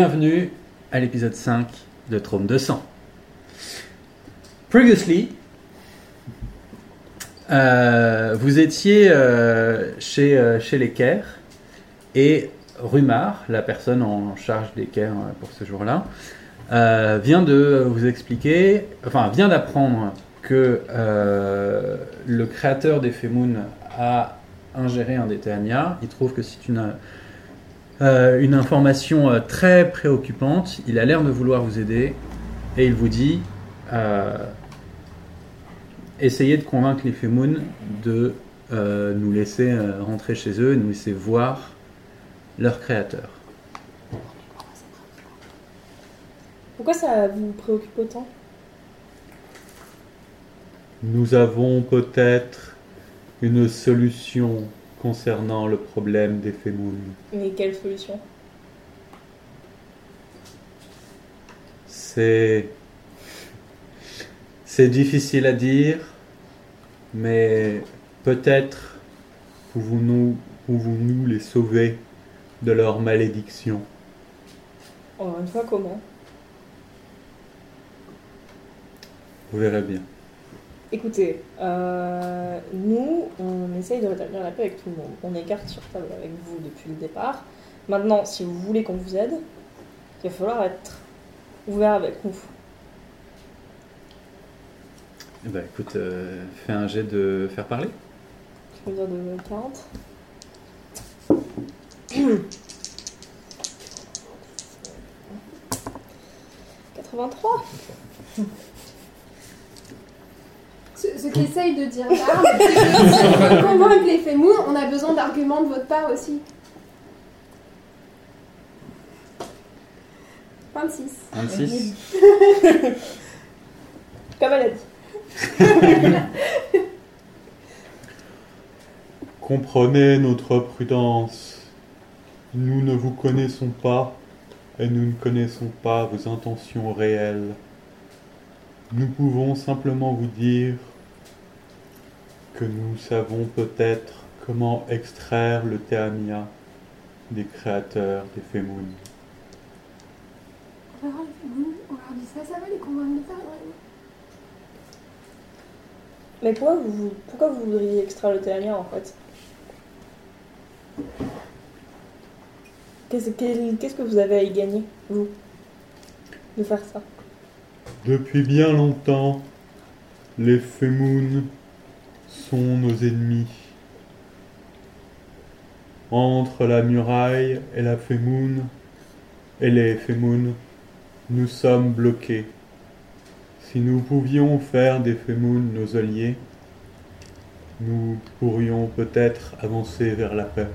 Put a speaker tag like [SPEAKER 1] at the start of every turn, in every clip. [SPEAKER 1] Bienvenue à l'épisode 5 de Trôme de Sang. Previously, euh, vous étiez euh, chez, euh, chez l'équerre et Rumar, la personne en charge d'équerre euh, pour ce jour-là, euh, vient de vous expliquer, enfin vient d'apprendre que euh, le créateur des Femoun a ingéré un des Théania. Il trouve que c'est une, euh, une information euh, très préoccupante. Il a l'air de vouloir vous aider et il vous dit euh, essayez de convaincre les Femoun de euh, nous laisser euh, rentrer chez eux et nous laisser voir leur créateur.
[SPEAKER 2] Pourquoi ça vous préoccupe autant
[SPEAKER 1] Nous avons peut-être une solution concernant le problème des Femoun.
[SPEAKER 2] Mais quelle solution
[SPEAKER 1] C'est. C'est difficile à dire, mais peut-être pouvons-nous pouvons-nous les sauver de leur malédiction.
[SPEAKER 2] Encore une fois, comment
[SPEAKER 1] Vous verrez bien.
[SPEAKER 2] Écoutez, euh, nous, on essaye de rétablir la paix avec tout le monde. On est carte sur table avec vous depuis le départ. Maintenant, si vous voulez qu'on vous aide, il va falloir être ouvert avec nous.
[SPEAKER 1] Eh ben, écoute, euh, fais un jet de faire parler.
[SPEAKER 2] Je peux dire de 40 83
[SPEAKER 3] Ce, ce qu'essaye de dire là, c'est que pour convaincre les fémours, on a besoin d'arguments de votre part aussi. 26.
[SPEAKER 1] 26.
[SPEAKER 2] Comme elle a dit.
[SPEAKER 4] Comprenez notre prudence. Nous ne vous connaissons pas et nous ne connaissons pas vos intentions réelles. Nous pouvons simplement vous dire que nous savons peut-être comment extraire le Théamia des créateurs des Femoun.
[SPEAKER 3] On va voir les fémours, on leur dit ça, ça va les convaincre de faire ouais.
[SPEAKER 2] Mais pourquoi vous, pourquoi vous voudriez extraire le théamien en fait Qu'est-ce quel- qu'est-ce que vous avez à y gagner, vous De faire ça
[SPEAKER 4] Depuis bien longtemps, les Femoun sont nos ennemis. Entre la muraille et la Femoun, et les Femoun, nous sommes bloqués. Si nous pouvions faire des Femoun nos alliés, nous pourrions peut-être avancer vers la paix.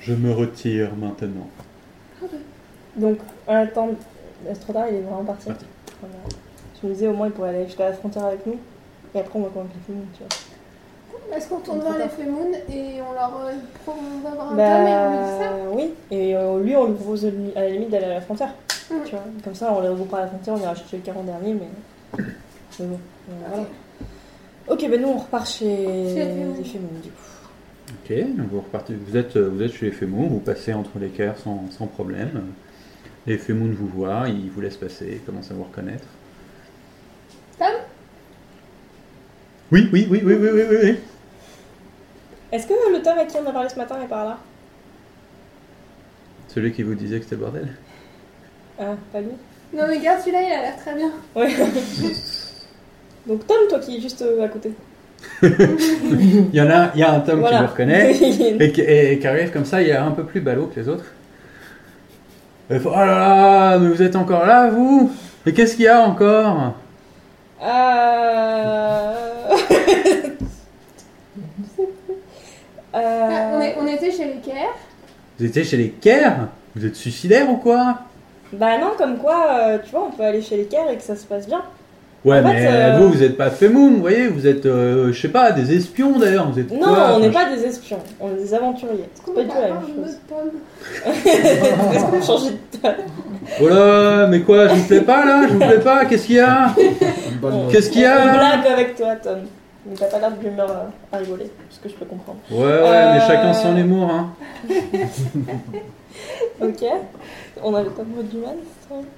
[SPEAKER 4] Je me retire maintenant.
[SPEAKER 2] Donc, en attendant, Estrada, il est vraiment parti.
[SPEAKER 1] Parti.
[SPEAKER 2] Très bien. Je me disais, au moins, il pourrait aller jusqu'à la frontière avec nous. Et après, on va convaincre les féminines, tu vois.
[SPEAKER 3] Est-ce qu'on tourne vers les fémours et on leur euh, pro- on va voir un thème et on lui dit ça
[SPEAKER 2] Bah, oui. Et euh, lui, on lui propose de lui- à la limite d'aller à la frontière.
[SPEAKER 3] Mm.
[SPEAKER 2] Tu vois. Comme ça, on les regroupera à la frontière, on ira chercher le 40 dernier, mais. Mais bon, euh, voilà. Ok, ben nous, on repart chez,
[SPEAKER 3] Chez les féminines.
[SPEAKER 2] les féminines, du coup.
[SPEAKER 1] Ok, donc vous repartez, vous êtes, vous êtes chez les Femoun, vous passez entre les cœurs sans, sans problème. Les Femoun vous voient, ils vous laissent passer, ils commencent à vous reconnaître.
[SPEAKER 3] Tom
[SPEAKER 1] Oui, oui, oui, oui, oui, oui, oui, oui.
[SPEAKER 2] Est-ce que le Tom à qui on a parlé ce matin est par là
[SPEAKER 1] Celui qui vous disait que c'était le bordel.
[SPEAKER 2] Ah, pas lui
[SPEAKER 3] Non, mais regarde celui-là, il a l'air très bien.
[SPEAKER 2] Ouais. Donc, Tom, toi qui est juste euh, à côté.
[SPEAKER 1] Il y en a, il y a un Tom
[SPEAKER 2] Voilà.
[SPEAKER 1] qui vous reconnaît et qui, et qui arrive comme ça, il est un peu plus ballot que les autres. Il fait, oh là là, mais vous êtes encore là, vous Mais qu'est-ce qu'il y a encore
[SPEAKER 2] Euh...
[SPEAKER 3] Ah, on,
[SPEAKER 2] Euh,
[SPEAKER 3] est- on était chez les Caire.
[SPEAKER 1] Vous étiez chez les Caire Vous êtes suicidaire ou quoi
[SPEAKER 2] Bah non, comme quoi, euh, tu vois, on peut aller chez l'équerre et que ça se passe bien.
[SPEAKER 1] Ouais,
[SPEAKER 2] En fait,
[SPEAKER 1] mais
[SPEAKER 2] euh,
[SPEAKER 1] vous, vous n'êtes pas Femoum, vous voyez, vous êtes, euh, je sais pas, des espions d'ailleurs, vous êtes
[SPEAKER 2] Non,
[SPEAKER 1] quoi
[SPEAKER 2] on
[SPEAKER 1] Enfin,
[SPEAKER 2] n'est pas des espions, on est des aventuriers.
[SPEAKER 3] Est-ce
[SPEAKER 2] C'est
[SPEAKER 3] qu'on
[SPEAKER 2] pas
[SPEAKER 3] peut
[SPEAKER 2] du tout la
[SPEAKER 3] avoir
[SPEAKER 2] même
[SPEAKER 3] une
[SPEAKER 2] chose.
[SPEAKER 3] autre pomme
[SPEAKER 2] Est-ce qu'on a changé de table
[SPEAKER 1] Oh là, mais quoi, je vous plais pas là Je vous plais pas Qu'est-ce qu'il y a
[SPEAKER 5] Une bonne
[SPEAKER 2] Bon.
[SPEAKER 5] note.
[SPEAKER 1] Qu'est-ce qu'il y a
[SPEAKER 2] On
[SPEAKER 1] là
[SPEAKER 2] blague avec toi, Tom. Mais t'as pas l'air d'humeur à, à rigoler, ce que je peux comprendre.
[SPEAKER 1] Ouais, ouais, mais
[SPEAKER 2] Euh,
[SPEAKER 1] chacun son humour, hein.
[SPEAKER 2] Ok, on avait un peu du mal, c'est très bien.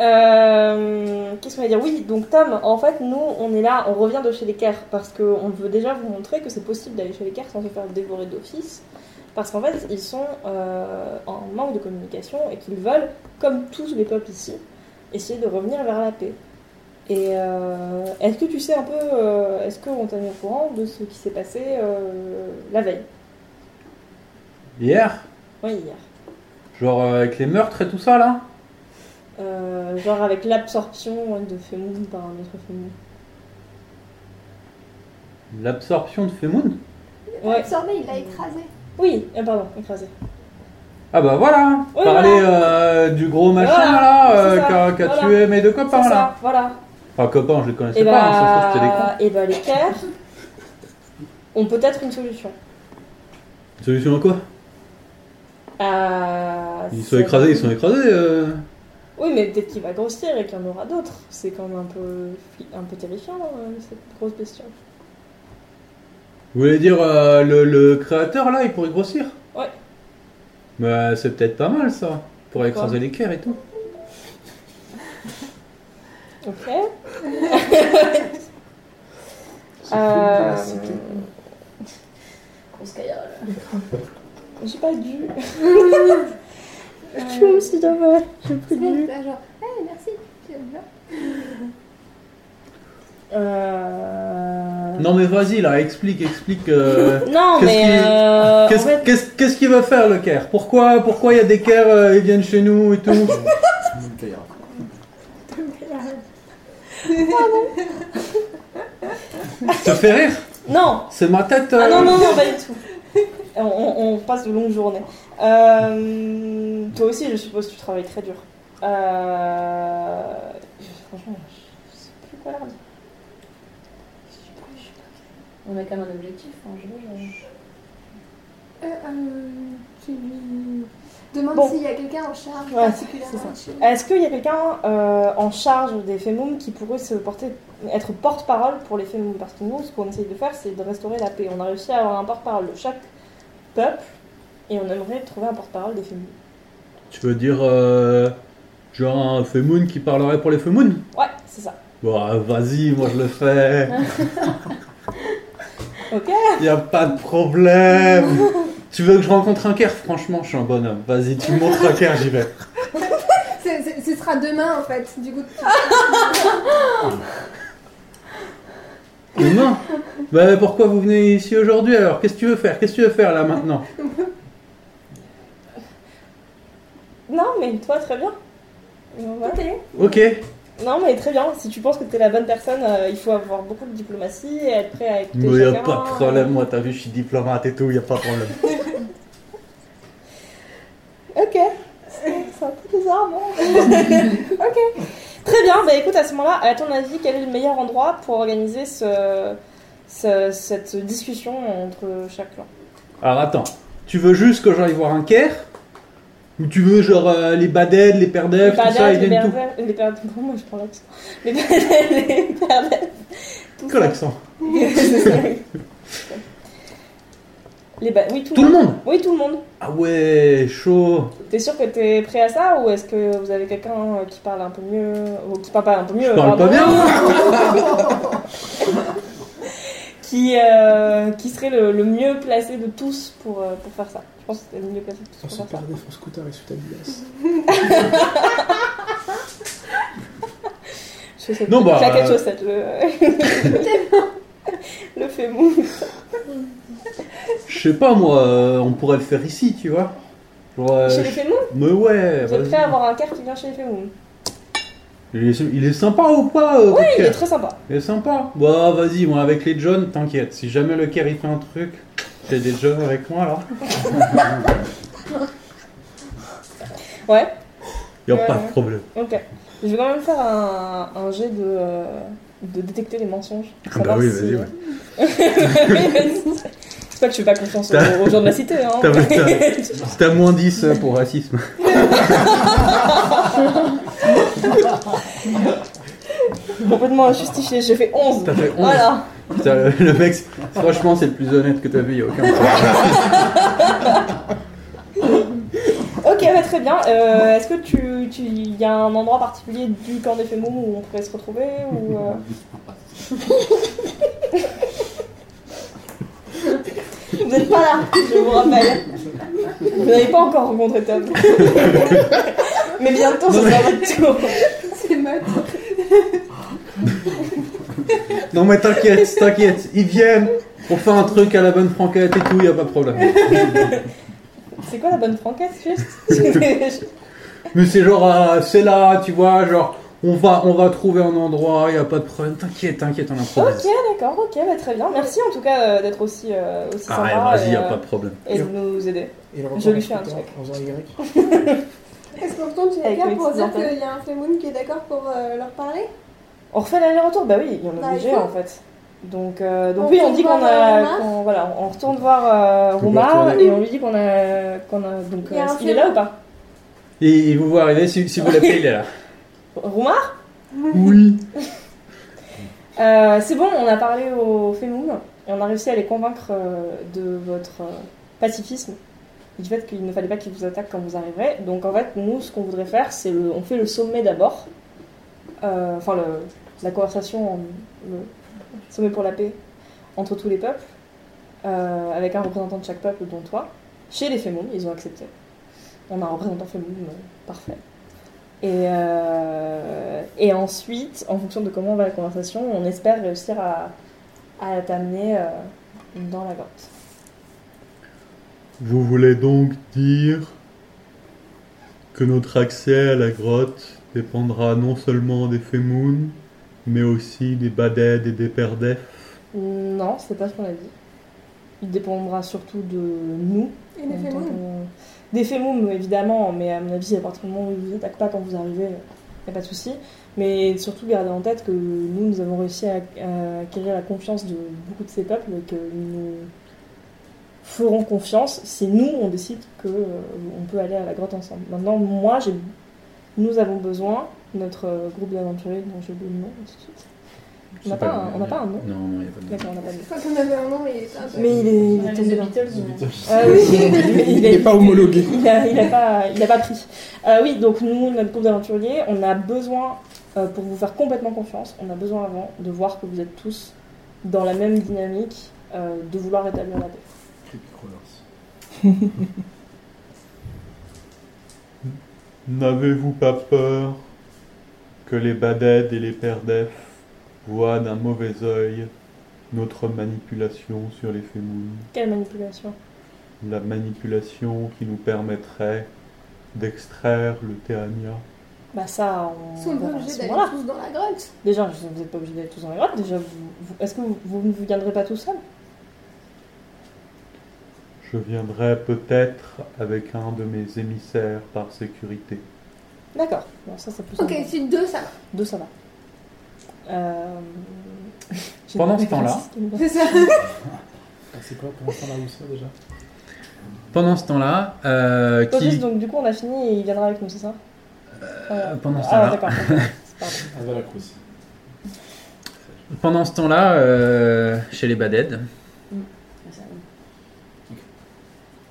[SPEAKER 2] Euh, Qu'est-ce qu'on va dire Oui, donc Tam, en fait, nous, on est là, on revient de chez l'équerre parce qu'on veut déjà vous montrer que c'est possible d'aller chez l'équerre sans se faire dévorer d'office. Parce qu'en fait, ils sont euh, en manque de communication et qu'ils veulent, comme tous les peuples ici, essayer de revenir vers la paix. Et euh, est-ce que tu sais un peu, euh, est-ce qu'on t'a mis au courant de ce qui s'est passé euh, la veille
[SPEAKER 1] Hier
[SPEAKER 2] Oui, hier.
[SPEAKER 1] Genre euh, avec les meurtres et tout ça, là
[SPEAKER 2] Euh, genre avec l'absorption de Femoun par un autre Femoun.
[SPEAKER 1] L'absorption de Femoun
[SPEAKER 3] Il
[SPEAKER 2] Ouais.
[SPEAKER 3] l'a absorbé, il l'a écrasé.
[SPEAKER 2] Oui, euh, pardon, écrasé.
[SPEAKER 1] Ah bah voilà
[SPEAKER 2] Oui,
[SPEAKER 1] Parler euh, du gros machin,
[SPEAKER 2] Voilà,
[SPEAKER 1] là,
[SPEAKER 2] c'est
[SPEAKER 1] euh,
[SPEAKER 2] ça,
[SPEAKER 1] qu'a qu'a
[SPEAKER 2] voilà.
[SPEAKER 1] tué mes deux
[SPEAKER 2] C'est
[SPEAKER 1] copains, là.
[SPEAKER 2] ça, voilà.
[SPEAKER 1] Enfin, copains, je les connaissais
[SPEAKER 2] Et
[SPEAKER 1] pas, hein, sans force, c'était des cons.
[SPEAKER 2] bah, et bah les Caire ont peut-être une solution. euh,
[SPEAKER 1] Une Solution à quoi
[SPEAKER 2] à
[SPEAKER 1] Ils sont
[SPEAKER 2] cette-
[SPEAKER 1] écrasés, ils sont écrasés. euh.
[SPEAKER 2] Euh, Oui, mais peut-être qu'il va grossir et qu'il y en aura d'autres. C'est quand même un peu, fli- un peu terrifiant, euh, cette grosse bestiole.
[SPEAKER 1] Vous voulez dire euh, le, le créateur là, il pourrait grossir
[SPEAKER 2] Ouais.
[SPEAKER 1] Bah c'est peut-être pas mal ça, pour écraser
[SPEAKER 2] Pourquoi
[SPEAKER 1] les cœurs et tout.
[SPEAKER 2] Ok.
[SPEAKER 5] Euh...
[SPEAKER 2] Euh, J'ai pas dû. Je me suis dommage, j'ai plus
[SPEAKER 3] Euh, C'est
[SPEAKER 2] dû.
[SPEAKER 3] là, genre, hey, merci. Puis, euh, là.
[SPEAKER 2] Euh...
[SPEAKER 1] Non mais vas-y là, explique, explique. euh,
[SPEAKER 2] Non,
[SPEAKER 1] Qu'est-ce
[SPEAKER 2] mais
[SPEAKER 1] qu'il-
[SPEAKER 2] euh, en
[SPEAKER 1] Qu'est-ce
[SPEAKER 2] fait,
[SPEAKER 1] qu'est-ce- qu'est-ce qu'il va faire le Caire Pourquoi pourquoi il y a des Caire, euh, ils viennent chez nous et tout Ça fait rire
[SPEAKER 2] non,
[SPEAKER 1] C'est ma tête
[SPEAKER 2] Ah
[SPEAKER 1] euh,
[SPEAKER 2] non, non, non, pas du tout. On, on- on passe de longues journées. Euh, toi aussi, je suppose, tu travailles très dur. Euh, franchement, je sais plus quoi leur dire.
[SPEAKER 5] On a quand même un objectif en jeu. euh.
[SPEAKER 3] Euh, euh, tu lui demandes
[SPEAKER 2] Bon.
[SPEAKER 3] s'il y a quelqu'un en charge
[SPEAKER 2] Ouais, Eh.
[SPEAKER 3] particulièrement chez lui.
[SPEAKER 2] Est-ce qu'il y a quelqu'un euh, en charge des Femoum qui pourrait se porter, être porte-parole pour les Femoum Parce que nous, ce qu'on essaye de faire, c'est de restaurer la paix. On a réussi à avoir un porte-parole de chaque peuple et on aimerait trouver un porte-parole des Femoum.
[SPEAKER 1] Tu veux dire euh, genre un Femoun qui parlerait pour les Femoun
[SPEAKER 2] Ouais, c'est ça.
[SPEAKER 1] Bon vas-y, moi je le fais.
[SPEAKER 2] Ok
[SPEAKER 1] Y a pas de problème. tu veux que je rencontre un Caire Franchement, je suis un bonhomme. Vas-y, tu me montres un Caire, j'y vais.
[SPEAKER 3] C'est- c'est- Ce sera demain en fait. Du coup, tu-
[SPEAKER 2] Ah.
[SPEAKER 1] Mais non Bah pourquoi vous venez ici aujourd'hui alors Qu'est-ce que tu veux faire Qu'est-ce que tu veux faire là maintenant
[SPEAKER 2] Non, mais toi, très bien. Voilà.
[SPEAKER 1] Ok.
[SPEAKER 2] Non, mais très bien. Si tu penses que t'es la bonne personne, euh, il faut avoir beaucoup de diplomatie et être prêt à écouter
[SPEAKER 1] Mais y a
[SPEAKER 2] chacun. euh,
[SPEAKER 1] pas de problème, moi t'as vu, je suis diplomate et tout, y a pas de problème.
[SPEAKER 2] Ok. C'est c'est un peu bizarre, non Ok. Très bien. Bah écoute, à ce moment-là, à ton avis, quel est le meilleur endroit pour organiser ce, ce- cette discussion entre chaque clan
[SPEAKER 1] Alors attends, tu veux juste que j'aille voir un Caire Ou tu veux genre euh, les badèdes, les perdefs, tout Euh, ça, ils
[SPEAKER 2] les
[SPEAKER 1] viennent tout
[SPEAKER 2] Berdef- euh, les Berdef- Bon, moi je parle l'accent. Les Berdef, les Berdef, tout
[SPEAKER 1] Quel
[SPEAKER 2] ça.
[SPEAKER 1] accent
[SPEAKER 2] Les Ba- Oui, tout,
[SPEAKER 1] Tout le monde
[SPEAKER 2] Oui, tout le monde.
[SPEAKER 1] Ah ouais, chaud
[SPEAKER 2] T'es sûr que t'es prêt à ça ou est-ce que vous avez quelqu'un euh, qui parle un peu mieux ou qui parle pas un peu mieux
[SPEAKER 1] Je parle pas
[SPEAKER 2] pardon,
[SPEAKER 1] bien
[SPEAKER 2] qui euh, qui serait le, le mieux placé de tous pour, euh, pour faire ça Je pense que c'était le mieux placé de tous
[SPEAKER 5] On
[SPEAKER 2] pour
[SPEAKER 5] se
[SPEAKER 2] faire ça.
[SPEAKER 5] parle des fonds scooters et sous ta glace.
[SPEAKER 2] Chaussette,
[SPEAKER 1] Non, bah,
[SPEAKER 2] Claquette
[SPEAKER 1] euh,
[SPEAKER 2] chaussette, le le fémou.
[SPEAKER 1] Je sais pas moi, euh, on pourrait le faire ici, tu vois Genre, euh,
[SPEAKER 2] chez les fémous
[SPEAKER 1] Mais ouais,
[SPEAKER 2] Vous êtes
[SPEAKER 1] vas-y.
[SPEAKER 2] prêt à avoir un quart qui vient chez les fémous
[SPEAKER 1] Il est, il est sympa ou pas euh, votre
[SPEAKER 2] Il est
[SPEAKER 1] Caire
[SPEAKER 2] très sympa.
[SPEAKER 1] Il est sympa. Bah vas-y, moi avec les John, t'inquiète. Si jamais le Kerry fait un truc, j'ai des John avec moi là.
[SPEAKER 2] Ouais.
[SPEAKER 1] Y'a
[SPEAKER 2] Ouais,
[SPEAKER 1] pas
[SPEAKER 2] ouais.
[SPEAKER 1] de problème.
[SPEAKER 2] Ok. Je vais quand même faire un, un jet de, euh, de détecter les mensonges. pour
[SPEAKER 1] Ah bah
[SPEAKER 2] savoir
[SPEAKER 1] oui,
[SPEAKER 2] si-
[SPEAKER 1] vas-y. ouais.
[SPEAKER 2] C'est pas que je fais pas confiance aux, aux gens de la cité, hein.
[SPEAKER 1] T'as- t'as- C'est à moins 10 euh, pour racisme.
[SPEAKER 2] Complètement injustifié, j'ai fait 11.
[SPEAKER 1] T'as fait 11.
[SPEAKER 2] Voilà.
[SPEAKER 1] Putain, le, le mec, c'est- franchement, c'est le plus honnête que t'as vu, il a aucun problème.
[SPEAKER 2] Ok, bah, très bien. Euh, Est-ce que tu, tu, y a un endroit particulier du camp des Fémous où on pourrait se retrouver ou euh, Vous n'êtes pas là, je vous rappelle. Vous n'avez pas encore rencontré Tom. mais bientôt, ce sera votre tour.
[SPEAKER 3] C'est moche.
[SPEAKER 1] Non, mais t'inquiète, t'inquiète, ils viennent pour faire un truc à la bonne franquette et tout, y a pas de problème.
[SPEAKER 2] C'est quoi la bonne franquette, juste
[SPEAKER 1] Mais c'est genre, euh, c'est là, tu vois, genre, on va, on va trouver un endroit, y a pas de problème. T'inquiète, t'inquiète, on improvise.
[SPEAKER 2] Ok, d'accord, ok, bah, très bien. Merci en tout cas euh, d'être aussi, euh, aussi sympa
[SPEAKER 1] Ah, vas-y,
[SPEAKER 2] et,
[SPEAKER 1] y a
[SPEAKER 2] euh,
[SPEAKER 1] pas de problème.
[SPEAKER 2] et de nous aider.
[SPEAKER 5] Et le
[SPEAKER 2] Je lui fais un
[SPEAKER 5] reporter
[SPEAKER 2] check.
[SPEAKER 5] en faisant Y.
[SPEAKER 3] Est-ce qu'on retourne chez les
[SPEAKER 2] Avec
[SPEAKER 3] gars
[SPEAKER 2] le
[SPEAKER 3] pour dire
[SPEAKER 2] petit-enfant.
[SPEAKER 3] qu'il y a un Femoun qui est d'accord pour euh, leur parler
[SPEAKER 2] On refait l'aller-retour Bah oui, on est
[SPEAKER 3] Bah,
[SPEAKER 2] obligé
[SPEAKER 3] il faut.
[SPEAKER 2] en fait. Donc, euh, donc
[SPEAKER 3] On
[SPEAKER 2] oui, on
[SPEAKER 3] retourne
[SPEAKER 2] dit
[SPEAKER 3] voir,
[SPEAKER 2] qu'on
[SPEAKER 3] euh,
[SPEAKER 2] a.
[SPEAKER 3] Roumar.
[SPEAKER 2] qu'on- voilà, on retourne voir euh,
[SPEAKER 1] peut
[SPEAKER 2] Roumar
[SPEAKER 1] retourner.
[SPEAKER 2] et on lui dit qu'on a. qu'on a donc,
[SPEAKER 3] Il y a
[SPEAKER 2] euh,
[SPEAKER 3] un
[SPEAKER 2] il est là
[SPEAKER 3] film.
[SPEAKER 2] ou pas
[SPEAKER 1] Et il vous voit arriver, si, si vous l'appelez, il est là.
[SPEAKER 2] Roumar
[SPEAKER 1] Oui.
[SPEAKER 2] Euh, C'est bon, on a parlé au Femoum et on a réussi à les convaincre euh, de votre euh, pacifisme et du fait qu'il ne fallait pas qu'ils vous attaquent quand vous arriverez. Donc en fait, nous, ce qu'on voudrait faire, c'est le. On fait le sommet d'abord. Euh, Enfin, le- la conversation, en- le sommet pour la paix entre tous les peuples, euh, avec un représentant de chaque peuple, dont toi. Chez les Femoum, ils ont accepté. On a un représentant Femoum, euh, parfait. Et, euh, et ensuite, en fonction de comment va la conversation, on espère réussir à, à t'amener euh, dans la grotte.
[SPEAKER 4] Vous voulez donc dire que notre accès à la grotte dépendra non seulement des Femoun, mais aussi des Baded et des Perdef
[SPEAKER 2] Non, c'est pas ce qu'on a dit. Il dépendra surtout de nous.
[SPEAKER 3] Et les
[SPEAKER 2] en tant
[SPEAKER 3] Femoun
[SPEAKER 2] que- Des fémoums, évidemment, mais à mon avis, à partir du moment où ils vous attaquent pas quand vous arrivez, y a pas de souci. Mais surtout, gardez en tête que nous, nous avons réussi à, à acquérir la confiance de beaucoup de ces peuples et que nous ferons confiance si nous, on décide que euh, on peut aller à la grotte ensemble. Maintenant, moi, j'ai, nous avons besoin, notre euh, groupe d'aventuriers, dont j'ai oublié le nom, tout de suite. On n'a pas, un- on n'a pas un nom.
[SPEAKER 1] Non, non, y a pas de nom.
[SPEAKER 2] D'accord, on n'a pas de nom.
[SPEAKER 3] Je crois qu'on avait un nom, mais c'est un peu.
[SPEAKER 2] Mais il est, il est
[SPEAKER 5] Ouais,
[SPEAKER 2] tombé
[SPEAKER 5] les
[SPEAKER 2] dans-
[SPEAKER 5] Beatles, ouais.
[SPEAKER 2] Ah oui, il
[SPEAKER 5] n'est pas homologué.
[SPEAKER 2] Il n'a pas, il a pas pris. Euh, oui, donc nous, notre groupe d'aventuriers, on a besoin, euh, pour vous faire complètement confiance, on a besoin avant de voir que vous êtes tous dans la même dynamique euh, de vouloir établir la paix.
[SPEAKER 4] N'avez-vous pas peur que les Baded et les Perdef voient d'un mauvais œil notre manipulation sur les Femoun
[SPEAKER 2] Quelle manipulation
[SPEAKER 4] La manipulation qui nous permettrait d'extraire le Théania
[SPEAKER 2] Bah ça, on
[SPEAKER 3] Ils sont
[SPEAKER 2] verra à
[SPEAKER 3] obligés
[SPEAKER 2] ce
[SPEAKER 3] d'aller
[SPEAKER 2] moment-là.
[SPEAKER 3] tous dans la grotte.
[SPEAKER 2] Déjà, je- vous n'êtes pas obligés d'aller tous dans les grottes. Déjà, vous- vous- est-ce que vous, vous ne vous viendrez pas tout seul
[SPEAKER 4] Je viendrai peut-être avec un de mes émissaires par sécurité.
[SPEAKER 2] D'accord. Bon, ça, c'est plus
[SPEAKER 3] Ok,
[SPEAKER 2] sympa.
[SPEAKER 3] si deux, ça va.
[SPEAKER 2] Deux, ça va. Euh, j'ai
[SPEAKER 1] Pendant
[SPEAKER 2] une
[SPEAKER 1] ce temps-là-
[SPEAKER 2] référence qui me vient.
[SPEAKER 3] C'est ça.
[SPEAKER 5] Ah, C'est quoi pour l'instant là où ça déjà
[SPEAKER 1] Pendant ce temps-là, euh,
[SPEAKER 2] Clovis,
[SPEAKER 1] qui.
[SPEAKER 2] donc du coup, on a fini et il viendra avec nous, c'est ça Euh,
[SPEAKER 1] pendant ce
[SPEAKER 2] Ah,
[SPEAKER 1] temps-là,
[SPEAKER 2] d'accord. ok. C'est pas grave.
[SPEAKER 5] À Veracruz.
[SPEAKER 1] pendant ce temps-là euh, chez les Baded,
[SPEAKER 6] Ah, ça, oui.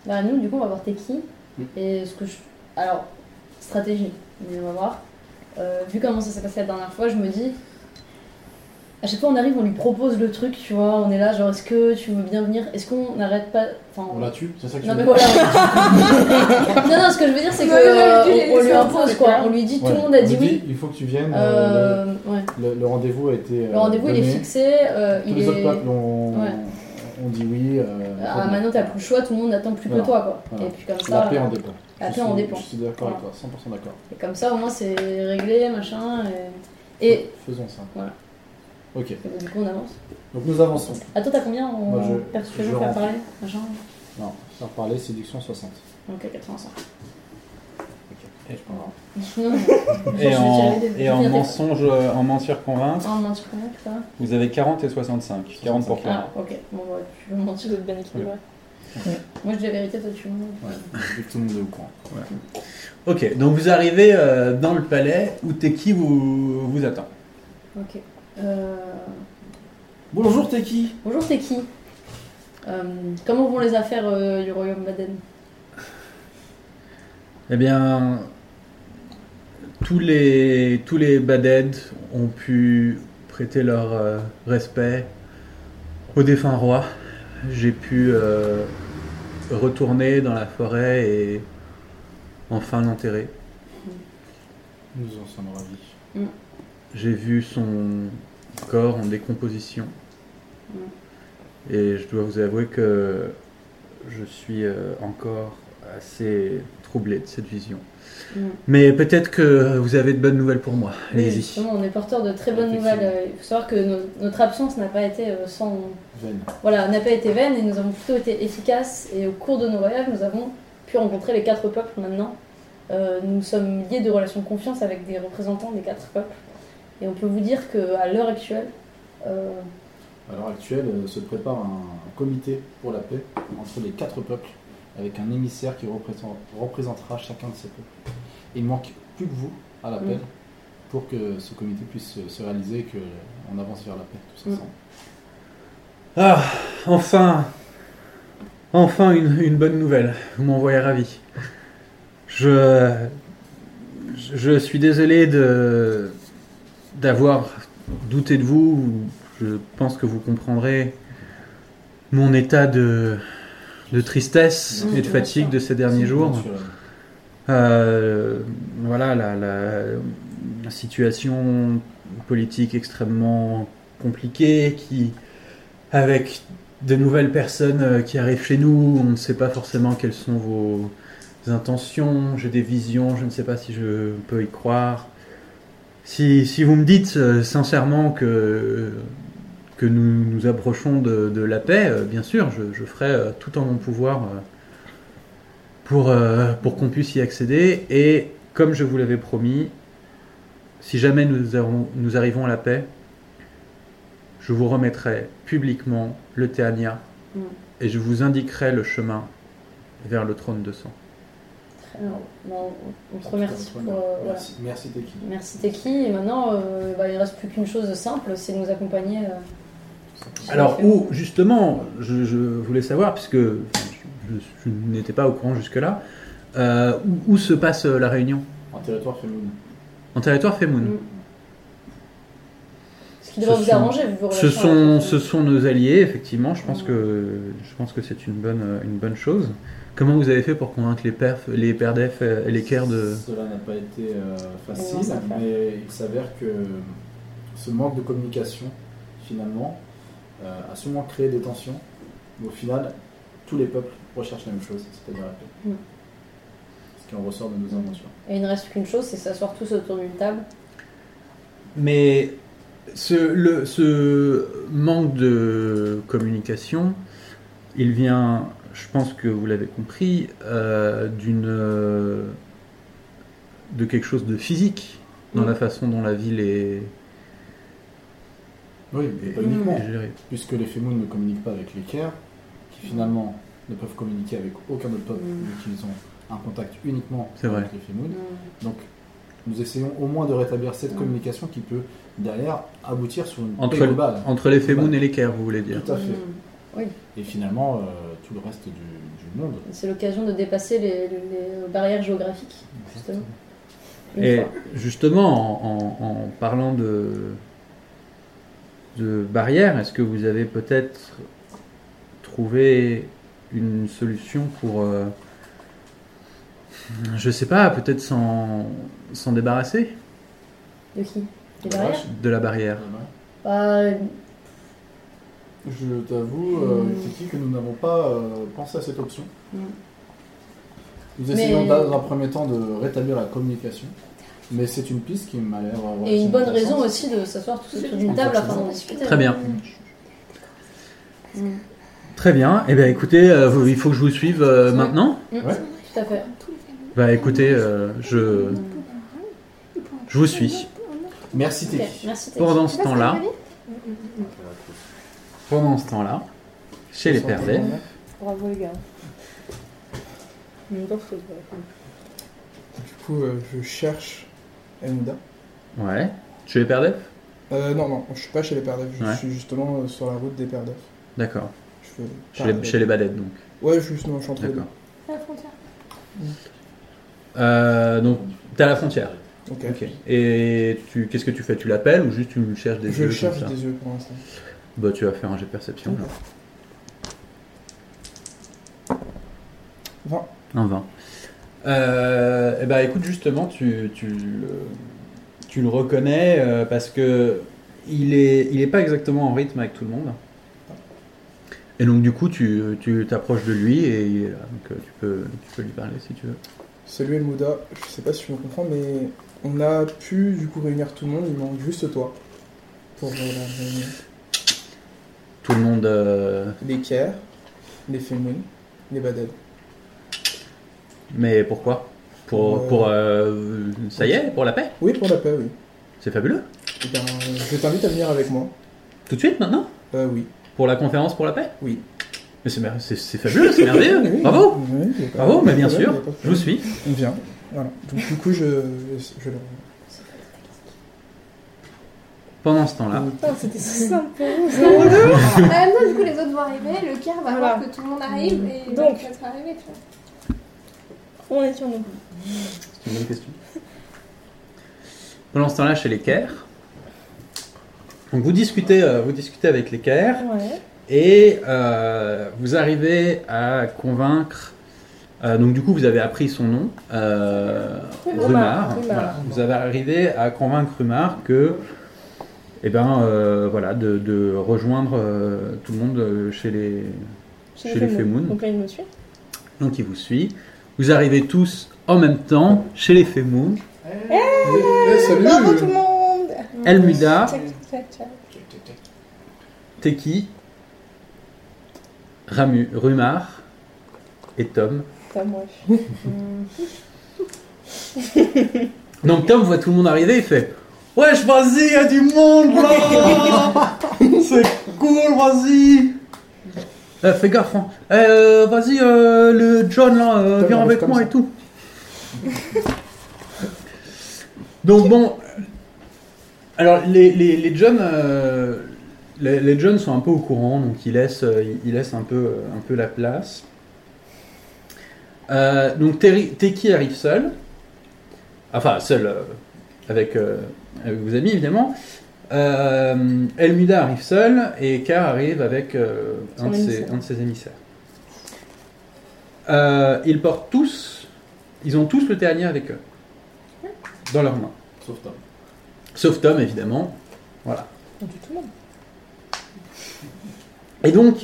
[SPEAKER 6] Bah, nous, du coup, on va voir t'es qui.
[SPEAKER 7] Hmm.
[SPEAKER 6] Et ce que je. Alors, stratégie, mais on va voir. Euh, vu comment ça s'est passé la dernière fois, je me dis. À chaque fois, on arrive, on lui propose le truc, tu vois. On est là, genre, est-ce que tu veux bien venir Est-ce qu'on n'arrête pas. Enfin,
[SPEAKER 7] On la tue, c'est ça que tu
[SPEAKER 6] non, mais
[SPEAKER 7] veux
[SPEAKER 6] voilà. non, non, ce que je veux dire, c'est qu'on
[SPEAKER 3] Ouais, j'avais dit les
[SPEAKER 6] on, lui
[SPEAKER 3] laisser
[SPEAKER 6] impose,
[SPEAKER 3] entrer,
[SPEAKER 6] quoi.
[SPEAKER 3] quoi.
[SPEAKER 6] On lui dit, tout
[SPEAKER 7] Ouais,
[SPEAKER 6] le monde a
[SPEAKER 7] on
[SPEAKER 6] dit
[SPEAKER 7] lui
[SPEAKER 6] oui.
[SPEAKER 7] Il faut que tu viennes. euh,
[SPEAKER 6] Euh, ouais.
[SPEAKER 7] le le rendez-vous a été.
[SPEAKER 6] Le rendez-vous, il est fixé. euh,
[SPEAKER 7] Tous
[SPEAKER 6] il
[SPEAKER 7] les
[SPEAKER 6] est...
[SPEAKER 7] autres peuples ont,
[SPEAKER 6] Ouais.
[SPEAKER 7] ont dit oui. euh,
[SPEAKER 6] Ah,
[SPEAKER 7] vraiment.
[SPEAKER 6] maintenant, t'as plus le choix, tout le monde attend plus que
[SPEAKER 7] Voilà.
[SPEAKER 6] toi, quoi.
[SPEAKER 7] Voilà.
[SPEAKER 6] Et puis comme ça.
[SPEAKER 7] La paix en dépend.
[SPEAKER 6] La
[SPEAKER 7] Je
[SPEAKER 6] paix en
[SPEAKER 7] suis-
[SPEAKER 6] dépend.
[SPEAKER 7] Je suis d'accord
[SPEAKER 6] Voilà.
[SPEAKER 7] avec toi, 100% d'accord.
[SPEAKER 6] Et comme ça, au moins, c'est réglé, machin. Et, et
[SPEAKER 7] Faisons ça.
[SPEAKER 6] Voilà.
[SPEAKER 7] Ok,
[SPEAKER 6] et du coup, on avance.
[SPEAKER 7] donc nous avançons.
[SPEAKER 6] Ah, toi, t'as combien en
[SPEAKER 7] Moi, je- je
[SPEAKER 6] persuasion faire
[SPEAKER 7] rentre.
[SPEAKER 6] parler Machin
[SPEAKER 7] Non, faire parler, séduction 60.
[SPEAKER 6] Ok, 85.
[SPEAKER 7] Ok, je prends un.
[SPEAKER 6] Non, non.
[SPEAKER 1] et
[SPEAKER 6] Je
[SPEAKER 1] en,
[SPEAKER 6] vais tirer des-
[SPEAKER 1] et en
[SPEAKER 6] des-
[SPEAKER 1] mensonge, euh, en mentir convaincre,
[SPEAKER 6] Ah, on mentir combien, putain
[SPEAKER 1] vous avez 40 et 65. 40 pour
[SPEAKER 6] Ah,
[SPEAKER 1] convaincre.
[SPEAKER 6] ok. Bon, bah, tu veux mentir.
[SPEAKER 2] Vous êtes bien équilibré.
[SPEAKER 6] Moi, je dis la vérité, toi, tu mens.
[SPEAKER 7] Ouais, vu que tout le monde est au courant.
[SPEAKER 1] Ok, donc vous arrivez euh, dans le palais où Teki vous, vous attend.
[SPEAKER 6] Ok. Euh...
[SPEAKER 7] Bonjour, t'es qui
[SPEAKER 6] Bonjour, t'es qui Euh, Comment vont les affaires euh, du royaume d'Aden
[SPEAKER 1] Eh bien, tous les, tous les Baded ont pu prêter leur euh, respect au défunt roi. J'ai pu euh, retourner dans la forêt et enfin l'enterrer.
[SPEAKER 7] Nous en sommes ravis.
[SPEAKER 1] J'ai vu son corps en décomposition. Et je dois vous avouer que je suis euh, encore assez troublé de cette vision.
[SPEAKER 6] Mm.
[SPEAKER 1] Mais peut-être que vous avez de bonnes nouvelles pour moi.
[SPEAKER 6] Oui,
[SPEAKER 1] Allez-y.
[SPEAKER 6] justement, on est porteur de très bonnes
[SPEAKER 7] Effectivement.
[SPEAKER 6] nouvelles. Euh, Il faut savoir que no- notre absence n'a pas été euh, sans.
[SPEAKER 7] Veine.
[SPEAKER 6] Voilà, n'a pas été vaine et nous avons plutôt été efficaces. Et au cours de nos voyages, nous avons pu rencontrer les quatre peuples maintenant. Euh, nous sommes liés de relations de confiance avec des représentants des quatre peuples. Et on peut vous dire qu'à l'heure actuelle, euh,
[SPEAKER 7] À l'heure actuelle, euh, se prépare un comité pour la paix entre les quatre peuples, avec un émissaire qui représente- représentera chacun de ces peuples. Il manque plus que vous à l'appel
[SPEAKER 6] Mm.
[SPEAKER 7] pour que ce comité puisse se- se réaliser et qu'on avance vers la paix tous
[SPEAKER 6] Mm.
[SPEAKER 7] ensemble.
[SPEAKER 1] Ah, enfin Enfin une, une bonne nouvelle. Vous m'envoyez ravi. Je. Je suis désolé de. d'avoir douté de vous. Je pense que vous comprendrez mon état de. de tristesse
[SPEAKER 6] Oui,
[SPEAKER 1] et de
[SPEAKER 6] bien
[SPEAKER 1] fatigue
[SPEAKER 6] sûr.
[SPEAKER 1] de ces derniers jours.
[SPEAKER 7] Sur la-
[SPEAKER 1] Euh, voilà, la, la- la situation politique extrêmement compliquée qui, avec de nouvelles personnes euh, qui arrivent chez nous, on ne sait pas forcément quelles sont vos intentions, j'ai des visions, je ne sais pas si je peux y croire. Si, si vous me dites euh, sincèrement que, que nous nous approchons de, de la paix, euh, bien sûr, je, je ferai euh, tout en mon pouvoir euh, pour, euh, pour qu'on puisse y accéder. Et comme je vous l'avais promis, si jamais nous, avons- nous arrivons à la paix, je vous remettrai publiquement le Théania
[SPEAKER 6] Mm.
[SPEAKER 1] et je vous indiquerai le chemin vers le trône de sang.
[SPEAKER 6] très bien. Bon, on te remercie
[SPEAKER 7] Très
[SPEAKER 6] pour.
[SPEAKER 7] bien.
[SPEAKER 6] euh, voilà.
[SPEAKER 7] Merci, merci Teki.
[SPEAKER 6] Merci Teki. Et maintenant, euh, bah, il reste plus qu'une chose simple, c'est de nous accompagner. euh, sur
[SPEAKER 1] Alors,
[SPEAKER 6] les faits.
[SPEAKER 1] où justement, je, je voulais savoir, puisque je, je n'étais pas au courant jusque-là, euh, où, où se passe euh, la réunion
[SPEAKER 7] En territoire féminin.
[SPEAKER 1] En territoire Femoun
[SPEAKER 6] Mm. Ce qui devrait
[SPEAKER 1] Ce
[SPEAKER 6] vous
[SPEAKER 1] sont-
[SPEAKER 6] arranger, vu vos
[SPEAKER 1] Ce
[SPEAKER 6] relations
[SPEAKER 1] sont,
[SPEAKER 6] avec-
[SPEAKER 1] ce sont nos alliés, effectivement. Je pense que, je pense que c'est une bonne, euh, une bonne chose. Comment vous avez fait pour convaincre les pères, les pères d'EF et les cœurs de.
[SPEAKER 7] Cela n'a pas été euh,
[SPEAKER 6] On
[SPEAKER 7] facile,
[SPEAKER 6] va faire.
[SPEAKER 7] mais il s'avère que ce manque de communication, finalement, euh, a sûrement créé des tensions. Mais au final, tous les peuples recherchent la même chose, c'est-à-dire la paix.
[SPEAKER 6] Mm.
[SPEAKER 7] Ce qui en ressort de nos inventions.
[SPEAKER 6] Et il ne reste qu'une chose, c'est s'asseoir tous autour d'une table.
[SPEAKER 1] Mais ce, le, ce manque de communication, il vient, je pense que vous l'avez compris, euh, d'une euh, de quelque chose de physique dans
[SPEAKER 6] Mm.
[SPEAKER 1] la façon dont la ville est,
[SPEAKER 7] Oui, mais pas
[SPEAKER 6] Mm.
[SPEAKER 7] uniquement,
[SPEAKER 1] est gérée.
[SPEAKER 7] puisque les Fémounes ne communiquent pas avec les Caire, qui finalement ne peuvent communiquer avec aucun autre peuple,
[SPEAKER 6] Mm.
[SPEAKER 7] vu qu'ils ont un contact uniquement
[SPEAKER 1] C'est
[SPEAKER 7] avec
[SPEAKER 1] vrai.
[SPEAKER 7] les Fémounes.
[SPEAKER 6] Mm.
[SPEAKER 7] Donc, nous essayons au moins de rétablir cette communication qui peut, derrière, aboutir sur une
[SPEAKER 1] Entre-
[SPEAKER 7] paix globale.
[SPEAKER 1] Entre les Fémoun et les Caire, vous voulez dire
[SPEAKER 7] Tout à fait.
[SPEAKER 6] Mm.
[SPEAKER 7] Et finalement, euh, tout le reste du, du monde.
[SPEAKER 6] C'est l'occasion de dépasser les, les barrières géographiques, justement. Une
[SPEAKER 1] Et
[SPEAKER 6] fois.
[SPEAKER 1] justement, en, en- en parlant de, de barrières, est-ce que vous avez peut-être trouvé une solution pour, euh, je sais pas, peut-être s'en s'en débarrasser
[SPEAKER 6] De qui Des
[SPEAKER 7] La
[SPEAKER 6] barrières
[SPEAKER 7] vache.
[SPEAKER 1] de la barrière
[SPEAKER 6] Bah,
[SPEAKER 7] Je t'avoue, euh,
[SPEAKER 6] Mm.
[SPEAKER 7] Tiki, que nous n'avons pas euh, pensé à cette option.
[SPEAKER 6] Mm.
[SPEAKER 7] Nous
[SPEAKER 6] Mais-
[SPEAKER 7] essayons d'a- dans un premier temps de rétablir la communication, mais c'est une piste qui m'a l'air. euh,
[SPEAKER 6] Et une
[SPEAKER 7] relativement
[SPEAKER 6] bonne raison
[SPEAKER 7] intéressante.
[SPEAKER 6] aussi de s'asseoir tous autour d'une table afin d'en discuter.
[SPEAKER 1] Très bien.
[SPEAKER 6] Mm.
[SPEAKER 1] Très bien. Eh bien, écoutez, euh, vous- il faut que je vous suive euh, maintenant.
[SPEAKER 6] Mm.
[SPEAKER 7] Ouais.
[SPEAKER 6] Tout à fait.
[SPEAKER 1] Bah, écoutez, euh, je je vous suis.
[SPEAKER 7] Merci
[SPEAKER 6] Ok,
[SPEAKER 7] Teki.
[SPEAKER 6] Merci Teki.
[SPEAKER 1] pendant ce temps-là, pendant ce temps-là, chez les pères d'Ef,
[SPEAKER 2] Bravo les gars. Une bonne chose, ouais.
[SPEAKER 5] Du coup, euh, je cherche Elmouda.
[SPEAKER 1] ouais, chez les pères d'Ef,
[SPEAKER 8] Euh, non, non, je suis pas chez les pères d'œufs, je
[SPEAKER 1] Ouais.
[SPEAKER 8] suis justement euh, sur la route des pères d'œufs.
[SPEAKER 1] D'accord.
[SPEAKER 8] Je fais
[SPEAKER 1] Chez
[SPEAKER 8] par-
[SPEAKER 1] les, chez les badettes, donc.
[SPEAKER 8] Ouais, je suis non, je suis entre les deux.
[SPEAKER 1] D'accord.
[SPEAKER 3] À la frontière.
[SPEAKER 1] Euh, donc, t'es à la frontière.
[SPEAKER 8] Ok.
[SPEAKER 1] Ok. Et tu, qu'est-ce que tu fais Tu l'appelles ou juste tu me cherches des
[SPEAKER 8] Je
[SPEAKER 1] yeux
[SPEAKER 8] cherche
[SPEAKER 1] comme ça
[SPEAKER 8] des yeux pour l'instant.
[SPEAKER 1] Bah, tu vas faire un jet de perception, là.
[SPEAKER 8] Vingt.
[SPEAKER 1] Un 20. Euh, eh ben, écoute, justement, tu, tu, le, tu le reconnais euh, parce que il est, il est pas exactement en rythme avec tout le monde. Et donc, du coup, tu tu t'approches de lui et il est là. Donc, euh, tu peux, tu peux lui parler si tu veux.
[SPEAKER 8] Salut Elmouda, je sais pas si tu me comprends, mais on a pu du coup réunir tout le monde, il manque juste toi. Pour euh, la réunion.
[SPEAKER 1] Tout le monde. euh,
[SPEAKER 8] les Caire, les Femoun, les Baded.
[SPEAKER 1] mais pourquoi Pour.
[SPEAKER 8] Euh,
[SPEAKER 1] pour euh, ça y est, pour la paix
[SPEAKER 8] Oui, pour la paix, oui.
[SPEAKER 1] C'est fabuleux.
[SPEAKER 8] Eh ben, je t'invite à venir avec moi.
[SPEAKER 1] Tout de suite maintenant
[SPEAKER 8] Euh, oui.
[SPEAKER 1] Pour la conférence pour la paix
[SPEAKER 8] Oui.
[SPEAKER 1] Mais c'est mer- c'est c'est fabuleux, c'est merveilleux
[SPEAKER 8] Oui,
[SPEAKER 1] Bravo
[SPEAKER 8] oui, y a pas-
[SPEAKER 1] Bravo,
[SPEAKER 8] y a
[SPEAKER 1] mais
[SPEAKER 8] pas
[SPEAKER 1] bien
[SPEAKER 8] de problème, y
[SPEAKER 1] sûr,
[SPEAKER 8] a pas de
[SPEAKER 1] je vous
[SPEAKER 8] problème.
[SPEAKER 1] suis.
[SPEAKER 8] On vient. Voilà. Donc, du coup, je. je, je le-
[SPEAKER 1] Pendant ce temps-là,
[SPEAKER 2] Putain, c'était si simple pour vous.
[SPEAKER 3] En même temps, Euh, du coup, les autres vont arriver, le cœur va
[SPEAKER 2] Voilà.
[SPEAKER 3] voir que tout le monde arrive et il va
[SPEAKER 2] Donc.
[SPEAKER 3] peut-être arriver, tu vois.
[SPEAKER 2] On est sur nous.
[SPEAKER 1] c'est une bonne question. Pendant ce temps-là, chez les Caire, donc vous discutez, euh, vous discutez avec les Caire
[SPEAKER 2] Ouais.
[SPEAKER 1] et euh, vous arrivez à convaincre. euh, donc du coup, vous avez appris son nom, euh,
[SPEAKER 2] Rumar,
[SPEAKER 1] Rumar.
[SPEAKER 2] Rumar.
[SPEAKER 1] Voilà. Vous avez arrivé à convaincre Rumar que, eh ben, euh, voilà, de, de rejoindre euh, tout le monde euh, chez les Chez les
[SPEAKER 2] Femoun.
[SPEAKER 1] Femoun.
[SPEAKER 2] Donc là, il me suit.
[SPEAKER 1] Donc il vous suit. Vous arrivez tous en même temps chez les Femoun.
[SPEAKER 8] Eh, salut
[SPEAKER 2] Bravo tout le monde
[SPEAKER 1] Elmuda,
[SPEAKER 2] Tchac, tchac, tchac.
[SPEAKER 1] Teki, Ramu, Rumar et Tom.
[SPEAKER 2] Putain, moi.
[SPEAKER 1] Donc Tom voit tout le monde arriver et fait Wesh, vas-y, y a du monde là C'est cool, vas-y Euh, Fais gaffe, hein. Euh, vas-y, euh, le John là, euh,
[SPEAKER 8] Tom
[SPEAKER 1] viens
[SPEAKER 8] arrive
[SPEAKER 1] avec
[SPEAKER 8] comme
[SPEAKER 1] moi
[SPEAKER 8] ça.
[SPEAKER 1] et tout. Donc bon. Alors, les, les, les John. euh, les, les John sont un peu au courant, donc ils laissent, euh, ils- ils laissent un, peu, euh, un peu la place. Euh, donc Terry- Teki arrive seul, enfin seul euh, avec, euh, avec vos amis évidemment. Euh, Elmuda arrive seule et K arrive avec euh,
[SPEAKER 2] Son
[SPEAKER 1] un, de ses,
[SPEAKER 2] émissaire.
[SPEAKER 1] un de ses émissaires. Euh, ils portent tous, ils ont tous le ternier avec eux, dans leurs mains.
[SPEAKER 7] Sauf Tom.
[SPEAKER 1] Sauf Tom évidemment. Voilà.
[SPEAKER 2] On tue tout le monde.
[SPEAKER 1] Et donc,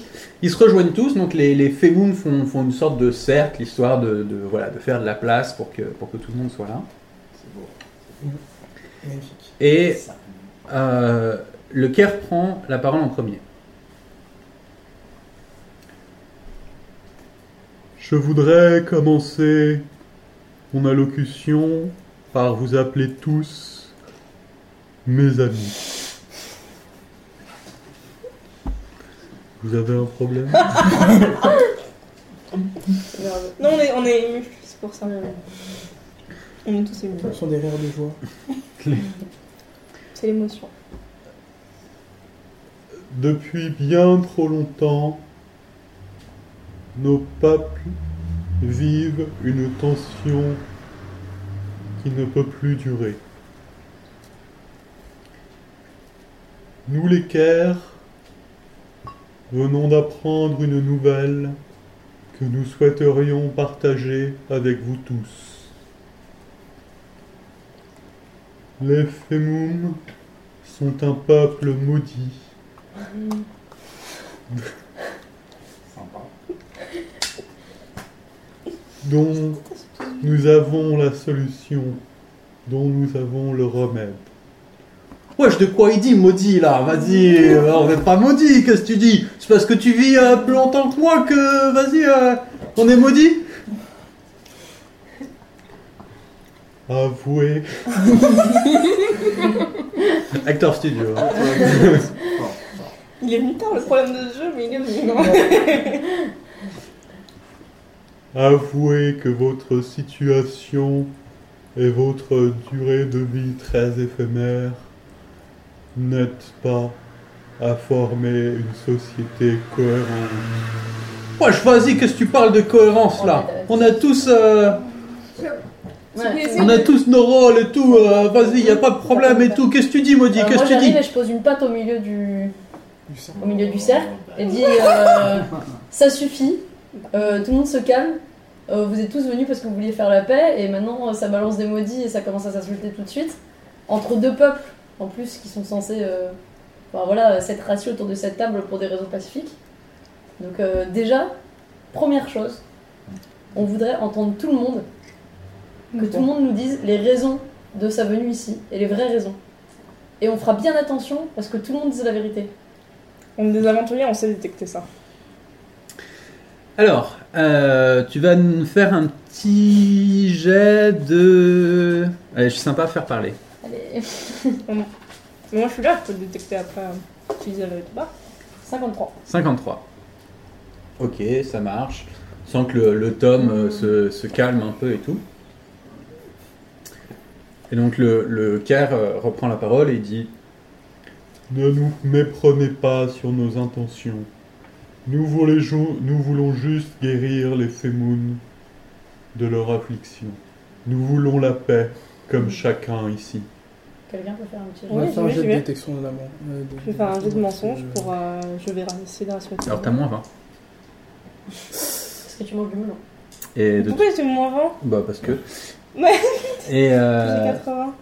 [SPEAKER 1] ils se rejoignent tous. Donc, les, les Femoun font, font une sorte de cercle, histoire de, de, voilà, de faire de la place pour que, pour que tout le monde soit là.
[SPEAKER 7] C'est beau.
[SPEAKER 8] Magnifique.
[SPEAKER 1] Et euh, le Caire prend la parole en premier.
[SPEAKER 4] Je voudrais commencer mon allocution par vous appeler tous mes amis. Vous avez un problème
[SPEAKER 2] Non, on est, on est émus, c'est pour ça. On est tous émus.
[SPEAKER 8] Ce sont des rires de joie.
[SPEAKER 2] C'est l'émotion.
[SPEAKER 4] Depuis bien trop longtemps, nos peuples vivent une tension qui ne peut plus durer. Nous les Caire venons d'apprendre une nouvelle que nous souhaiterions partager avec vous tous. Les Femoum sont un peuple maudit.
[SPEAKER 7] Sympa.
[SPEAKER 4] dont nous avons la solution, dont nous avons le remède.
[SPEAKER 1] Wesh, de quoi il dit, maudit, là Vas-y, euh, on n'est pas maudit, qu'est-ce que tu dis C'est parce que tu vis euh, plus longtemps que moi que, vas-y, euh, on est maudit
[SPEAKER 4] Avouez,
[SPEAKER 1] Acteur studio. hein.
[SPEAKER 2] Il est venu tard le problème de ce jeu, mais il est venu quand même.
[SPEAKER 4] avouez que votre situation et votre durée de vie très éphémère n'aide pas à former une société cohérente.
[SPEAKER 1] Wesh, vas-y, qu'est-ce que tu parles de cohérence là On a tous. euh,
[SPEAKER 6] Ouais,
[SPEAKER 1] on a tous nos rôles et tout, euh, vas-y, y a pas de problème et tout. Qu'est-ce que tu dis, Maudit
[SPEAKER 6] Alors,
[SPEAKER 1] Qu'est-ce
[SPEAKER 6] Euh, moi
[SPEAKER 1] que tu
[SPEAKER 6] j'arrive
[SPEAKER 1] dis
[SPEAKER 6] et je pose une patte au milieu du,
[SPEAKER 8] Du sang.
[SPEAKER 6] au milieu du cercle et dis euh, ça suffit, euh, tout le monde se calme, euh, vous êtes tous venus parce que vous vouliez faire la paix et maintenant euh, ça balance des maudits et ça commence à s'insulter tout de suite entre deux peuples en plus qui sont censés euh, enfin, voilà s'être rassis autour de cette table pour des raisons pacifiques. Donc euh, déjà première chose, on voudrait entendre tout le monde, que tout le monde nous dise les raisons de sa venue ici et les vraies raisons. Et on fera bien attention parce que tout le monde dise la vérité.
[SPEAKER 2] On est des aventuriers, on sait détecter ça.
[SPEAKER 1] Alors, euh, tu vas nous faire un petit jet de. Allez, je suis sympa à faire parler.
[SPEAKER 6] Allez,
[SPEAKER 2] Mais moi je suis là, je peux le détecter après euh, utiliser le débat.
[SPEAKER 6] 53.
[SPEAKER 1] 53. Ok, ça marche. Sans que le, le tome euh, se, se calme un peu et tout. Et donc le, le Caire, euh, reprend la parole et il dit
[SPEAKER 4] Ne nous méprenez pas sur nos intentions. Nous voulons, ju- nous voulons juste guérir les Femoun de leur affliction. Nous voulons la paix, comme chacun ici.
[SPEAKER 6] Quelqu'un peut faire un petit jeu
[SPEAKER 8] On
[SPEAKER 2] Oui,
[SPEAKER 8] va
[SPEAKER 2] j'y
[SPEAKER 8] faire un
[SPEAKER 2] vais,
[SPEAKER 8] jet
[SPEAKER 2] j'y
[SPEAKER 8] de
[SPEAKER 2] vais.
[SPEAKER 8] détection de l'amour. Euh,
[SPEAKER 2] Je vais faire un jeu de mensonge
[SPEAKER 8] euh,
[SPEAKER 2] pour. euh, je vais essayer de rassurer tout le
[SPEAKER 1] Alors t'as
[SPEAKER 2] monde.
[SPEAKER 1] moins 20.
[SPEAKER 6] Parce que tu manges du melon.
[SPEAKER 1] Et de...
[SPEAKER 2] Pourquoi j'ai moins 20
[SPEAKER 1] Bah parce que.
[SPEAKER 2] Ouais.
[SPEAKER 1] Et, euh,
[SPEAKER 2] J'ai 80.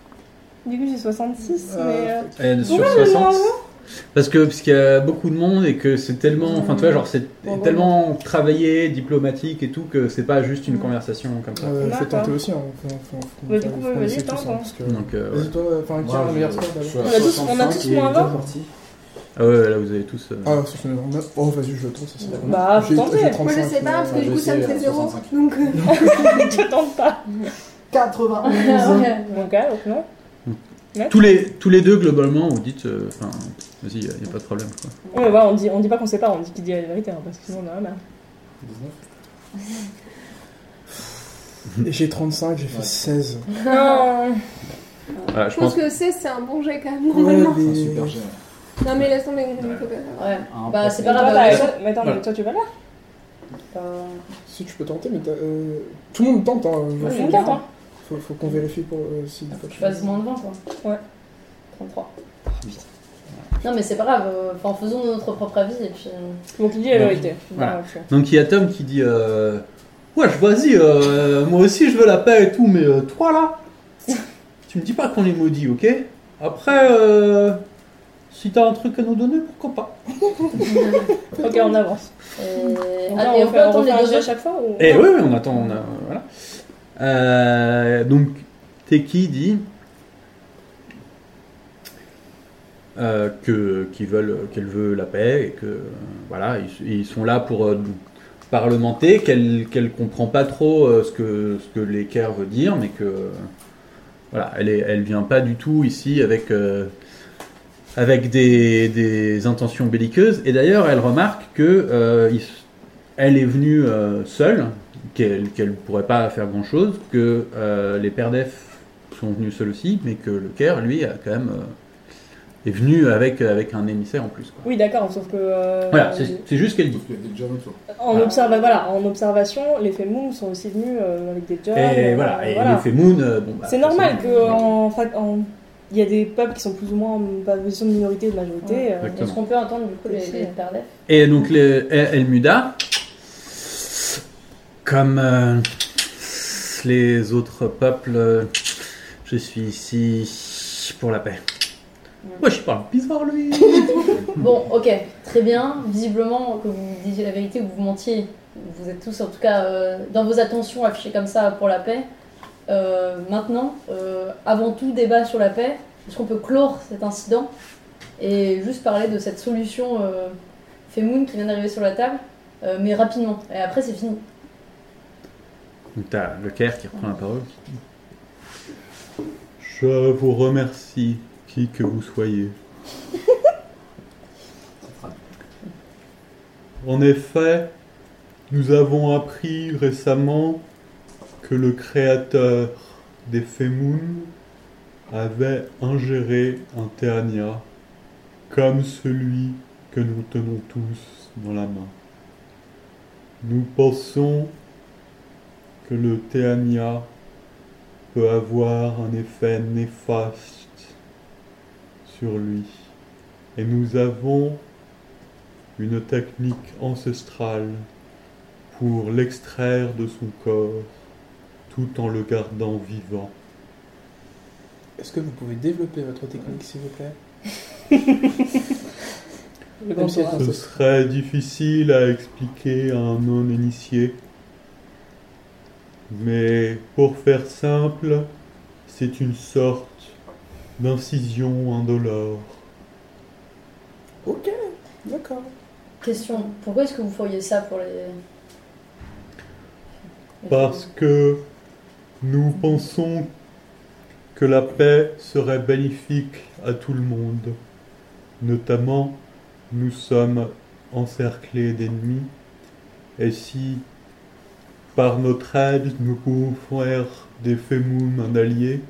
[SPEAKER 2] Du coup j'ai 66,
[SPEAKER 8] euh,
[SPEAKER 2] mais. euh,
[SPEAKER 1] et de- sur
[SPEAKER 2] Pourquoi le
[SPEAKER 1] 60.
[SPEAKER 2] moins
[SPEAKER 1] Parce que parce qu'il y a beaucoup de monde et que c'est tellement, enfin tu vois genre c'est
[SPEAKER 6] Bon, bon,
[SPEAKER 1] tellement travaillé, diplomatique et tout que c'est pas juste une conversation comme ça.
[SPEAKER 8] Euh,
[SPEAKER 2] D'accord.
[SPEAKER 8] faut tenter aussi. Hein. Faut, faut, faut,
[SPEAKER 2] Mais
[SPEAKER 8] faut-
[SPEAKER 2] du coup,
[SPEAKER 8] faut
[SPEAKER 2] vas-y,
[SPEAKER 8] essayer
[SPEAKER 2] tente,
[SPEAKER 8] tous,
[SPEAKER 2] hein.
[SPEAKER 8] parce que-
[SPEAKER 1] Donc euh, ouais.
[SPEAKER 8] Vas-y, toi, enfin, qui a un meilleur score d'abord
[SPEAKER 2] On a tous- on a tous moins vingt.
[SPEAKER 1] Ah ouais là vous avez tous. euh,
[SPEAKER 8] Ah, sur ce numéro neuf. Oh, vas-y, je le tente, ça c'est bon.
[SPEAKER 2] Bah, faut
[SPEAKER 8] J'ai- euh,
[SPEAKER 2] tenter.
[SPEAKER 8] j'ai
[SPEAKER 3] Moi euh, je
[SPEAKER 8] 35,
[SPEAKER 3] sais pas, parce que
[SPEAKER 8] mais-
[SPEAKER 3] du coup ça me
[SPEAKER 7] j'essaie,
[SPEAKER 3] fait zéro.
[SPEAKER 7] 65.
[SPEAKER 3] Donc. euh,
[SPEAKER 2] Je tente pas.
[SPEAKER 7] 91
[SPEAKER 6] Ouais.
[SPEAKER 2] Donc ah, donc non.
[SPEAKER 1] Tous les, tous les deux, globalement, vous dites, euh, enfin, vas-y, il n'y a pas de problème. Quoi.
[SPEAKER 2] Ouais, bah, on, dit, on dit pas qu'on sait pas, on dit qu'il dit la vérité, hein, parce que sinon on a la merde.
[SPEAKER 8] Et J'ai 35, j'ai fait
[SPEAKER 7] Ouais.
[SPEAKER 8] 16.
[SPEAKER 2] Non.
[SPEAKER 7] Ah,
[SPEAKER 1] Voilà,
[SPEAKER 3] Je
[SPEAKER 1] je
[SPEAKER 3] pense
[SPEAKER 1] pense.
[SPEAKER 3] que 16 c'est un bon jet quand même
[SPEAKER 8] Ouais,
[SPEAKER 3] normalement.
[SPEAKER 8] mais-
[SPEAKER 7] Un super jet.
[SPEAKER 3] Non mais laisse tomber, on peut pas faire.
[SPEAKER 6] Ouais.
[SPEAKER 7] Un
[SPEAKER 6] Bah, c'est pas
[SPEAKER 2] Toi,
[SPEAKER 6] grave.
[SPEAKER 2] t'as-
[SPEAKER 6] euh,
[SPEAKER 2] toi- mais attends,
[SPEAKER 1] Voilà.
[SPEAKER 2] mais toi tu vas là.
[SPEAKER 6] euh,
[SPEAKER 8] Si tu peux tenter, mais t'as, euh, tout le monde tente. Hein,
[SPEAKER 6] Ouais,
[SPEAKER 8] faut-
[SPEAKER 2] J'ai une carte, hein.
[SPEAKER 8] faut faut qu'on vérifie pour euh, si.
[SPEAKER 6] faut que je fasse moins de 20, quoi.
[SPEAKER 2] Ouais.
[SPEAKER 6] 33. Non, mais c'est pas grave. euh, Enfin, faisons notre propre avis et puis. euh,
[SPEAKER 2] Donc il dit la
[SPEAKER 1] Non.
[SPEAKER 2] vérité.
[SPEAKER 1] Voilà.
[SPEAKER 2] Bah, ok.
[SPEAKER 1] Donc il y a Tom qui dit, euh, ouais, je vas-y, euh, moi aussi je veux la paix et tout, mais euh, toi là, tu me dis pas qu'on est maudit, ok Après, euh, si t'as un truc à nous donner, pourquoi pas
[SPEAKER 2] Ok, on avance.
[SPEAKER 6] et-
[SPEAKER 2] Donc
[SPEAKER 6] Ah,
[SPEAKER 2] là,
[SPEAKER 6] et on
[SPEAKER 2] fait-
[SPEAKER 6] peut attendre
[SPEAKER 2] refait
[SPEAKER 6] les
[SPEAKER 2] un
[SPEAKER 6] deux
[SPEAKER 2] jet à
[SPEAKER 6] autres.
[SPEAKER 2] chaque fois ou...
[SPEAKER 1] Et Eh oui, oui, on attend, on a, voilà. Euh, donc, Teki dit euh, que qu'ils veulent, qu'elle veut la paix et que euh, voilà, ils, ils sont là pour euh, parlementer, qu'elle qu'elle comprend pas trop euh, ce que ce que l'équerre veut dire, mais que euh, voilà, elle est, elle vient pas du tout ici avec euh, avec des, des intentions belliqueuses. Et d'ailleurs, elle remarque que euh, ils- elle est venue euh, seule, qu'elle ne pourrait pas faire grand chose, que euh, les pères d'EF sont venus seuls aussi, mais que le Caire, lui, a quand même euh, est venu avec, avec un émissaire en plus. quoi.
[SPEAKER 2] Oui, d'accord, sauf que. euh,
[SPEAKER 1] Voilà, c'est c'est juste ce qu'elle dit.
[SPEAKER 7] Parce qu'il y a des jeunes autour.
[SPEAKER 2] En,
[SPEAKER 1] Voilà.
[SPEAKER 2] observa- voilà, en observation, les Femoum sont aussi venus euh, avec des jobs.
[SPEAKER 1] Et
[SPEAKER 2] euh,
[SPEAKER 1] voilà, et
[SPEAKER 2] voilà.
[SPEAKER 1] l'effet Moon, euh, bon, bah,
[SPEAKER 2] C'est
[SPEAKER 1] de toute
[SPEAKER 2] normal
[SPEAKER 1] façon,
[SPEAKER 2] que en fait, en- il y a des peuples qui sont plus ou moins en pas- position de minorité ou de majorité.
[SPEAKER 6] Ouais.
[SPEAKER 2] euh,
[SPEAKER 1] Exactement.
[SPEAKER 6] Est-ce qu'on peut entendre du coup les, les pères d'Ef
[SPEAKER 1] Et donc les, El- Elmuda, comme euh, les autres peuples, euh, je suis ici pour la paix. Ouais, je parle bizarre lui.
[SPEAKER 6] Bon, ok, très bien. Visiblement, que vous disiez la vérité ou que vous mentiez, vous êtes tous en tout cas euh, dans vos attentions affichées comme ça pour la paix. Euh, maintenant, euh, avant tout débat sur la paix, est-ce qu'on peut clore cet incident et juste parler de cette solution euh, Femoun qui vient d'arriver sur la table, euh, mais rapidement. Et après, c'est fini.
[SPEAKER 1] Donc t'as le Caire qui reprend la parole.
[SPEAKER 4] Je vous remercie, qui que vous soyez. En effet, nous avons appris récemment que le créateur des Femoun avait ingéré un Théania comme celui que nous tenons tous dans la main. Nous pensons que le Théania peut avoir un effet néfaste sur lui. Et nous avons une technique ancestrale pour l'extraire de son corps tout en le gardant vivant.
[SPEAKER 8] Est-ce que vous pouvez développer votre technique, s'il vous plaît
[SPEAKER 2] Le grand
[SPEAKER 8] Même si elle
[SPEAKER 2] Torah.
[SPEAKER 8] se-
[SPEAKER 4] Ce serait difficile à expliquer à un non-initié. Mais pour faire simple, c'est une sorte d'incision indolore.
[SPEAKER 8] Ok, d'accord.
[SPEAKER 6] Question, pourquoi est-ce que vous feriez ça pour les... les
[SPEAKER 4] Parce que nous pensons que la paix serait bénéfique à tout le monde. Notamment, nous sommes encerclés d'ennemis. Et si, par notre aide, nous pouvons faire des Femoum un allié,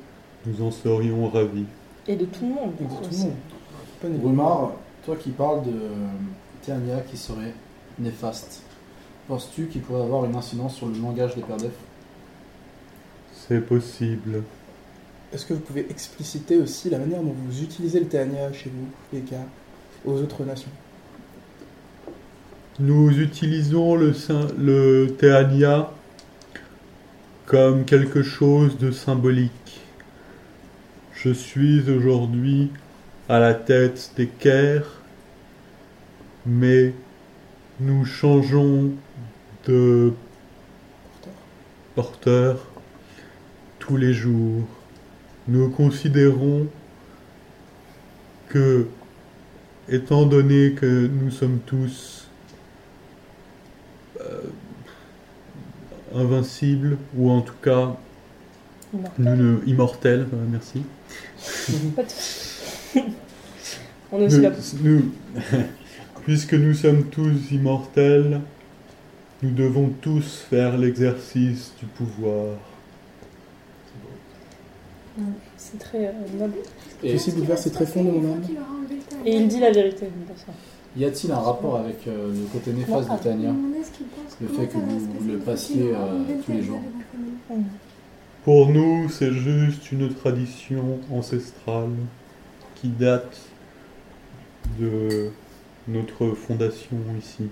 [SPEAKER 4] nous en serions ravis.
[SPEAKER 2] Et de tout le monde.
[SPEAKER 8] Et de tout le monde. Pas de-
[SPEAKER 7] Rumar, toi qui parles de euh, Théania qui serait néfaste, penses-tu qu'il pourrait avoir une incidence sur le langage des Perdef
[SPEAKER 4] C'est possible.
[SPEAKER 8] Est-ce que vous pouvez expliciter aussi la manière dont vous utilisez le TNA chez vous, les gars, aux autres nations
[SPEAKER 4] Nous utilisons le, syn- le Théania comme quelque chose de symbolique. Je suis aujourd'hui à la tête des Caires, mais nous changeons de porteur tous les jours. Nous considérons que, étant donné que nous sommes tous invincibles, ou en tout cas nous ne- immortels, euh, merci.
[SPEAKER 8] Mm.
[SPEAKER 2] On est aussi
[SPEAKER 4] Nous-
[SPEAKER 2] là pour
[SPEAKER 4] nous- puisque nous sommes tous immortels, nous devons tous faire l'exercice du pouvoir.
[SPEAKER 2] C'est très euh, noble.
[SPEAKER 7] Et
[SPEAKER 8] Je sais
[SPEAKER 3] Est-ce
[SPEAKER 8] boulevard,
[SPEAKER 3] qu'il
[SPEAKER 8] c'est
[SPEAKER 3] va
[SPEAKER 8] très
[SPEAKER 3] se
[SPEAKER 8] fond de
[SPEAKER 3] passer
[SPEAKER 8] mon
[SPEAKER 3] une
[SPEAKER 8] âme.
[SPEAKER 3] fois qu'il aura enlevé le Théania
[SPEAKER 2] Et il dit la vérité, donc, pour ça.
[SPEAKER 7] y a-t-il un rapport avec euh, le côté néfaste de Théania
[SPEAKER 3] Comment est-ce qu'il pense
[SPEAKER 7] Le
[SPEAKER 3] Comment
[SPEAKER 7] fait
[SPEAKER 3] ça
[SPEAKER 7] que
[SPEAKER 3] va
[SPEAKER 7] vous
[SPEAKER 3] se passer
[SPEAKER 7] le
[SPEAKER 3] une fois
[SPEAKER 7] passiez,
[SPEAKER 3] qu'il aura
[SPEAKER 7] euh,
[SPEAKER 3] enlevé le
[SPEAKER 7] tous les
[SPEAKER 3] Théania
[SPEAKER 7] jours.
[SPEAKER 3] de la famille
[SPEAKER 4] Pour nous, c'est juste une tradition ancestrale qui date de notre fondation ici.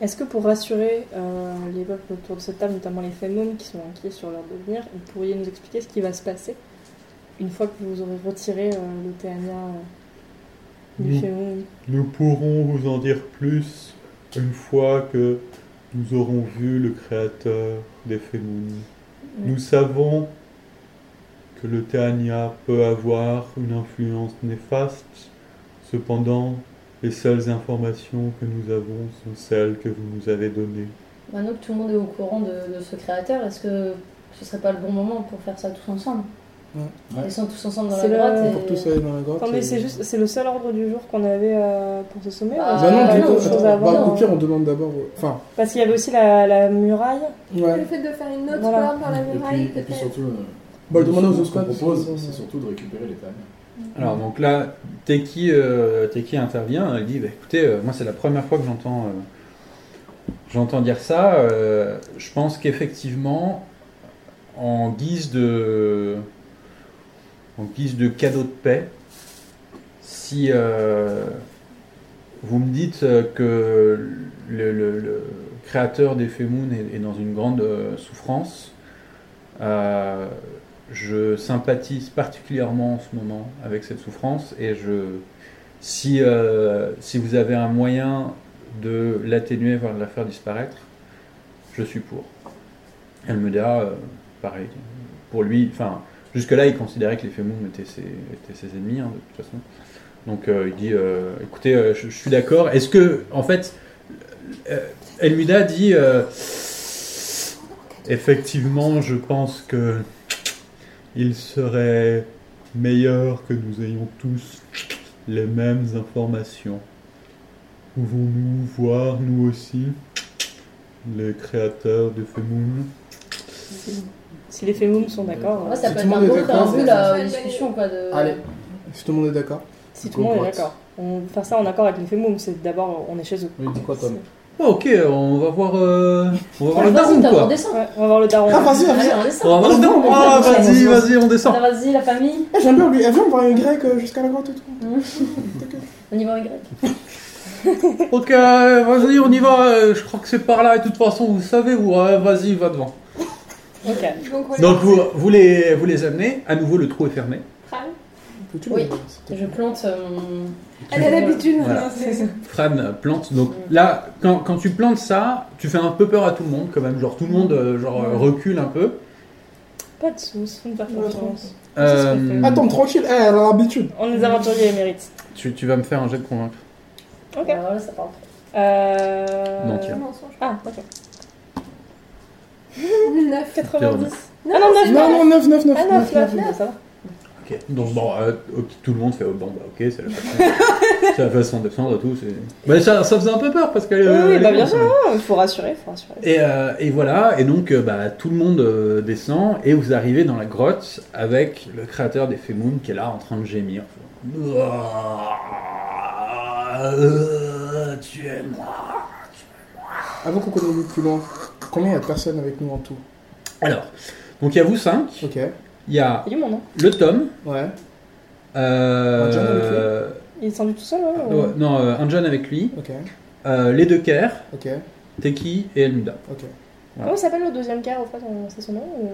[SPEAKER 2] Est-ce que pour rassurer euh, les peuples autour de cette table, notamment les phénomènes qui sont inquiets sur leur devenir, vous pourriez nous expliquer ce qui va se passer une fois que vous aurez retiré euh, le Théania euh, du
[SPEAKER 4] Oui.
[SPEAKER 2] phénomène
[SPEAKER 4] Nous pourrons vous en dire plus une fois que nous aurons vu le créateur des Fémounes. Nous savons que le Théania peut avoir une influence néfaste, cependant, les seules informations que nous avons sont celles que vous nous avez données.
[SPEAKER 6] Maintenant que tout le monde est au courant de, de ce créateur, est-ce que ce serait pas le bon moment pour faire ça tous ensemble
[SPEAKER 8] Ouais.
[SPEAKER 7] Ouais.
[SPEAKER 6] Ils sont tous ensemble dans la
[SPEAKER 2] C'est le-
[SPEAKER 6] grotte. et-
[SPEAKER 8] Pour tous aller dans la grotte euh,
[SPEAKER 2] Non mais
[SPEAKER 8] et-
[SPEAKER 2] c'est juste, c'est le seul ordre du jour qu'on avait euh, pour ce sommet.
[SPEAKER 6] Bah,
[SPEAKER 2] ou
[SPEAKER 8] Bah
[SPEAKER 2] il y
[SPEAKER 8] non,
[SPEAKER 2] avait
[SPEAKER 8] du
[SPEAKER 6] non,
[SPEAKER 8] coup,
[SPEAKER 2] Ah, autre chose à
[SPEAKER 8] attends,
[SPEAKER 2] avoir,
[SPEAKER 8] bah, au
[SPEAKER 2] hein
[SPEAKER 8] pire, on demande d'abord. euh, Enfin,
[SPEAKER 2] Parce qu'il y avait aussi la, la muraille.
[SPEAKER 3] Le
[SPEAKER 8] ouais.
[SPEAKER 3] fait de faire une autre
[SPEAKER 2] Voilà.
[SPEAKER 3] barre dans la
[SPEAKER 7] et
[SPEAKER 3] muraille,
[SPEAKER 7] puis, et puis
[SPEAKER 3] peut-être.
[SPEAKER 7] surtout, euh,
[SPEAKER 8] Bah, demandez aux
[SPEAKER 7] ce
[SPEAKER 8] autres
[SPEAKER 7] qu'on
[SPEAKER 8] quoi, parce
[SPEAKER 7] propose,
[SPEAKER 8] qu'ils sont-
[SPEAKER 7] c'est surtout de récupérer les Théania.
[SPEAKER 1] Alors donc là, Teki, euh, Teki intervient, elle dit bah, écoutez, euh, moi c'est la première fois que j'entends euh, j'entends dire ça. euh, je pense qu'effectivement, en guise de en guise de cadeau de paix, si euh, vous me dites euh, que le, le- le créateur des Femoun est, est dans une grande euh, souffrance, euh, je sympathise particulièrement en ce moment avec cette souffrance et je si euh, si vous avez un moyen de l'atténuer voire de la faire disparaître je suis pour elle me dira euh, pareil pour lui enfin jusque là il considérait que les fémoums étaient ses, étaient ses ennemis hein, de toute façon donc euh, il dit euh, écoutez euh, je, je suis d'accord est-ce que en fait euh, Elmida dit euh,
[SPEAKER 4] Effectivement, je pense que il serait meilleur que nous ayons tous les mêmes informations. Pouvons-nous voir, nous aussi, les créateurs de Femoun
[SPEAKER 2] Si, si les phénomènes sont d'accord,
[SPEAKER 6] Moi,
[SPEAKER 2] euh,
[SPEAKER 6] ça
[SPEAKER 8] Si
[SPEAKER 6] peut être
[SPEAKER 8] tout le
[SPEAKER 6] un
[SPEAKER 8] monde
[SPEAKER 6] bon
[SPEAKER 8] est d'accord,
[SPEAKER 6] préambule
[SPEAKER 3] c'est-
[SPEAKER 6] à
[SPEAKER 3] c'est-
[SPEAKER 6] une discussion, euh, quoi. De...
[SPEAKER 7] Allez.
[SPEAKER 8] Si tout le monde est d'accord.
[SPEAKER 2] euh, si tout le monde est
[SPEAKER 7] Complète.
[SPEAKER 2] d'accord. On... Faire ça en accord avec les Fémoum, c'est d'abord on est chez eux.
[SPEAKER 7] Oui, dis quoi, Tom
[SPEAKER 1] Bon, Oh, ok, on va voir, euh, on va voir le
[SPEAKER 6] Vas-y,
[SPEAKER 1] daron,
[SPEAKER 6] t'as
[SPEAKER 1] quoi.
[SPEAKER 6] on descend.
[SPEAKER 2] Ouais, on va voir le daron.
[SPEAKER 8] Ah, vas-y,
[SPEAKER 6] Allez,
[SPEAKER 8] vas-y.
[SPEAKER 6] on
[SPEAKER 1] On va
[SPEAKER 6] descend.
[SPEAKER 1] voir le daron. Ah,
[SPEAKER 6] Ouais,
[SPEAKER 1] vas-y,
[SPEAKER 6] on
[SPEAKER 1] vas-y, on descend.
[SPEAKER 6] Ah, Vas-y, la famille,
[SPEAKER 8] Ah, J'aime bien lui. Ah, viens, on va aller en grec euh, jusqu'à la grotte et tout.
[SPEAKER 6] on y va en Y.
[SPEAKER 1] Ok, euh, vas-y, on y va. euh, Je crois que c'est par là. Et de toute façon, vous savez où. ouais, vas-y, va devant.
[SPEAKER 2] Ok.
[SPEAKER 3] Donc, voilà.
[SPEAKER 1] Donc vous, vous les, vous les amenez. À nouveau, le trou est fermé.
[SPEAKER 8] Peux-tu
[SPEAKER 6] Oui.
[SPEAKER 8] me- s'il te plaît
[SPEAKER 6] Je plante euh, mon.
[SPEAKER 3] Elle a l'habitude.
[SPEAKER 1] Voilà.
[SPEAKER 3] non, c'est-
[SPEAKER 1] Fran euh, plante. Donc là, quand, quand tu plantes ça, tu fais un peu peur à tout le monde quand même. Genre tout le monde, euh, genre euh, recule un peu.
[SPEAKER 2] Pas de soucis, faut me faire
[SPEAKER 8] Ouais,
[SPEAKER 2] confiance.
[SPEAKER 1] Euh,
[SPEAKER 2] C'est ce qu'on fait.
[SPEAKER 8] Attends, tranquille, eh, elle a l'habitude.
[SPEAKER 2] On est aventuriers, les mérites.
[SPEAKER 1] tu, tu vas me faire un jet de convaincre.
[SPEAKER 2] Ok.
[SPEAKER 6] Alors là, ça part.
[SPEAKER 2] Euh...
[SPEAKER 1] Mentir.
[SPEAKER 2] Ah, ok.
[SPEAKER 3] 9.
[SPEAKER 2] 90.
[SPEAKER 3] Non, non,
[SPEAKER 2] Ah, neuf,
[SPEAKER 8] Non, non, 9, 9, 9.
[SPEAKER 2] Ah, 9, 9, ça va.
[SPEAKER 1] Ok. Donc bon, euh, ok, tout le monde fait oh, bon bah ok, c'est la façon, c'est la façon de descendre et tout. c'est- Mais ça, ça faisait un peu peur parce que.
[SPEAKER 2] Oui, oui,
[SPEAKER 1] les
[SPEAKER 2] bah, bien
[SPEAKER 1] gens,
[SPEAKER 2] sûr.
[SPEAKER 1] euh,
[SPEAKER 2] Il faut rassurer, faut rassurer.
[SPEAKER 1] Et, euh, et voilà, et donc euh, bah, tout le monde euh, descend et vous arrivez dans la grotte avec le créateur des Femoun qui est là en train de gémir. Tu es moi.
[SPEAKER 8] Avant qu'on continue plus loin, combien il y a de personnes avec nous en tout
[SPEAKER 1] Alors, donc il y a vous cinq,
[SPEAKER 8] Ok,
[SPEAKER 1] il y a hein.
[SPEAKER 2] Il est mon nom.
[SPEAKER 1] le Tom,
[SPEAKER 8] ouais.
[SPEAKER 1] euh,
[SPEAKER 8] Un John avec lui
[SPEAKER 1] euh,
[SPEAKER 2] Il est descendu tout seul, hein.
[SPEAKER 8] Ah,
[SPEAKER 2] ouais, ou-
[SPEAKER 1] ouais, non, euh, un John avec lui,
[SPEAKER 8] Ok,
[SPEAKER 1] euh, les deux Kerr,
[SPEAKER 8] ok,
[SPEAKER 1] Teki et Elmida.
[SPEAKER 8] ok.
[SPEAKER 2] Comment il s'appelle le deuxième quart, en fait on sait son nom ou...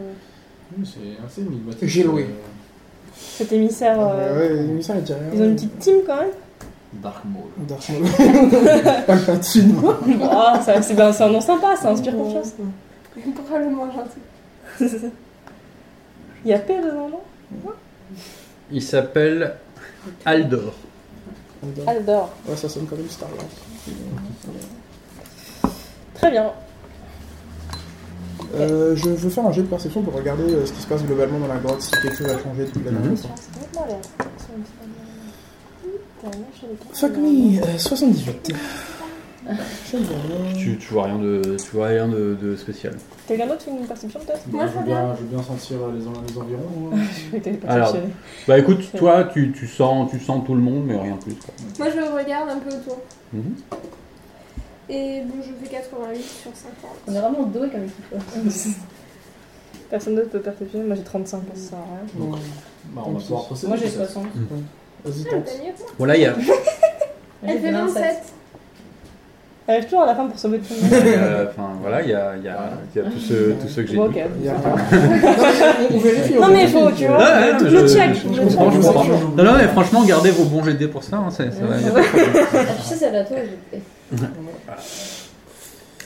[SPEAKER 7] Oui, C'est assez énigmatique.
[SPEAKER 8] J'ai loué.
[SPEAKER 7] euh,
[SPEAKER 2] Cet émissaire.
[SPEAKER 1] Ah bah
[SPEAKER 2] euh,
[SPEAKER 8] Ouais, ouais, l'émission, elle dit rien.
[SPEAKER 2] Ils ont une petite team quand même.
[SPEAKER 7] Dark Maul.
[SPEAKER 8] Dark Maul. Palpatine.
[SPEAKER 2] Ah, ça- c'est ben, c'est un nom sympa, ça inspire confiance.
[SPEAKER 3] Probablement gentil.
[SPEAKER 2] Il y a P dedans, non
[SPEAKER 1] Il s'appelle Aldor.
[SPEAKER 2] Aldor.
[SPEAKER 8] Ouais, ça sonne quand même Star Wars.
[SPEAKER 2] Très bien.
[SPEAKER 8] Euh, je veux faire un jet de perception pour regarder euh, ce qui se passe globalement dans la grotte, si quelque chose a changé depuis la dernière
[SPEAKER 1] Mhm.
[SPEAKER 8] fois.
[SPEAKER 2] C'est complètement l'air. C'est une petite- T'as rien chez les cartes,
[SPEAKER 8] Fuck
[SPEAKER 2] mais-
[SPEAKER 8] me, euh, 78. J'aime bien.
[SPEAKER 1] Tu, tu vois rien de, tu vois rien de, de spécial.
[SPEAKER 2] Quelqu'un d'autre fait une perception peut-être
[SPEAKER 3] Moi, je
[SPEAKER 7] je
[SPEAKER 3] vois
[SPEAKER 7] veux bien, je veux bien sentir euh, les, en- les environs. euh.
[SPEAKER 2] Je vais t'aller
[SPEAKER 1] Alors.
[SPEAKER 2] perceptionner.
[SPEAKER 1] Bah écoute, toi tu, tu sens tu sens tout le monde mais rien de plus. quoi.
[SPEAKER 3] Moi, je regarde un peu autour.
[SPEAKER 1] Mhm.
[SPEAKER 3] Et bon, je fais 88 sur Ah, 50.
[SPEAKER 6] On est vraiment doué comme équipe.
[SPEAKER 2] Personne d'autre peut perceptionner, moi j'ai 35 ans, ça hein. sert à rien.
[SPEAKER 8] Non,
[SPEAKER 7] Bah, on va pouvoir procéder.
[SPEAKER 6] Moi j'ai
[SPEAKER 7] peut-être.
[SPEAKER 6] 60.
[SPEAKER 8] Vas-y,
[SPEAKER 3] Ah,
[SPEAKER 8] tente.
[SPEAKER 3] t'as mieux que moi.
[SPEAKER 1] Bon là il y a
[SPEAKER 3] Elle fait 27.
[SPEAKER 2] Elle arrive toujours à la fin pour sauver tout le monde.
[SPEAKER 1] il y a- enfin voilà, il y a, il y a- il y a tous ceux tous ceux que j'ai
[SPEAKER 2] Bon,
[SPEAKER 1] dit.
[SPEAKER 2] ok.
[SPEAKER 8] Il y a rien. Non, mais on- on vérifie, on
[SPEAKER 2] Non mais il
[SPEAKER 8] vérifie.
[SPEAKER 2] faut, tu
[SPEAKER 1] Ah,
[SPEAKER 2] vois,
[SPEAKER 1] ouais,
[SPEAKER 2] tout
[SPEAKER 1] mais
[SPEAKER 2] le
[SPEAKER 1] je-
[SPEAKER 2] check.
[SPEAKER 1] je
[SPEAKER 2] le
[SPEAKER 1] comprends,
[SPEAKER 2] check.
[SPEAKER 1] je comprends. Non, non, mais franchement, gardez vos bons GD pour ça, hein, c'est- ça va, y a pas de problème.
[SPEAKER 6] Ah, tu sais, c'est la tour. je-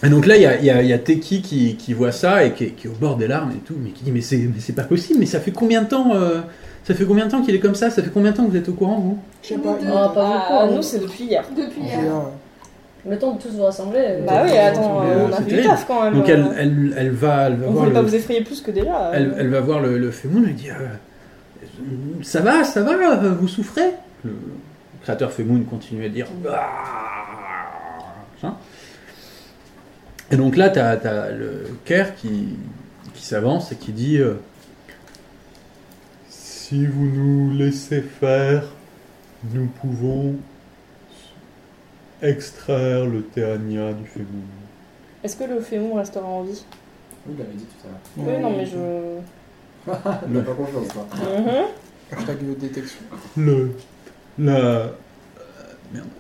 [SPEAKER 1] Et donc là, il y a, il y a- il y a Teki qui, qui voit ça et qui, est- qui est au bord des larmes et tout, mais qui dit Mais c'est mais c'est pas possible, mais ça fait combien de temps euh, ça fait combien de temps qu'il est comme ça Ça fait combien de temps que vous êtes au courant, vous
[SPEAKER 8] Je sais pas.
[SPEAKER 3] Nous
[SPEAKER 8] il-
[SPEAKER 3] deux.
[SPEAKER 6] Ah, pas beaucoup.
[SPEAKER 2] Ah,
[SPEAKER 6] hein.
[SPEAKER 2] nous c'est depuis hier.
[SPEAKER 3] Depuis
[SPEAKER 8] il y
[SPEAKER 3] hier.
[SPEAKER 8] a-
[SPEAKER 6] Le temps de tous vous rassembler. euh,
[SPEAKER 2] Bah oui, attends,
[SPEAKER 1] Mais,
[SPEAKER 2] euh,
[SPEAKER 1] euh,
[SPEAKER 2] on a
[SPEAKER 1] c'est
[SPEAKER 2] fait du
[SPEAKER 1] terrible.
[SPEAKER 2] taf quand même.
[SPEAKER 1] Donc
[SPEAKER 2] euh.
[SPEAKER 1] elle, elle, elle va, elle va
[SPEAKER 2] On
[SPEAKER 1] voir
[SPEAKER 2] voulait pas
[SPEAKER 1] le-
[SPEAKER 2] vous effrayer plus que déjà. euh.
[SPEAKER 1] elle, elle va voir le, le Femoun, elle dit euh, Ça va, ça va, euh, vous souffrez Le créateur Femoun continue à dire Ah Hein Et donc là, t'as as le Kerr qui, qui s'avance et qui dit euh,
[SPEAKER 4] Si vous nous laissez faire, nous pouvons extraire le Théania du féminin.
[SPEAKER 2] Est-ce que le fémon restera en vie
[SPEAKER 7] Oui, il l'avait dit tout à l'heure.
[SPEAKER 2] Oui, non, mais je.
[SPEAKER 7] Il n'a Ah, pas confiance, quoi.
[SPEAKER 2] Mhm.
[SPEAKER 8] Hashtag le détection.
[SPEAKER 4] Le, la,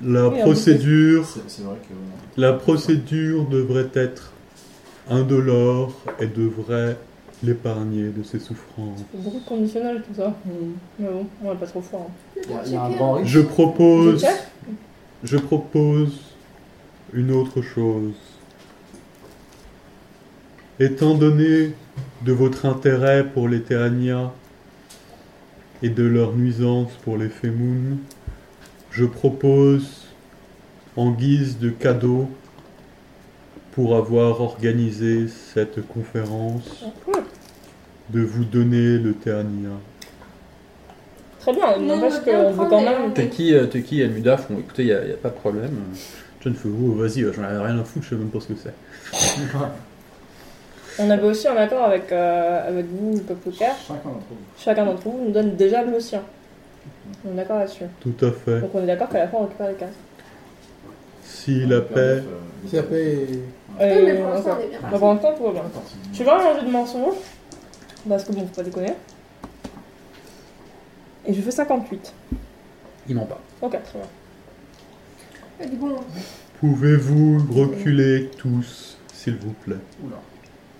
[SPEAKER 4] la
[SPEAKER 2] Oui, en
[SPEAKER 4] procédure,
[SPEAKER 7] C'est c'est vrai que. euh,
[SPEAKER 4] la procédure devrait être indolore et devrait l'épargner de ses souffrances.
[SPEAKER 2] C'est beaucoup de conditionnel tout ça.
[SPEAKER 3] Mhm.
[SPEAKER 2] Mais bon, on est pas trop fort. hein.
[SPEAKER 7] Il y a- il y a un grand risque.
[SPEAKER 4] Je
[SPEAKER 8] Oh,
[SPEAKER 4] propose,
[SPEAKER 2] Je
[SPEAKER 4] je propose une autre chose. Étant donné de votre intérêt pour les Terrania et de leur nuisance pour les Femoun, je propose en guise de cadeau pour avoir organisé cette conférence de vous donner le Terrania.
[SPEAKER 2] Très bien,
[SPEAKER 3] Non, on
[SPEAKER 2] n'empêche
[SPEAKER 3] va bien
[SPEAKER 2] qu'on peut
[SPEAKER 3] prendre
[SPEAKER 2] quand
[SPEAKER 3] les-
[SPEAKER 2] même.
[SPEAKER 1] Teki, euh, Teki et Almuda font écoutez, il n'y a, y a pas de problème. John fait oh, vas-y, euh, j'en ai rien à foutre, je sais même pas ce que c'est.
[SPEAKER 2] On avait aussi un accord avec, euh, avec vous, le peuple Kerr.
[SPEAKER 7] Chacun d'entre vous.
[SPEAKER 2] Chacun d'entre vous nous donne déjà le sien. On est d'accord là-dessus.
[SPEAKER 4] Tout à fait.
[SPEAKER 2] Donc on est d'accord qu'à la fin on récupère les cartes.
[SPEAKER 4] Si
[SPEAKER 7] Ah,
[SPEAKER 4] la paix.
[SPEAKER 7] euh,
[SPEAKER 8] C'est après.
[SPEAKER 3] Oui, mais
[SPEAKER 2] Euh,
[SPEAKER 3] pour l'instant,
[SPEAKER 2] d'accord.
[SPEAKER 3] on est bien.
[SPEAKER 2] Bah, pour l'instant, tout va bien. Je vais vraiment changer de mensonge. Parce que bon, faut pas déconner. Et je fais 58.
[SPEAKER 1] Il ment pas.
[SPEAKER 2] Ok, très bien.
[SPEAKER 3] Et du coup,
[SPEAKER 4] Pouvez-vous reculer tous, s'il vous plaît
[SPEAKER 3] on-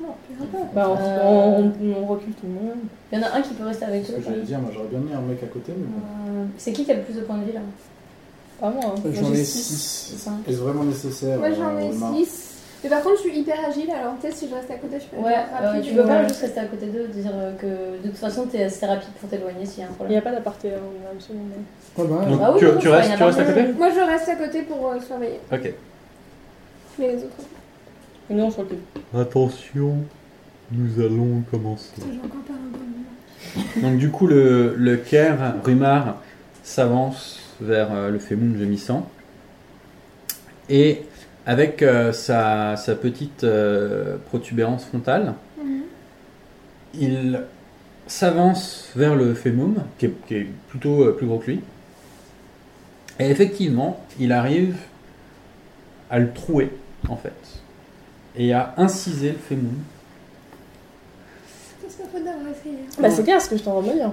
[SPEAKER 3] non, plus un peu.
[SPEAKER 2] Bah, on,
[SPEAKER 6] Euh.
[SPEAKER 2] on- on- on recule tout le monde.
[SPEAKER 6] Il y en a un qui peut rester avec
[SPEAKER 7] C'est ce
[SPEAKER 6] eux.
[SPEAKER 7] que j'allais dire, moi j'aurais bien mis un mec à côté, mais
[SPEAKER 3] Ah.
[SPEAKER 7] bon.
[SPEAKER 6] Euh, C'est qui qui a le plus de points de vie là
[SPEAKER 2] Pas moi. hein. Moi,
[SPEAKER 8] J'en
[SPEAKER 2] j'ai
[SPEAKER 8] ai
[SPEAKER 2] six.
[SPEAKER 8] 6.
[SPEAKER 6] C'est ça.
[SPEAKER 7] Est-ce vraiment nécessaire
[SPEAKER 3] Moi j'en
[SPEAKER 7] euh,
[SPEAKER 3] ai
[SPEAKER 7] Omar
[SPEAKER 3] 6. Mais par contre, je suis hyper agile, alors peut-être si je reste à côté, je peux
[SPEAKER 6] Ouais,
[SPEAKER 3] être
[SPEAKER 6] euh,
[SPEAKER 3] rapide.
[SPEAKER 6] tu peux
[SPEAKER 3] et-
[SPEAKER 6] pas juste rester à côté d'eux, dire euh, que de toute façon t'es assez rapide pour t'éloigner s'il y a un
[SPEAKER 2] Il n'y
[SPEAKER 6] problème.
[SPEAKER 2] a pas d'aparté, hein, on est absolument.
[SPEAKER 8] Ah bah,
[SPEAKER 4] Donc
[SPEAKER 6] Ah oui,
[SPEAKER 1] tu,
[SPEAKER 6] non, non,
[SPEAKER 1] tu
[SPEAKER 6] ça va, il y en
[SPEAKER 1] restes,
[SPEAKER 6] a
[SPEAKER 1] tu restes à côté
[SPEAKER 3] Moi je reste à côté pour euh, surveiller.
[SPEAKER 1] Ok.
[SPEAKER 3] Mais les autres.
[SPEAKER 2] Et nous on se recule.
[SPEAKER 4] Attention, nous allons commencer.
[SPEAKER 3] Putain, j'ai encore pas un bon moment.
[SPEAKER 1] Donc du coup, le, le Caire, Rumar, s'avance vers euh, le Femoun gémissant. Et avec euh, sa, sa petite euh, protubérance frontale,
[SPEAKER 3] Mhm.
[SPEAKER 1] il s'avance vers le Femoun, qui est, qui est plutôt euh, plus gros que lui. Et effectivement, il arrive à le trouer, en fait. Et à inciser le Femoun.
[SPEAKER 3] Putain, C'est pas faute d'avoir essayé. hein.
[SPEAKER 2] Bah, c'est bien ce que je t'en remets bien.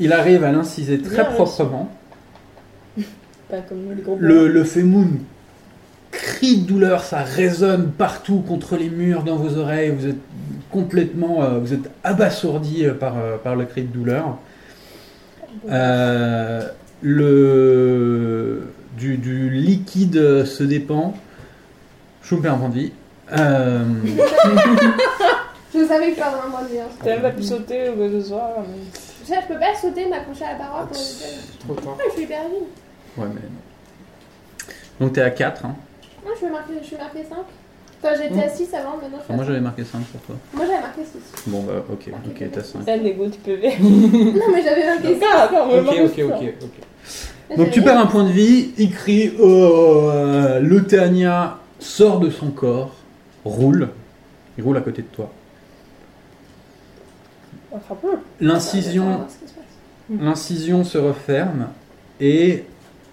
[SPEAKER 1] Il arrive à l'inciser très
[SPEAKER 2] Bien réussi.
[SPEAKER 1] proprement.
[SPEAKER 2] Pas comme nous les gros.
[SPEAKER 1] Le, le Femoun crie de douleur, ça résonne partout contre les murs, dans vos oreilles. Vous êtes complètement, euh, vous êtes abasourdi euh, par, euh, par le cri de douleur. Euh, le du, du liquide se dépend. Je vous perds un point de vie. Euh,
[SPEAKER 3] Je savais que je perdrais un point de vie. hein.
[SPEAKER 2] T'as même pas pu sauter ou quoi que ce soit. hein, mais-
[SPEAKER 3] Je sais, je peux pas sauter, m'accrocher à la paroi pour éviter.
[SPEAKER 8] trop tard.
[SPEAKER 3] Ouais, je suis hyper agile.
[SPEAKER 1] ouais, mais non. Donc t'es à 4. Hein.
[SPEAKER 3] Moi je suis marqué, je suis marqué 5. Enfin, j'étais à 6 avant, maintenant je suis
[SPEAKER 1] Mmh. Enfin,
[SPEAKER 3] à
[SPEAKER 1] moi
[SPEAKER 3] cinq.
[SPEAKER 1] j'avais marqué 5 pour toi.
[SPEAKER 3] Moi j'avais marqué 6.
[SPEAKER 1] Bon bah ok, ok, t'as 5.
[SPEAKER 2] Ça négo du PV.
[SPEAKER 3] Non, mais j'avais marqué 6.
[SPEAKER 2] Ah, attends, on va marquer ça.
[SPEAKER 1] ok. Donc tu perds un point de vie, il crie euh, Le Théania sort de son corps, roule, il roule à côté de toi.
[SPEAKER 2] Ah, frappeux.
[SPEAKER 1] L'incision, l'incision se referme et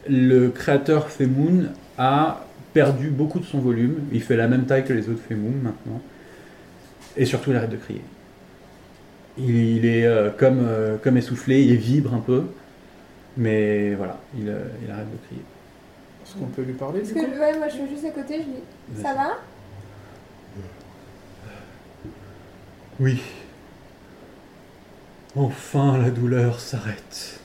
[SPEAKER 1] le créateur Femoun a perdu beaucoup de son volume. Il fait la même taille que les autres Femoun maintenant. Et surtout, il arrête de crier. Il, il est euh, comme, euh, comme essoufflé, il vibre un peu. Mais voilà, il, euh, il arrête de crier.
[SPEAKER 8] Est-ce qu'on peut lui parler
[SPEAKER 3] Parce que ouais, moi je suis juste à côté, je dis ça va
[SPEAKER 4] Oui.
[SPEAKER 1] Enfin, la douleur s'arrête.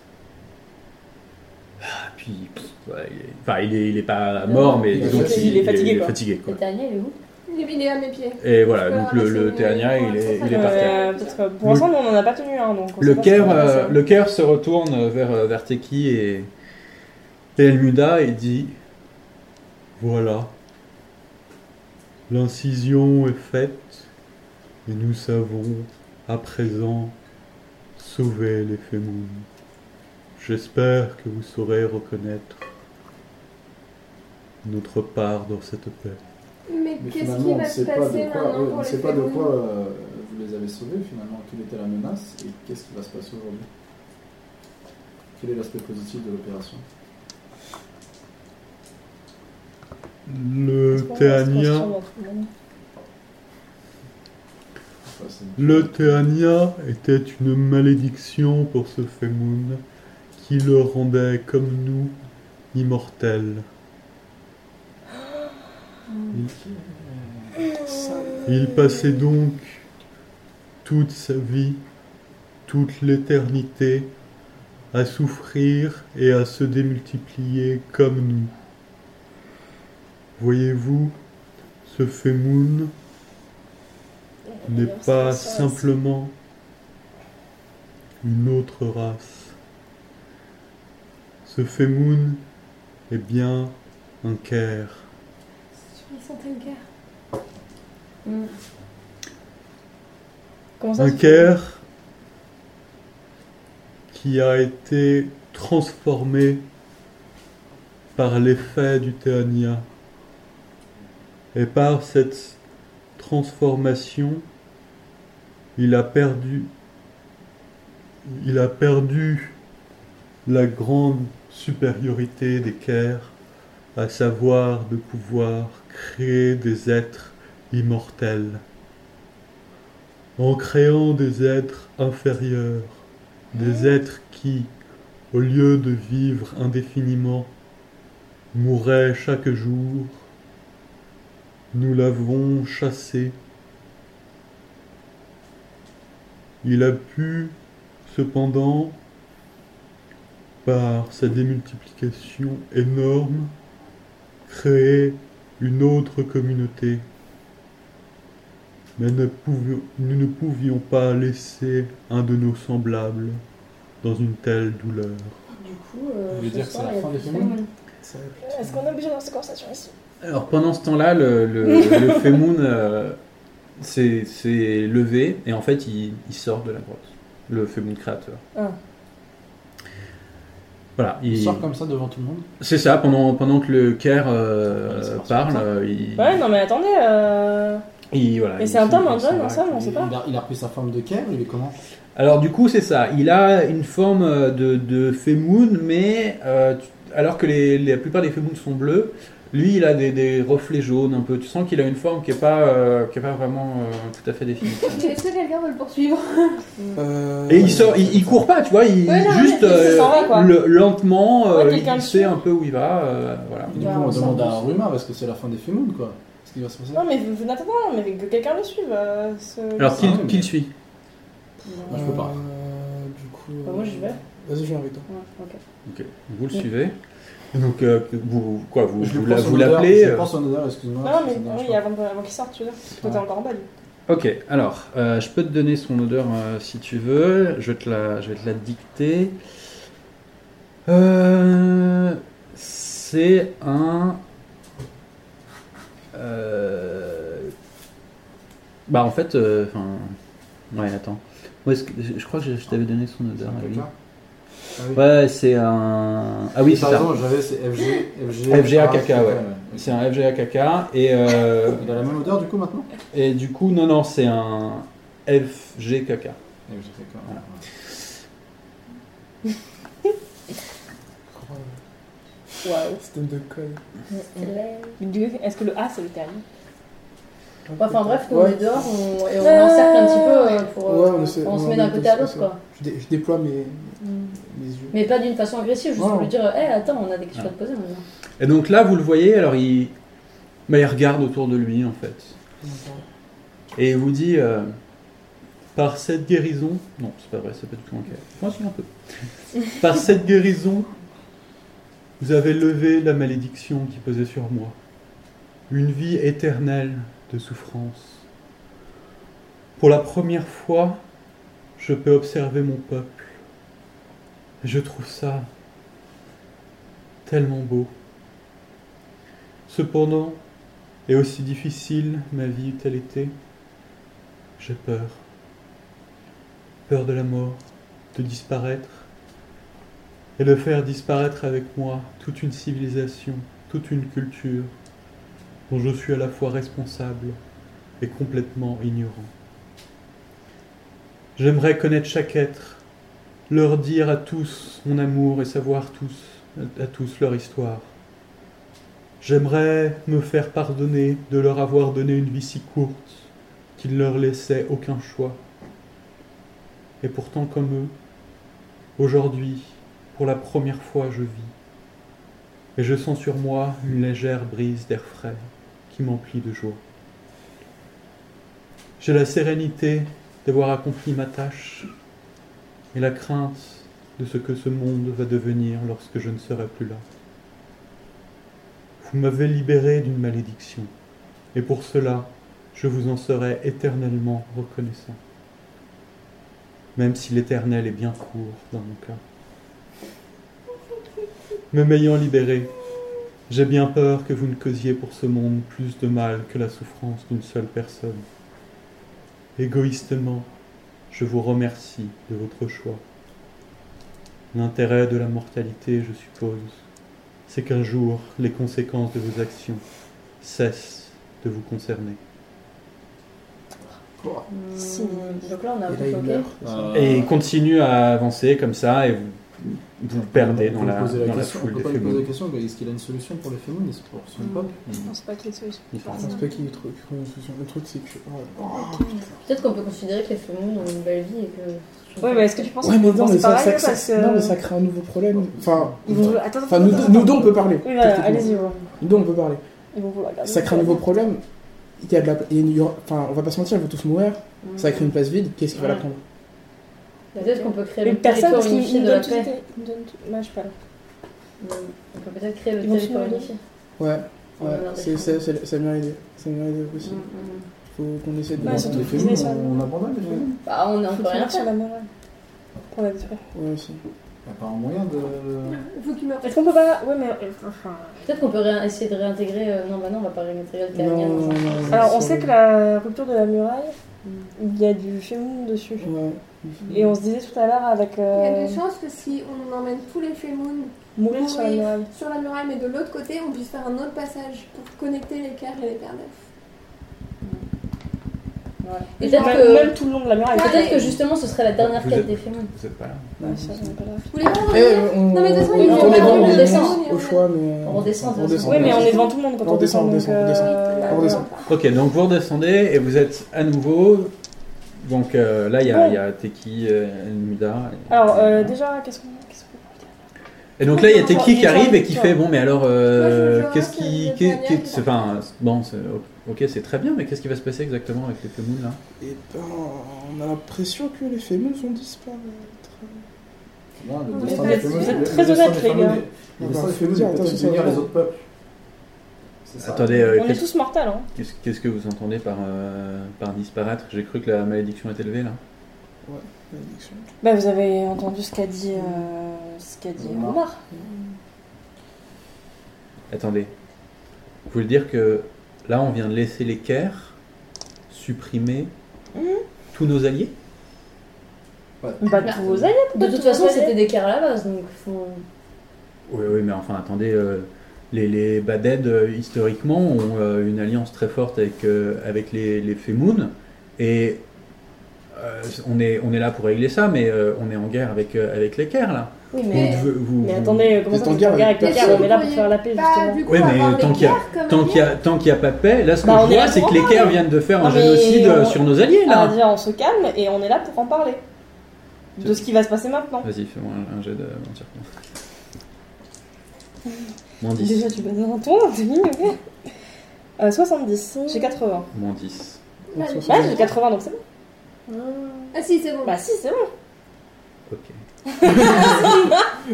[SPEAKER 1] Ah, puis, pff, ouais, il est- enfin, il est, il est pas mort, mais
[SPEAKER 8] Il est
[SPEAKER 1] disons
[SPEAKER 2] fatigué.
[SPEAKER 1] qu'il-
[SPEAKER 2] Il est fatigué,
[SPEAKER 1] il est
[SPEAKER 2] quoi.
[SPEAKER 1] fatigué, quoi.
[SPEAKER 6] Le dernier, il est où
[SPEAKER 3] Il est à mes pieds.
[SPEAKER 1] Et voilà,
[SPEAKER 3] Parce que
[SPEAKER 1] donc le,
[SPEAKER 3] là,
[SPEAKER 1] le
[SPEAKER 3] c'est-
[SPEAKER 1] Théania,
[SPEAKER 3] pour
[SPEAKER 1] il est,
[SPEAKER 3] l'instant,
[SPEAKER 1] il est
[SPEAKER 3] ça
[SPEAKER 1] par
[SPEAKER 3] va.
[SPEAKER 1] terre.
[SPEAKER 2] Euh, peut-être que pour l'instant, nous, on en a pas tenu un donc. on sait
[SPEAKER 1] Le
[SPEAKER 2] pas ce qu'on
[SPEAKER 1] Caire,
[SPEAKER 2] va faire,
[SPEAKER 1] euh,
[SPEAKER 2] ça.
[SPEAKER 1] le Caire se retourne vers, euh, vers Teki et, et Elmuda et dit
[SPEAKER 4] Voilà. L'incision est faite et nous savons à présent sauver les Femoun. J'espère que vous saurez reconnaître notre part dans cette paix.
[SPEAKER 3] Mais,
[SPEAKER 7] Mais
[SPEAKER 3] qu'est-ce
[SPEAKER 7] finalement,
[SPEAKER 3] qui
[SPEAKER 7] on
[SPEAKER 3] va
[SPEAKER 7] ne
[SPEAKER 3] se
[SPEAKER 7] sait pas
[SPEAKER 3] passer
[SPEAKER 7] de quoi,
[SPEAKER 3] maintenant
[SPEAKER 7] ouais,
[SPEAKER 3] pour
[SPEAKER 7] on
[SPEAKER 3] les
[SPEAKER 7] ne sait pas de
[SPEAKER 3] fémurs
[SPEAKER 7] quoi euh, vous les avez sauvés finalement, quelle était la menace et qu'est-ce qui va se passer aujourd'hui. Quel est l'aspect positif de l'opération
[SPEAKER 4] Le
[SPEAKER 2] Est-ce qu'on va se
[SPEAKER 4] Théania,
[SPEAKER 2] transformer en tout le monde
[SPEAKER 7] Enfin, c'est-
[SPEAKER 4] le Théania était une malédiction pour ce Femoun qui le rendait comme nous immortel. Il- Il passait donc toute sa vie, toute l'éternité, à souffrir et à se démultiplier comme nous. Voyez-vous, ce Femoun n'est
[SPEAKER 2] D'ailleurs,
[SPEAKER 4] pas
[SPEAKER 2] c'est ça, c'est-
[SPEAKER 4] simplement une autre race. Ce Femoun est bien un Caire.
[SPEAKER 3] Je me sentais le cœur.
[SPEAKER 6] Hmm.
[SPEAKER 2] Comment ça
[SPEAKER 4] Un
[SPEAKER 2] se fait
[SPEAKER 4] Caire qui a été transformé par l'effet du Théania. Et par cette transformation, il a perdu il a perdu la grande supériorité des Kers, à savoir de pouvoir créer des êtres immortels. En créant des êtres inférieurs, des êtres qui, au lieu de vivre indéfiniment, mouraient chaque jour, nous l'avons chassé. Il a pu, cependant, par sa démultiplication énorme, créer une autre communauté. Mais ne pouvions- nous ne pouvions pas laisser un de nos semblables dans une telle douleur.
[SPEAKER 6] Du coup, euh,
[SPEAKER 7] Vous voulez
[SPEAKER 6] ce
[SPEAKER 7] dire que
[SPEAKER 6] soir,
[SPEAKER 7] c'est la
[SPEAKER 6] il y a
[SPEAKER 7] fin
[SPEAKER 6] plus
[SPEAKER 7] des
[SPEAKER 6] de
[SPEAKER 7] Fémoun
[SPEAKER 6] Fémoun.
[SPEAKER 8] Ça-
[SPEAKER 2] Est-ce qu'on est obligé d'avoir cette conversation ici
[SPEAKER 1] Alors pendant ce temps-là, le, le, le Femoun euh, s'est s'est levé et en fait il, il sort de la grotte. Le Femoun créateur.
[SPEAKER 2] Ah.
[SPEAKER 1] Voilà,
[SPEAKER 7] Il
[SPEAKER 1] il-
[SPEAKER 7] sort comme ça devant tout le monde.
[SPEAKER 1] c'est ça, pendant, pendant que le Caire
[SPEAKER 7] Ouais, c'est parti.
[SPEAKER 1] parle, euh, il,
[SPEAKER 2] Ouais, non mais attendez, euh...
[SPEAKER 1] il- voilà,
[SPEAKER 2] Mais
[SPEAKER 1] il
[SPEAKER 2] c'est un
[SPEAKER 1] se-
[SPEAKER 2] tome
[SPEAKER 1] il
[SPEAKER 2] indien, hein.
[SPEAKER 1] se
[SPEAKER 2] non,
[SPEAKER 1] bat,
[SPEAKER 2] ça,
[SPEAKER 1] quoi.
[SPEAKER 2] on sait
[SPEAKER 7] Il-
[SPEAKER 2] pas.
[SPEAKER 7] Il a, il a repris sa forme de Kerr, il est comment
[SPEAKER 1] Alors du coup, c'est ça. Il a une forme euh, de, de Femoun, mais euh, tu- alors que les, la plupart des Femouns sont bleus, lui, il a des, des reflets jaunes un peu. Tu sens qu'il a une forme qui est pas, euh, qui est pas vraiment euh, tout à fait définie.
[SPEAKER 3] Est-ce que quelqu'un veut le poursuivre
[SPEAKER 8] Euh,
[SPEAKER 1] Et il sort, il, il court pas, tu vois, il
[SPEAKER 3] Ouais, non,
[SPEAKER 1] juste
[SPEAKER 3] mais il se
[SPEAKER 1] euh,
[SPEAKER 2] s'en va, quoi.
[SPEAKER 1] le- lentement, euh,
[SPEAKER 2] Ouais, quelqu'un
[SPEAKER 1] il
[SPEAKER 2] le
[SPEAKER 1] sait
[SPEAKER 2] suit.
[SPEAKER 1] un peu où il va, euh, voilà.
[SPEAKER 7] Du coup,
[SPEAKER 6] Ouais,
[SPEAKER 7] on
[SPEAKER 6] on
[SPEAKER 7] demande
[SPEAKER 6] s'en
[SPEAKER 7] à un humain parce que c'est la fin des Fémounes, quoi. Qu'est-ce qui va se passer
[SPEAKER 2] Non mais vous- vous- attends, non, mais que quelqu'un le suive. euh, ce-
[SPEAKER 1] Alors
[SPEAKER 7] qui-
[SPEAKER 1] qu'il
[SPEAKER 7] qui le
[SPEAKER 1] suit
[SPEAKER 7] Ah, Moi, je peux pas.
[SPEAKER 8] euh, du coup.
[SPEAKER 6] Bah, moi, j'y vais.
[SPEAKER 8] Vas-y, je viens avec toi.
[SPEAKER 6] Ouais, ok.
[SPEAKER 1] Ok, vous le suivez. Donc euh, vous quoi, vous,
[SPEAKER 7] Je lui
[SPEAKER 1] vous,
[SPEAKER 7] prends
[SPEAKER 1] la-
[SPEAKER 7] son
[SPEAKER 1] vous
[SPEAKER 7] odeur,
[SPEAKER 1] l'appelez
[SPEAKER 7] Je lui
[SPEAKER 1] euh,
[SPEAKER 7] prends son odeur, excuse-moi.
[SPEAKER 2] Non
[SPEAKER 7] ça
[SPEAKER 2] mais
[SPEAKER 7] me dérange
[SPEAKER 2] oui,
[SPEAKER 7] pas.
[SPEAKER 2] avant, avant qu'il sorte, tu veux dire. Toi t'es
[SPEAKER 7] Ouais.
[SPEAKER 2] encore en bas, lui.
[SPEAKER 1] Ok, alors euh, je peux te donner son odeur euh, si tu veux. Je vais te la, je vais te la dicter. Euh, c'est un. euh, bah en fait, euh, enfin, ouais, attends. Où est-ce que- je, je crois que je, je t'avais donné son
[SPEAKER 7] C'est
[SPEAKER 1] odeur.
[SPEAKER 7] un
[SPEAKER 1] à lui.
[SPEAKER 7] caca. Ah oui.
[SPEAKER 1] Ouais, c'est un. Ah Bah oui, c'est
[SPEAKER 7] T'as
[SPEAKER 1] ça.
[SPEAKER 7] raison, j'avais c'est FG, FG,
[SPEAKER 1] FGA,
[SPEAKER 7] ah,
[SPEAKER 1] caca, ouais. C'est un FGAKK et euh,
[SPEAKER 7] Il a la même odeur du coup maintenant
[SPEAKER 1] et du coup non non c'est un FGKK.
[SPEAKER 7] FG, caca.
[SPEAKER 1] Voilà.
[SPEAKER 2] Waouh.
[SPEAKER 8] Système de code.
[SPEAKER 6] C'est vrai.
[SPEAKER 2] Mais du coup, Est-ce que le A c'est le terme
[SPEAKER 6] Ouais, Enfin bref, quand on
[SPEAKER 8] Ouais.
[SPEAKER 6] est dehors, on, et on
[SPEAKER 2] Euh,
[SPEAKER 6] encercle un petit peu euh, pour. euh,
[SPEAKER 8] Ouais, on essaie-
[SPEAKER 6] on se
[SPEAKER 8] ouais,
[SPEAKER 6] met
[SPEAKER 8] on
[SPEAKER 6] d'un
[SPEAKER 8] essaie
[SPEAKER 6] côté à
[SPEAKER 8] de
[SPEAKER 6] l'autre
[SPEAKER 8] se-
[SPEAKER 6] quoi.
[SPEAKER 8] Je, dé- je déploie mes,
[SPEAKER 6] Mm.
[SPEAKER 8] mes yeux.
[SPEAKER 6] Mais pas d'une façon agressive, juste
[SPEAKER 8] Non.
[SPEAKER 6] pour lui dire, hé, attends, on a des questions
[SPEAKER 1] Ah.
[SPEAKER 6] à te poser maintenant.
[SPEAKER 1] Et donc là vous le voyez alors il bah, il regarde autour de lui en fait et il vous dit euh, par cette guérison non c'est pas vrai c'est pas du tout un cas. Moi je suis un peu.
[SPEAKER 4] Par cette guérison, vous avez levé la malédiction qui pesait sur moi. Une vie éternelle de souffrance. Pour la première fois, je peux observer mon peuple. Et Je trouve ça tellement beau. Cependant, et aussi difficile ma vie eût-elle été, j'ai peur. Peur de la mort, de disparaître, et de faire disparaître avec moi toute une civilisation, toute une culture dont je suis à la fois responsable et complètement ignorant. J'aimerais connaître chaque être, leur dire à tous mon amour et savoir tous, à tous leur histoire. J'aimerais me faire pardonner de leur avoir donné une vie si courte qu'ils ne leur laissaient aucun choix. Et pourtant comme eux, Aujourd'hui, pour la première fois, je vis. Et je sens sur moi une légère brise d'air frais qui m'emplit de joie. J'ai la sérénité d'avoir accompli ma tâche et la crainte de ce que ce monde va devenir lorsque je ne serai plus là. Vous m'avez libéré d'une malédiction et pour cela, je vous en serai éternellement reconnaissant même si l'éternel est bien court dans mon cœur. Me m'ayant libéré, j'ai bien peur que vous ne causiez pour ce monde plus de mal que la souffrance d'une seule personne. Égoïstement, je vous remercie de votre choix. L'intérêt de la mortalité, je suppose, c'est qu'un jour les conséquences de vos actions cessent de vous concerner.
[SPEAKER 2] Si.
[SPEAKER 6] Mm. Donc là, on a un
[SPEAKER 8] Et
[SPEAKER 6] peu
[SPEAKER 8] là, il
[SPEAKER 6] bloqué.
[SPEAKER 2] Ah,
[SPEAKER 8] meurt.
[SPEAKER 7] Euh,
[SPEAKER 1] Et il continue à avancer comme ça, et vous, vous perdez dans
[SPEAKER 7] On peut
[SPEAKER 1] la,
[SPEAKER 7] poser
[SPEAKER 1] dans la
[SPEAKER 7] question,
[SPEAKER 1] foule
[SPEAKER 7] On peut
[SPEAKER 1] des
[SPEAKER 7] pas lui poser
[SPEAKER 1] féminin.
[SPEAKER 7] la question, mais est-ce qu'il a une solution pour les féminin et pour son
[SPEAKER 2] Hmm.
[SPEAKER 7] peuple
[SPEAKER 2] Je pense pas qu'il y ait de solution.
[SPEAKER 1] Il
[SPEAKER 8] Je pense pas qu'il y ait de truc. Le truc, c'est que. oh,
[SPEAKER 6] Peut-être qu'on peut considérer que les fémons ont une belle vie et que.
[SPEAKER 2] Ouais, mais est-ce que tu penses
[SPEAKER 8] Ouais, mais
[SPEAKER 2] qu'on
[SPEAKER 8] non,
[SPEAKER 2] pense
[SPEAKER 8] mais ça,
[SPEAKER 2] pareil
[SPEAKER 8] ça- ça-
[SPEAKER 2] parce que-
[SPEAKER 8] non, mais ça crée un nouveau problème. Enfin,
[SPEAKER 2] Ils vont... Attends,
[SPEAKER 8] enfin,
[SPEAKER 2] attends,
[SPEAKER 8] nous,
[SPEAKER 2] attends,
[SPEAKER 8] nous
[SPEAKER 2] attends.
[SPEAKER 8] deux, on peut parler.
[SPEAKER 2] Oui, voilà,
[SPEAKER 8] Techniquement.
[SPEAKER 2] allez-y, ouais.
[SPEAKER 8] Nous deux, on peut parler.
[SPEAKER 2] Ils vont vouloir garder.
[SPEAKER 8] Ça crée un nouveau problème. Il y a de la, il y a une- il y aura- enfin, on va pas se mentir, ils vont tous mourir.
[SPEAKER 2] Mm.
[SPEAKER 8] Ça crée une place vide. Qu'est-ce qui va la
[SPEAKER 6] Ouais.
[SPEAKER 8] prendre
[SPEAKER 6] Peut-être qu'on peut créer
[SPEAKER 2] Mais
[SPEAKER 6] le
[SPEAKER 2] personne,
[SPEAKER 6] territoire
[SPEAKER 2] parce qu'ils
[SPEAKER 6] unifié
[SPEAKER 2] ils
[SPEAKER 6] de la
[SPEAKER 2] donnent tout.
[SPEAKER 6] paix.
[SPEAKER 2] Ils me donnent tout. Moi, je sais pas.
[SPEAKER 6] On peut peut-être créer le
[SPEAKER 2] Ils vont se
[SPEAKER 6] territoire
[SPEAKER 2] nourrir.
[SPEAKER 6] unifié.
[SPEAKER 8] Ouais,
[SPEAKER 6] On
[SPEAKER 8] ouais.
[SPEAKER 6] va leur
[SPEAKER 8] C'est
[SPEAKER 6] défendre.
[SPEAKER 8] c'est- c'est- c'est la meilleure idée. C'est la meilleure idée
[SPEAKER 6] Mm,
[SPEAKER 8] possible.
[SPEAKER 6] mm.
[SPEAKER 8] Faut qu'on essaie de.
[SPEAKER 2] Ouais, surtout
[SPEAKER 7] les
[SPEAKER 2] qu'ils
[SPEAKER 7] féminin,
[SPEAKER 2] laissent
[SPEAKER 7] on,
[SPEAKER 2] la-
[SPEAKER 7] abandonne les féminin
[SPEAKER 6] Bah, on on
[SPEAKER 2] Faut
[SPEAKER 6] peut rien
[SPEAKER 2] finir sur
[SPEAKER 6] faire.
[SPEAKER 2] la mer, ouais. Pour la détruire.
[SPEAKER 8] Ouais, si.
[SPEAKER 7] Il n'y a pas un moyen de.
[SPEAKER 3] Faut qu'il meure.
[SPEAKER 2] Est-ce qu'on peut pas. Ouais, mais. Enfin.
[SPEAKER 6] Peut-être qu'on peut réin- essayer de réintégrer. euh, Non, bah non, on va pas réintégrer le
[SPEAKER 8] Non,
[SPEAKER 6] Théanien dans
[SPEAKER 8] non,
[SPEAKER 6] un-
[SPEAKER 8] non, non,
[SPEAKER 2] Alors, on
[SPEAKER 8] c'est-
[SPEAKER 2] sait que la rupture de la muraille,
[SPEAKER 6] Hmm.
[SPEAKER 2] il y a du féminin dessus.
[SPEAKER 8] Ouais.
[SPEAKER 2] Et on se disait tout à l'heure avec
[SPEAKER 3] Il y
[SPEAKER 2] euh,
[SPEAKER 3] a des chances que si on emmène tous les Femoun
[SPEAKER 2] mourir sur la
[SPEAKER 3] Oui.
[SPEAKER 2] muraille.
[SPEAKER 3] sur la muraille, mais de l'autre côté, on puisse faire un autre passage pour connecter les cœurs et les pères d'œufs.
[SPEAKER 2] Et
[SPEAKER 6] Peut-être
[SPEAKER 2] même,
[SPEAKER 6] que-
[SPEAKER 2] même tout le long de la muraille.
[SPEAKER 6] Peut-être que justement ce serait la dernière
[SPEAKER 1] Vous
[SPEAKER 6] quête
[SPEAKER 1] êtes-
[SPEAKER 6] des fémons.
[SPEAKER 1] Vous êtes pas là.
[SPEAKER 2] Ouais, ça, on est pas là.
[SPEAKER 3] Vous voulez pas
[SPEAKER 8] Eh,
[SPEAKER 3] revenir
[SPEAKER 8] on,
[SPEAKER 3] Non, mais de toute façon,
[SPEAKER 8] on-
[SPEAKER 3] ils vont
[SPEAKER 8] on est
[SPEAKER 3] pas
[SPEAKER 8] devant,
[SPEAKER 3] revenir,
[SPEAKER 8] on
[SPEAKER 3] on
[SPEAKER 6] descend.
[SPEAKER 3] revient.
[SPEAKER 8] Au choix, mais.
[SPEAKER 6] On redescend, de
[SPEAKER 8] On
[SPEAKER 6] toute façon.
[SPEAKER 8] descend.
[SPEAKER 2] Oui, mais on est
[SPEAKER 8] redescend.
[SPEAKER 2] devant tout le monde quand
[SPEAKER 8] On
[SPEAKER 2] on
[SPEAKER 8] descend,
[SPEAKER 2] descend.
[SPEAKER 8] on
[SPEAKER 2] donc,
[SPEAKER 8] descend, on
[SPEAKER 2] euh,
[SPEAKER 8] descend. On redescend.
[SPEAKER 3] euh,
[SPEAKER 1] Ok, donc vous redescendez et vous êtes à nouveau. Donc euh, là, il y a,
[SPEAKER 2] Bon.
[SPEAKER 1] il y a Teki, euh, Elmida. et-
[SPEAKER 2] Alors, euh, déjà, qu'est-ce qu'on qu'est-ce qu'on peut dire
[SPEAKER 1] Et donc là, il y a Teki qui
[SPEAKER 2] Bonjour,
[SPEAKER 1] arrive et qui
[SPEAKER 2] bonjour.
[SPEAKER 1] fait bon, mais alors,
[SPEAKER 3] Moi,
[SPEAKER 1] euh,
[SPEAKER 3] je veux
[SPEAKER 1] qu'est-ce
[SPEAKER 3] savoir
[SPEAKER 1] qui,
[SPEAKER 3] si
[SPEAKER 1] qu'est-
[SPEAKER 3] le
[SPEAKER 1] qu'est-
[SPEAKER 3] Daniel-
[SPEAKER 1] c'est- enfin, c'est- bon, c'est- ok, c'est très bien, mais qu'est-ce qui va se passer exactement avec les Femoun là
[SPEAKER 8] Et ben, on a l'impression que les fémurs vont disparaître.
[SPEAKER 7] Non, le
[SPEAKER 2] Vous
[SPEAKER 7] destin
[SPEAKER 2] êtes-
[SPEAKER 7] des féminin-
[SPEAKER 2] vous êtes
[SPEAKER 7] le-
[SPEAKER 2] très
[SPEAKER 7] le destin
[SPEAKER 2] honnêtes,
[SPEAKER 7] des
[SPEAKER 2] les gars.
[SPEAKER 7] féminin- Le
[SPEAKER 8] Enfin,
[SPEAKER 7] destin des
[SPEAKER 8] faut
[SPEAKER 7] féminin
[SPEAKER 8] dire,
[SPEAKER 7] peut
[SPEAKER 8] attention,
[SPEAKER 7] devenir
[SPEAKER 8] ça
[SPEAKER 7] les
[SPEAKER 8] va.
[SPEAKER 7] autres peuples. C'est ça.
[SPEAKER 1] Attendez, euh,
[SPEAKER 2] On est
[SPEAKER 1] qu'est-ce,
[SPEAKER 2] tous mortels, hein.
[SPEAKER 1] qu'est-ce- qu'est-ce que vous entendez par, euh, par disparaître J'ai cru que la malédiction était levée là.
[SPEAKER 8] Malédiction.
[SPEAKER 2] Bah, vous avez entendu ce qu'a dit. euh, ce qu'a dit
[SPEAKER 7] Omar.
[SPEAKER 2] Omar.
[SPEAKER 1] Attendez, vous voulez dire que là, on vient de laisser l'équerre supprimer
[SPEAKER 2] Mhm.
[SPEAKER 1] tous nos alliés
[SPEAKER 2] Bah,
[SPEAKER 6] Bah,
[SPEAKER 2] tous vos aïeux,
[SPEAKER 6] De toute façon, c'était des cœurs à la base, donc faut.
[SPEAKER 1] Oui, oui, mais enfin, attendez, euh, les, les Baded, euh, historiquement, ont euh, une alliance très forte avec, euh, avec les, les Femoun, et euh, on, est, on est là pour régler ça, mais euh, on est en guerre avec, euh, avec les Kerr, là.
[SPEAKER 2] Oui,
[SPEAKER 1] Donc,
[SPEAKER 2] mais.
[SPEAKER 1] vous- vous-
[SPEAKER 2] Mais
[SPEAKER 1] vous-
[SPEAKER 2] attendez, euh, comment ça,
[SPEAKER 8] êtes en
[SPEAKER 2] vous êtes
[SPEAKER 8] guerre
[SPEAKER 2] en guerre avec
[SPEAKER 8] avec
[SPEAKER 2] les
[SPEAKER 3] personne.
[SPEAKER 2] On est là pour faire la paix,
[SPEAKER 3] Bah,
[SPEAKER 2] justement.
[SPEAKER 3] du coup,
[SPEAKER 1] Ouais, mais
[SPEAKER 3] avoir des
[SPEAKER 1] tant qu'il y a-
[SPEAKER 3] cœurs, comme
[SPEAKER 1] Tant
[SPEAKER 3] on
[SPEAKER 1] qu'il n'y a, tant qu'il y a pas de paix, là, ce qu'on
[SPEAKER 2] Bah, on est
[SPEAKER 1] voit,
[SPEAKER 2] là
[SPEAKER 1] c'est
[SPEAKER 2] pour
[SPEAKER 1] que les
[SPEAKER 2] en
[SPEAKER 1] Kerr
[SPEAKER 2] parler.
[SPEAKER 1] viennent de faire un
[SPEAKER 2] Ah, mais
[SPEAKER 1] génocide euh,
[SPEAKER 2] on- Ah,
[SPEAKER 1] sur nos alliés,
[SPEAKER 2] On va
[SPEAKER 1] là.
[SPEAKER 2] dire, on se calme et on est là pour en parler. De ce qui va se passer maintenant.
[SPEAKER 1] Vas-y, fais-moi un, un jet de mentir. Moins 10.
[SPEAKER 2] Déjà, tu bases un ton, t'es mignon. Euh, 70. J'ai 80.
[SPEAKER 1] Moins 10.
[SPEAKER 3] Bah,
[SPEAKER 8] Donc,
[SPEAKER 2] Bah,
[SPEAKER 8] ça,
[SPEAKER 2] j'ai 80, donc c'est bon.
[SPEAKER 3] Ah si, c'est bon.
[SPEAKER 2] Bah, si, c'est bon.
[SPEAKER 1] Ok.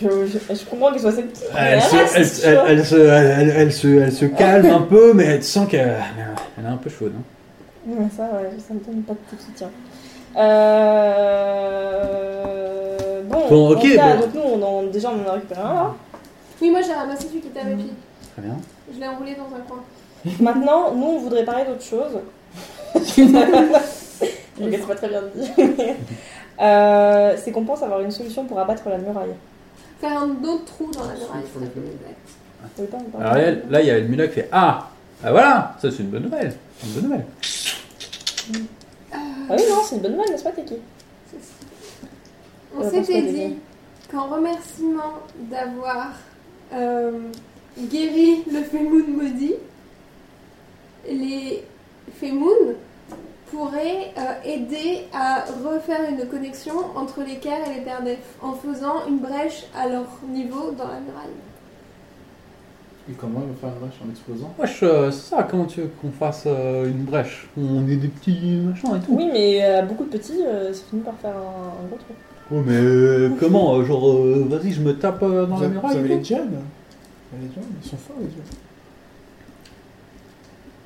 [SPEAKER 2] Je, je- je comprends qu'il soit sceptique. mais
[SPEAKER 1] Ah, Elle
[SPEAKER 2] là,
[SPEAKER 1] se,
[SPEAKER 2] Ah, c'est
[SPEAKER 1] elle,
[SPEAKER 2] chaud.
[SPEAKER 1] elle- elle se, elle, elle- elle se, elle se calme un peu, Ah, mais elle sent qu'elle elle est un peu chaude. hein.
[SPEAKER 2] Ouais, ça, ouais, ça me donne pas de petit soutien. Euh... Bon,
[SPEAKER 1] Bon, ok,
[SPEAKER 2] donc là,
[SPEAKER 1] bon.
[SPEAKER 2] donc nous, on en- déjà, on en a récupéré un là.
[SPEAKER 3] Oui, moi j'ai ramassé celui qui était avec lui.
[SPEAKER 1] Très bien.
[SPEAKER 3] Je l'ai enroulé dans un coin.
[SPEAKER 2] Maintenant, nous, on voudrait parler d'autre chose. Ok, c'est pas très bien dit. mais, euh, c'est qu'on pense avoir une solution pour abattre la muraille.
[SPEAKER 3] Faire un autre trou dans la muraille. ça peut être bête.
[SPEAKER 2] Vous voyez pas, on parle
[SPEAKER 1] Alors elle- là, il y a Elmina qui fait Ah Ah voilà Ça, c'est une bonne nouvelle. Une bonne nouvelle.
[SPEAKER 2] Ah oui, non, c'est une bonne nouvelle, n'est-ce pas, Teki
[SPEAKER 3] C'est ça. On
[SPEAKER 2] Euh,
[SPEAKER 3] s'était
[SPEAKER 2] parce que-
[SPEAKER 3] dit qu'en remerciement d'avoir euh, guéri le Femoun maudit, les Femoun pourraient euh, aider à refaire une connexion entre les Kerr et les Pères d'Ef en faisant une brèche à leur niveau dans la muraille.
[SPEAKER 7] Et comment ils vont faire une brèche en explosant
[SPEAKER 1] Wesh, euh, ça, comment tu veux qu'on fasse euh, une brèche On est des petits machins et tout.
[SPEAKER 2] Oui, mais euh, beaucoup de petits, euh, c'est fini par faire un, un gros truc.
[SPEAKER 1] Oh, mais euh, comment euh, Genre, euh, vas-y, je me tape euh, dans
[SPEAKER 8] Vous
[SPEAKER 1] la
[SPEAKER 8] avez, vous
[SPEAKER 1] muraille
[SPEAKER 8] avez
[SPEAKER 1] et
[SPEAKER 8] les
[SPEAKER 1] tout
[SPEAKER 8] Djan Les Djan, ils sont forts, les Djan.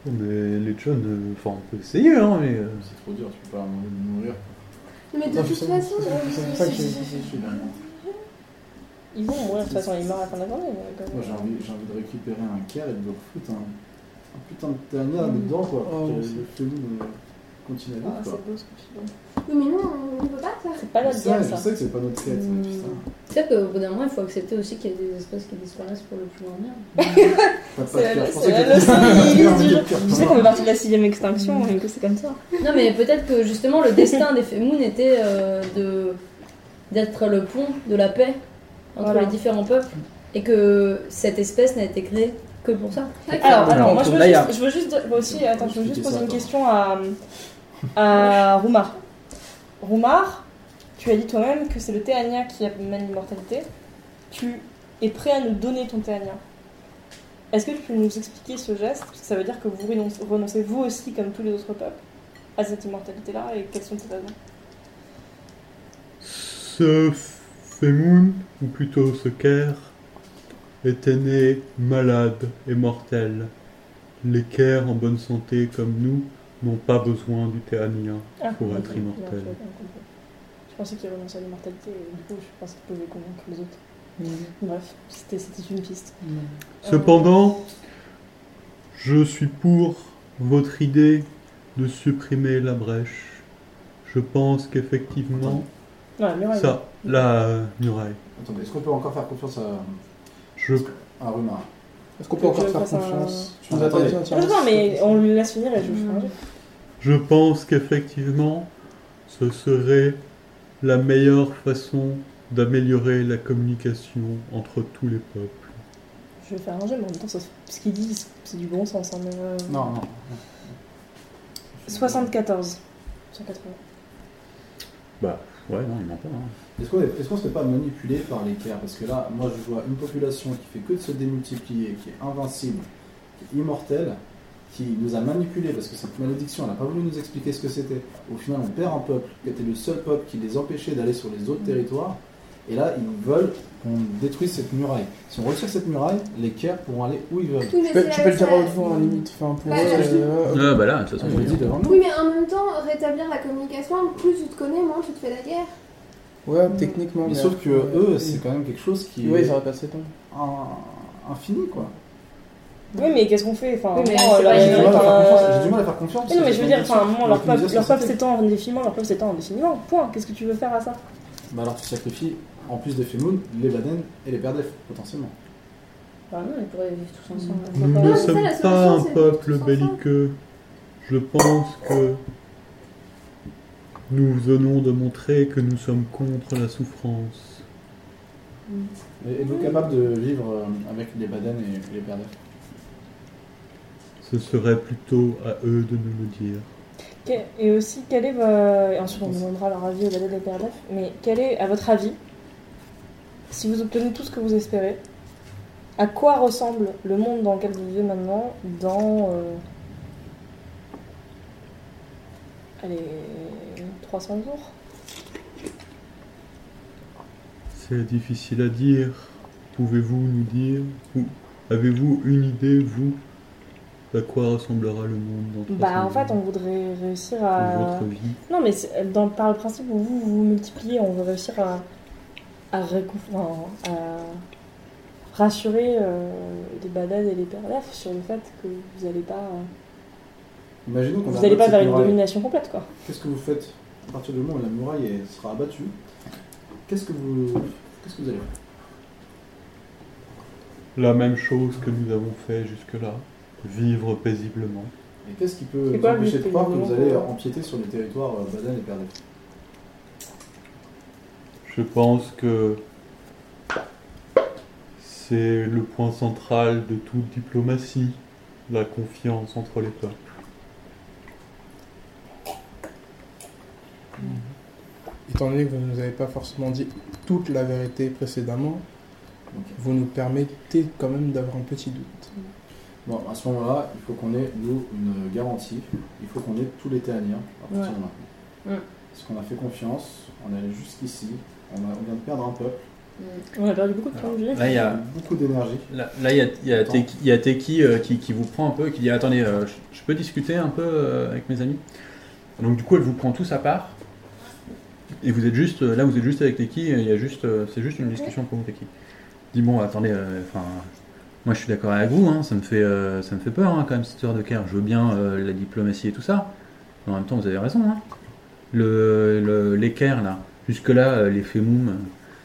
[SPEAKER 1] Oh, Mais les jeunes, euh, enfin, on peut essayer, hein, mais. euh,
[SPEAKER 7] C'est trop dur, tu peux pas leur demander de mourir.
[SPEAKER 3] Mais de
[SPEAKER 8] Non,
[SPEAKER 3] toute
[SPEAKER 8] c'est-
[SPEAKER 3] façon, euh,
[SPEAKER 8] c'est- c'est- c'est-
[SPEAKER 3] c'est-
[SPEAKER 8] c'est-
[SPEAKER 3] c'est-
[SPEAKER 7] Je suis là. Moi
[SPEAKER 2] Ils vont mourir, de toute façon, ils meurent à la fin de la journée. donc, euh,
[SPEAKER 7] j'ai envie, j'ai envie de récupérer un Kerr et de leur foutre un, un putain de Tania dedans quoi.
[SPEAKER 8] Oh,
[SPEAKER 7] Que
[SPEAKER 8] oui,
[SPEAKER 7] le féminin euh, continue à
[SPEAKER 2] ah,
[SPEAKER 7] vivre
[SPEAKER 2] c'est
[SPEAKER 7] quoi.
[SPEAKER 2] beau ce que tu dis.
[SPEAKER 3] Oui, mais non, on ne peut pas faire.
[SPEAKER 2] C'est pas
[SPEAKER 7] Je
[SPEAKER 2] notre guerre,
[SPEAKER 7] sais, je
[SPEAKER 2] ça. Mm.
[SPEAKER 7] sais que c'est pas notre quête, mais putain.
[SPEAKER 6] Peut-être qu'au bout d'un moment, il faut accepter aussi qu'il y a des espèces qui disparaissent pour le plus grand bien.
[SPEAKER 7] Pas de
[SPEAKER 2] C'est
[SPEAKER 7] Kerr.
[SPEAKER 2] la-
[SPEAKER 7] Je
[SPEAKER 2] c'est
[SPEAKER 7] pensais
[SPEAKER 2] la
[SPEAKER 7] que
[SPEAKER 2] leçon
[SPEAKER 7] t'étais-
[SPEAKER 2] de vie du
[SPEAKER 7] Kerr,
[SPEAKER 2] jeu.
[SPEAKER 7] Kerr,
[SPEAKER 2] Tu sais
[SPEAKER 7] Kerr.
[SPEAKER 2] qu'on fait partie de la sixième extinction et que c'est comme ça.
[SPEAKER 6] Non, mais peut-être que justement le destin des Femoun était euh, de d'être le pont de la paix entre
[SPEAKER 2] Voilà.
[SPEAKER 6] les différents peuples et que cette espèce n'a été créée que pour ça.
[SPEAKER 2] Ah, Alors,
[SPEAKER 1] Alors,
[SPEAKER 2] attends, moi je veux,
[SPEAKER 1] là, il y a-
[SPEAKER 2] juste, je veux juste, moi aussi, attends, je veux juste
[SPEAKER 7] Expliquez
[SPEAKER 2] poser
[SPEAKER 7] ça,
[SPEAKER 2] une
[SPEAKER 7] attends.
[SPEAKER 2] question à, à Roumar. Roumar, tu as dit toi-même que c'est le Théania qui amène l'immortalité. Tu es prêt à nous donner ton Théania. Est-ce que tu peux nous expliquer ce geste Parce que ça veut dire que vous renonce- renoncez, vous aussi, comme tous les autres peuples, à cette immortalité-là et quelles sont tes raisons
[SPEAKER 4] Ce Femoun, ou plutôt ce Caire, était né malade et mortel. Les Caires en bonne santé comme nous n'ont pas besoin du Théranien
[SPEAKER 2] Ah,
[SPEAKER 4] pour être
[SPEAKER 2] ok. Non, tu
[SPEAKER 4] immortel.
[SPEAKER 2] vois, on comprend. Je pensais qu'il renonçait à l'immortalité et du coup je pensais qu'il pouvait convaincre les autres.
[SPEAKER 4] Mm.
[SPEAKER 2] Bref, c'était c'était une piste.
[SPEAKER 4] Cependant, je suis pour votre idée de supprimer la brèche. Je pense qu'effectivement,
[SPEAKER 2] Ouais, mais ouais,
[SPEAKER 4] ça, la euh, muraille.
[SPEAKER 7] Attendez, est-ce qu'on peut encore faire confiance à,
[SPEAKER 4] Je
[SPEAKER 7] à Rumar
[SPEAKER 8] Est-ce qu'on peut encore
[SPEAKER 2] Je
[SPEAKER 8] faire
[SPEAKER 2] passe un-
[SPEAKER 8] confiance Tu
[SPEAKER 7] Ah,
[SPEAKER 8] nous as pas
[SPEAKER 7] attendez.
[SPEAKER 8] dit, tiens,
[SPEAKER 2] Attends, mais on le laisse finir et je
[SPEAKER 6] Mm.
[SPEAKER 2] change.
[SPEAKER 4] Je pense qu'effectivement, ce serait la meilleure façon d'améliorer la communication entre tous les peuples.
[SPEAKER 2] Je vais faire un jeu, mais en même temps, ça se- ce qu'il dit, c'est- c'est du bon sens. hein, mais, euh,
[SPEAKER 7] Non, non.
[SPEAKER 2] 74. 180.
[SPEAKER 1] Bah, ouais, non, il ment pas. hein.
[SPEAKER 7] Est-ce qu'on est, ne se fait pas manipuler par l'équerre Parce que là, moi, je vois une population qui fait que de se démultiplier, qui est invincible, qui est immortelle, qui nous a manipulés parce que cette malédiction, elle n'a pas voulu nous expliquer ce que c'était. Au final, on perd un peuple qui était le seul peuple qui les empêchait d'aller sur les autres territoires. Et là, ils veulent qu'on détruise cette muraille. Si on retire cette muraille, les Kerr pourront aller où ils veulent.
[SPEAKER 3] Tout
[SPEAKER 8] Tu peux, tu peux le dire
[SPEAKER 3] nécessaire.
[SPEAKER 8] haut devant, à hein, la limite. Enfin, pour
[SPEAKER 3] Ouais,
[SPEAKER 8] eux,
[SPEAKER 3] ouais.
[SPEAKER 8] euh,
[SPEAKER 1] Euh, bah là, de toute
[SPEAKER 7] Je
[SPEAKER 1] façon,
[SPEAKER 7] le
[SPEAKER 1] il
[SPEAKER 7] dis
[SPEAKER 1] ment.
[SPEAKER 7] devant nous.
[SPEAKER 3] Oui, mais en même temps, rétablir la communication, plus tu te connais, moins tu te fais la guerre.
[SPEAKER 8] ouais, techniquement.
[SPEAKER 7] Mais sauf que eux, c'est quand même quelque chose qui
[SPEAKER 8] Oui,
[SPEAKER 7] est
[SPEAKER 8] ils auraient passé temps.
[SPEAKER 7] in- infini, quoi.
[SPEAKER 2] Oui, mais qu'est-ce qu'on fait enfin,
[SPEAKER 6] Oui, mais
[SPEAKER 2] non,
[SPEAKER 6] c'est
[SPEAKER 2] leur-
[SPEAKER 6] pas
[SPEAKER 7] J'ai du mal à faire confiance-
[SPEAKER 2] euh,
[SPEAKER 7] j'ai du mal à faire confiance.
[SPEAKER 2] Oui, non, mais je veux dire, enfin, à un moment, leur
[SPEAKER 7] Ils nous
[SPEAKER 2] peuple
[SPEAKER 7] disent
[SPEAKER 2] leur
[SPEAKER 7] ce que
[SPEAKER 2] peuple
[SPEAKER 7] c'était.
[SPEAKER 2] s'étend indéfiniment, leur peuple s'étend indéfiniment. Point. Qu'est-ce que tu veux faire à ça
[SPEAKER 7] Bah alors tu sacrifies, en plus des Femoun, les Baden et les Perdef, potentiellement.
[SPEAKER 6] Enfin, non, ils pourraient vivre tous ensemble.
[SPEAKER 4] Nous
[SPEAKER 2] Non,
[SPEAKER 4] ne
[SPEAKER 3] mais ça,
[SPEAKER 4] sommes
[SPEAKER 3] la solution,
[SPEAKER 4] pas un
[SPEAKER 3] Ah, c'est de
[SPEAKER 4] peuple
[SPEAKER 3] tous ensemble.
[SPEAKER 4] belliqueux. Je pense que nous venons de montrer que nous sommes contre la souffrance.
[SPEAKER 7] Et- Êtes-vous capable de vivre euh, avec les Baden et les Perdef
[SPEAKER 4] Ce serait plutôt à eux de nous le dire.
[SPEAKER 2] Que- Et aussi, quel est. vo- et ensuite, on demandera leur avis au balai des PRDF. Mais quel est, à votre avis, si vous obtenez tout ce que vous espérez, à quoi ressemble le monde dans lequel vous vivez maintenant dans. euh, Allez, 300 jours
[SPEAKER 4] C'est difficile à dire. Pouvez-vous nous dire ou avez-vous une idée, vous, à quoi ressemblera le monde dans
[SPEAKER 2] Bah,
[SPEAKER 4] 300
[SPEAKER 2] en fait,
[SPEAKER 4] ans
[SPEAKER 2] on voudrait réussir
[SPEAKER 4] pour
[SPEAKER 2] à.
[SPEAKER 4] votre vie
[SPEAKER 2] Non, mais c'est- euh, dans, par le principe où vous vous multipliez, on veut réussir à, à, récon- enfin, à rassurer euh, les badades et les perlefs sur le fait que vous n'allez pas,
[SPEAKER 7] Imaginons qu'on
[SPEAKER 2] vous
[SPEAKER 7] abatte
[SPEAKER 2] allez pas
[SPEAKER 7] cette
[SPEAKER 2] vers une
[SPEAKER 7] muraille.
[SPEAKER 2] domination complète, quoi.
[SPEAKER 7] Qu'est-ce que vous faites à partir du moment où la muraille est- sera abattue Qu'est-ce que vous... Qu'est-ce que vous allez faire
[SPEAKER 4] La même chose que nous avons fait jusque-là. Vivre paisiblement.
[SPEAKER 7] Et qu'est-ce qui peut
[SPEAKER 2] C'est
[SPEAKER 7] vous
[SPEAKER 2] quoi le
[SPEAKER 7] empêcher
[SPEAKER 2] but
[SPEAKER 7] de croire que
[SPEAKER 2] du
[SPEAKER 7] vous allez
[SPEAKER 2] mouvement
[SPEAKER 7] empiéter sur les territoires euh, Baden et Perdef
[SPEAKER 4] Je pense que c'est le point central de toute diplomatie, la confiance entre les peuples.
[SPEAKER 8] Étant donné que vous ne nous avez pas forcément dit toute la vérité précédemment,
[SPEAKER 7] Ok.
[SPEAKER 8] vous nous permettez quand même d'avoir un petit doute.
[SPEAKER 7] Bon, à ce moment-là, il faut qu'on ait, nous, une garantie. Il faut qu'on ait tous les Théaniens à partir de
[SPEAKER 6] Ouais.
[SPEAKER 7] maintenant.
[SPEAKER 6] Mm.
[SPEAKER 7] Parce qu'on a fait confiance, on est allé jusqu'ici, on, a- on vient de perdre un peuple,
[SPEAKER 2] On a perdu beaucoup de points de vie.
[SPEAKER 1] Là, Bah, il y a.
[SPEAKER 7] beaucoup d'énergie.
[SPEAKER 1] Là, là, il y a, il y a
[SPEAKER 7] Attends.
[SPEAKER 1] Teki, il y a Teki, euh, qui, qui vous prend un peu, qui dit Attendez, euh, je, je peux discuter un peu euh, avec mes amis Donc, du coup, elle vous prend tous à part. Et vous êtes juste, euh, là, vous êtes juste avec Teki, et il y a juste, euh, c'est juste une discussion pour vous, Teki. Dis Bon, attendez, euh, enfin, moi je suis d'accord avec vous, hein, ça, me fait, euh, ça me fait peur hein, quand même cette histoire de Caire. Je veux bien euh, la diplomatie et tout ça, mais en même temps, vous avez raison. Hein. Le, le- l'équerre, là, jusque-là, euh, les fémoum, euh,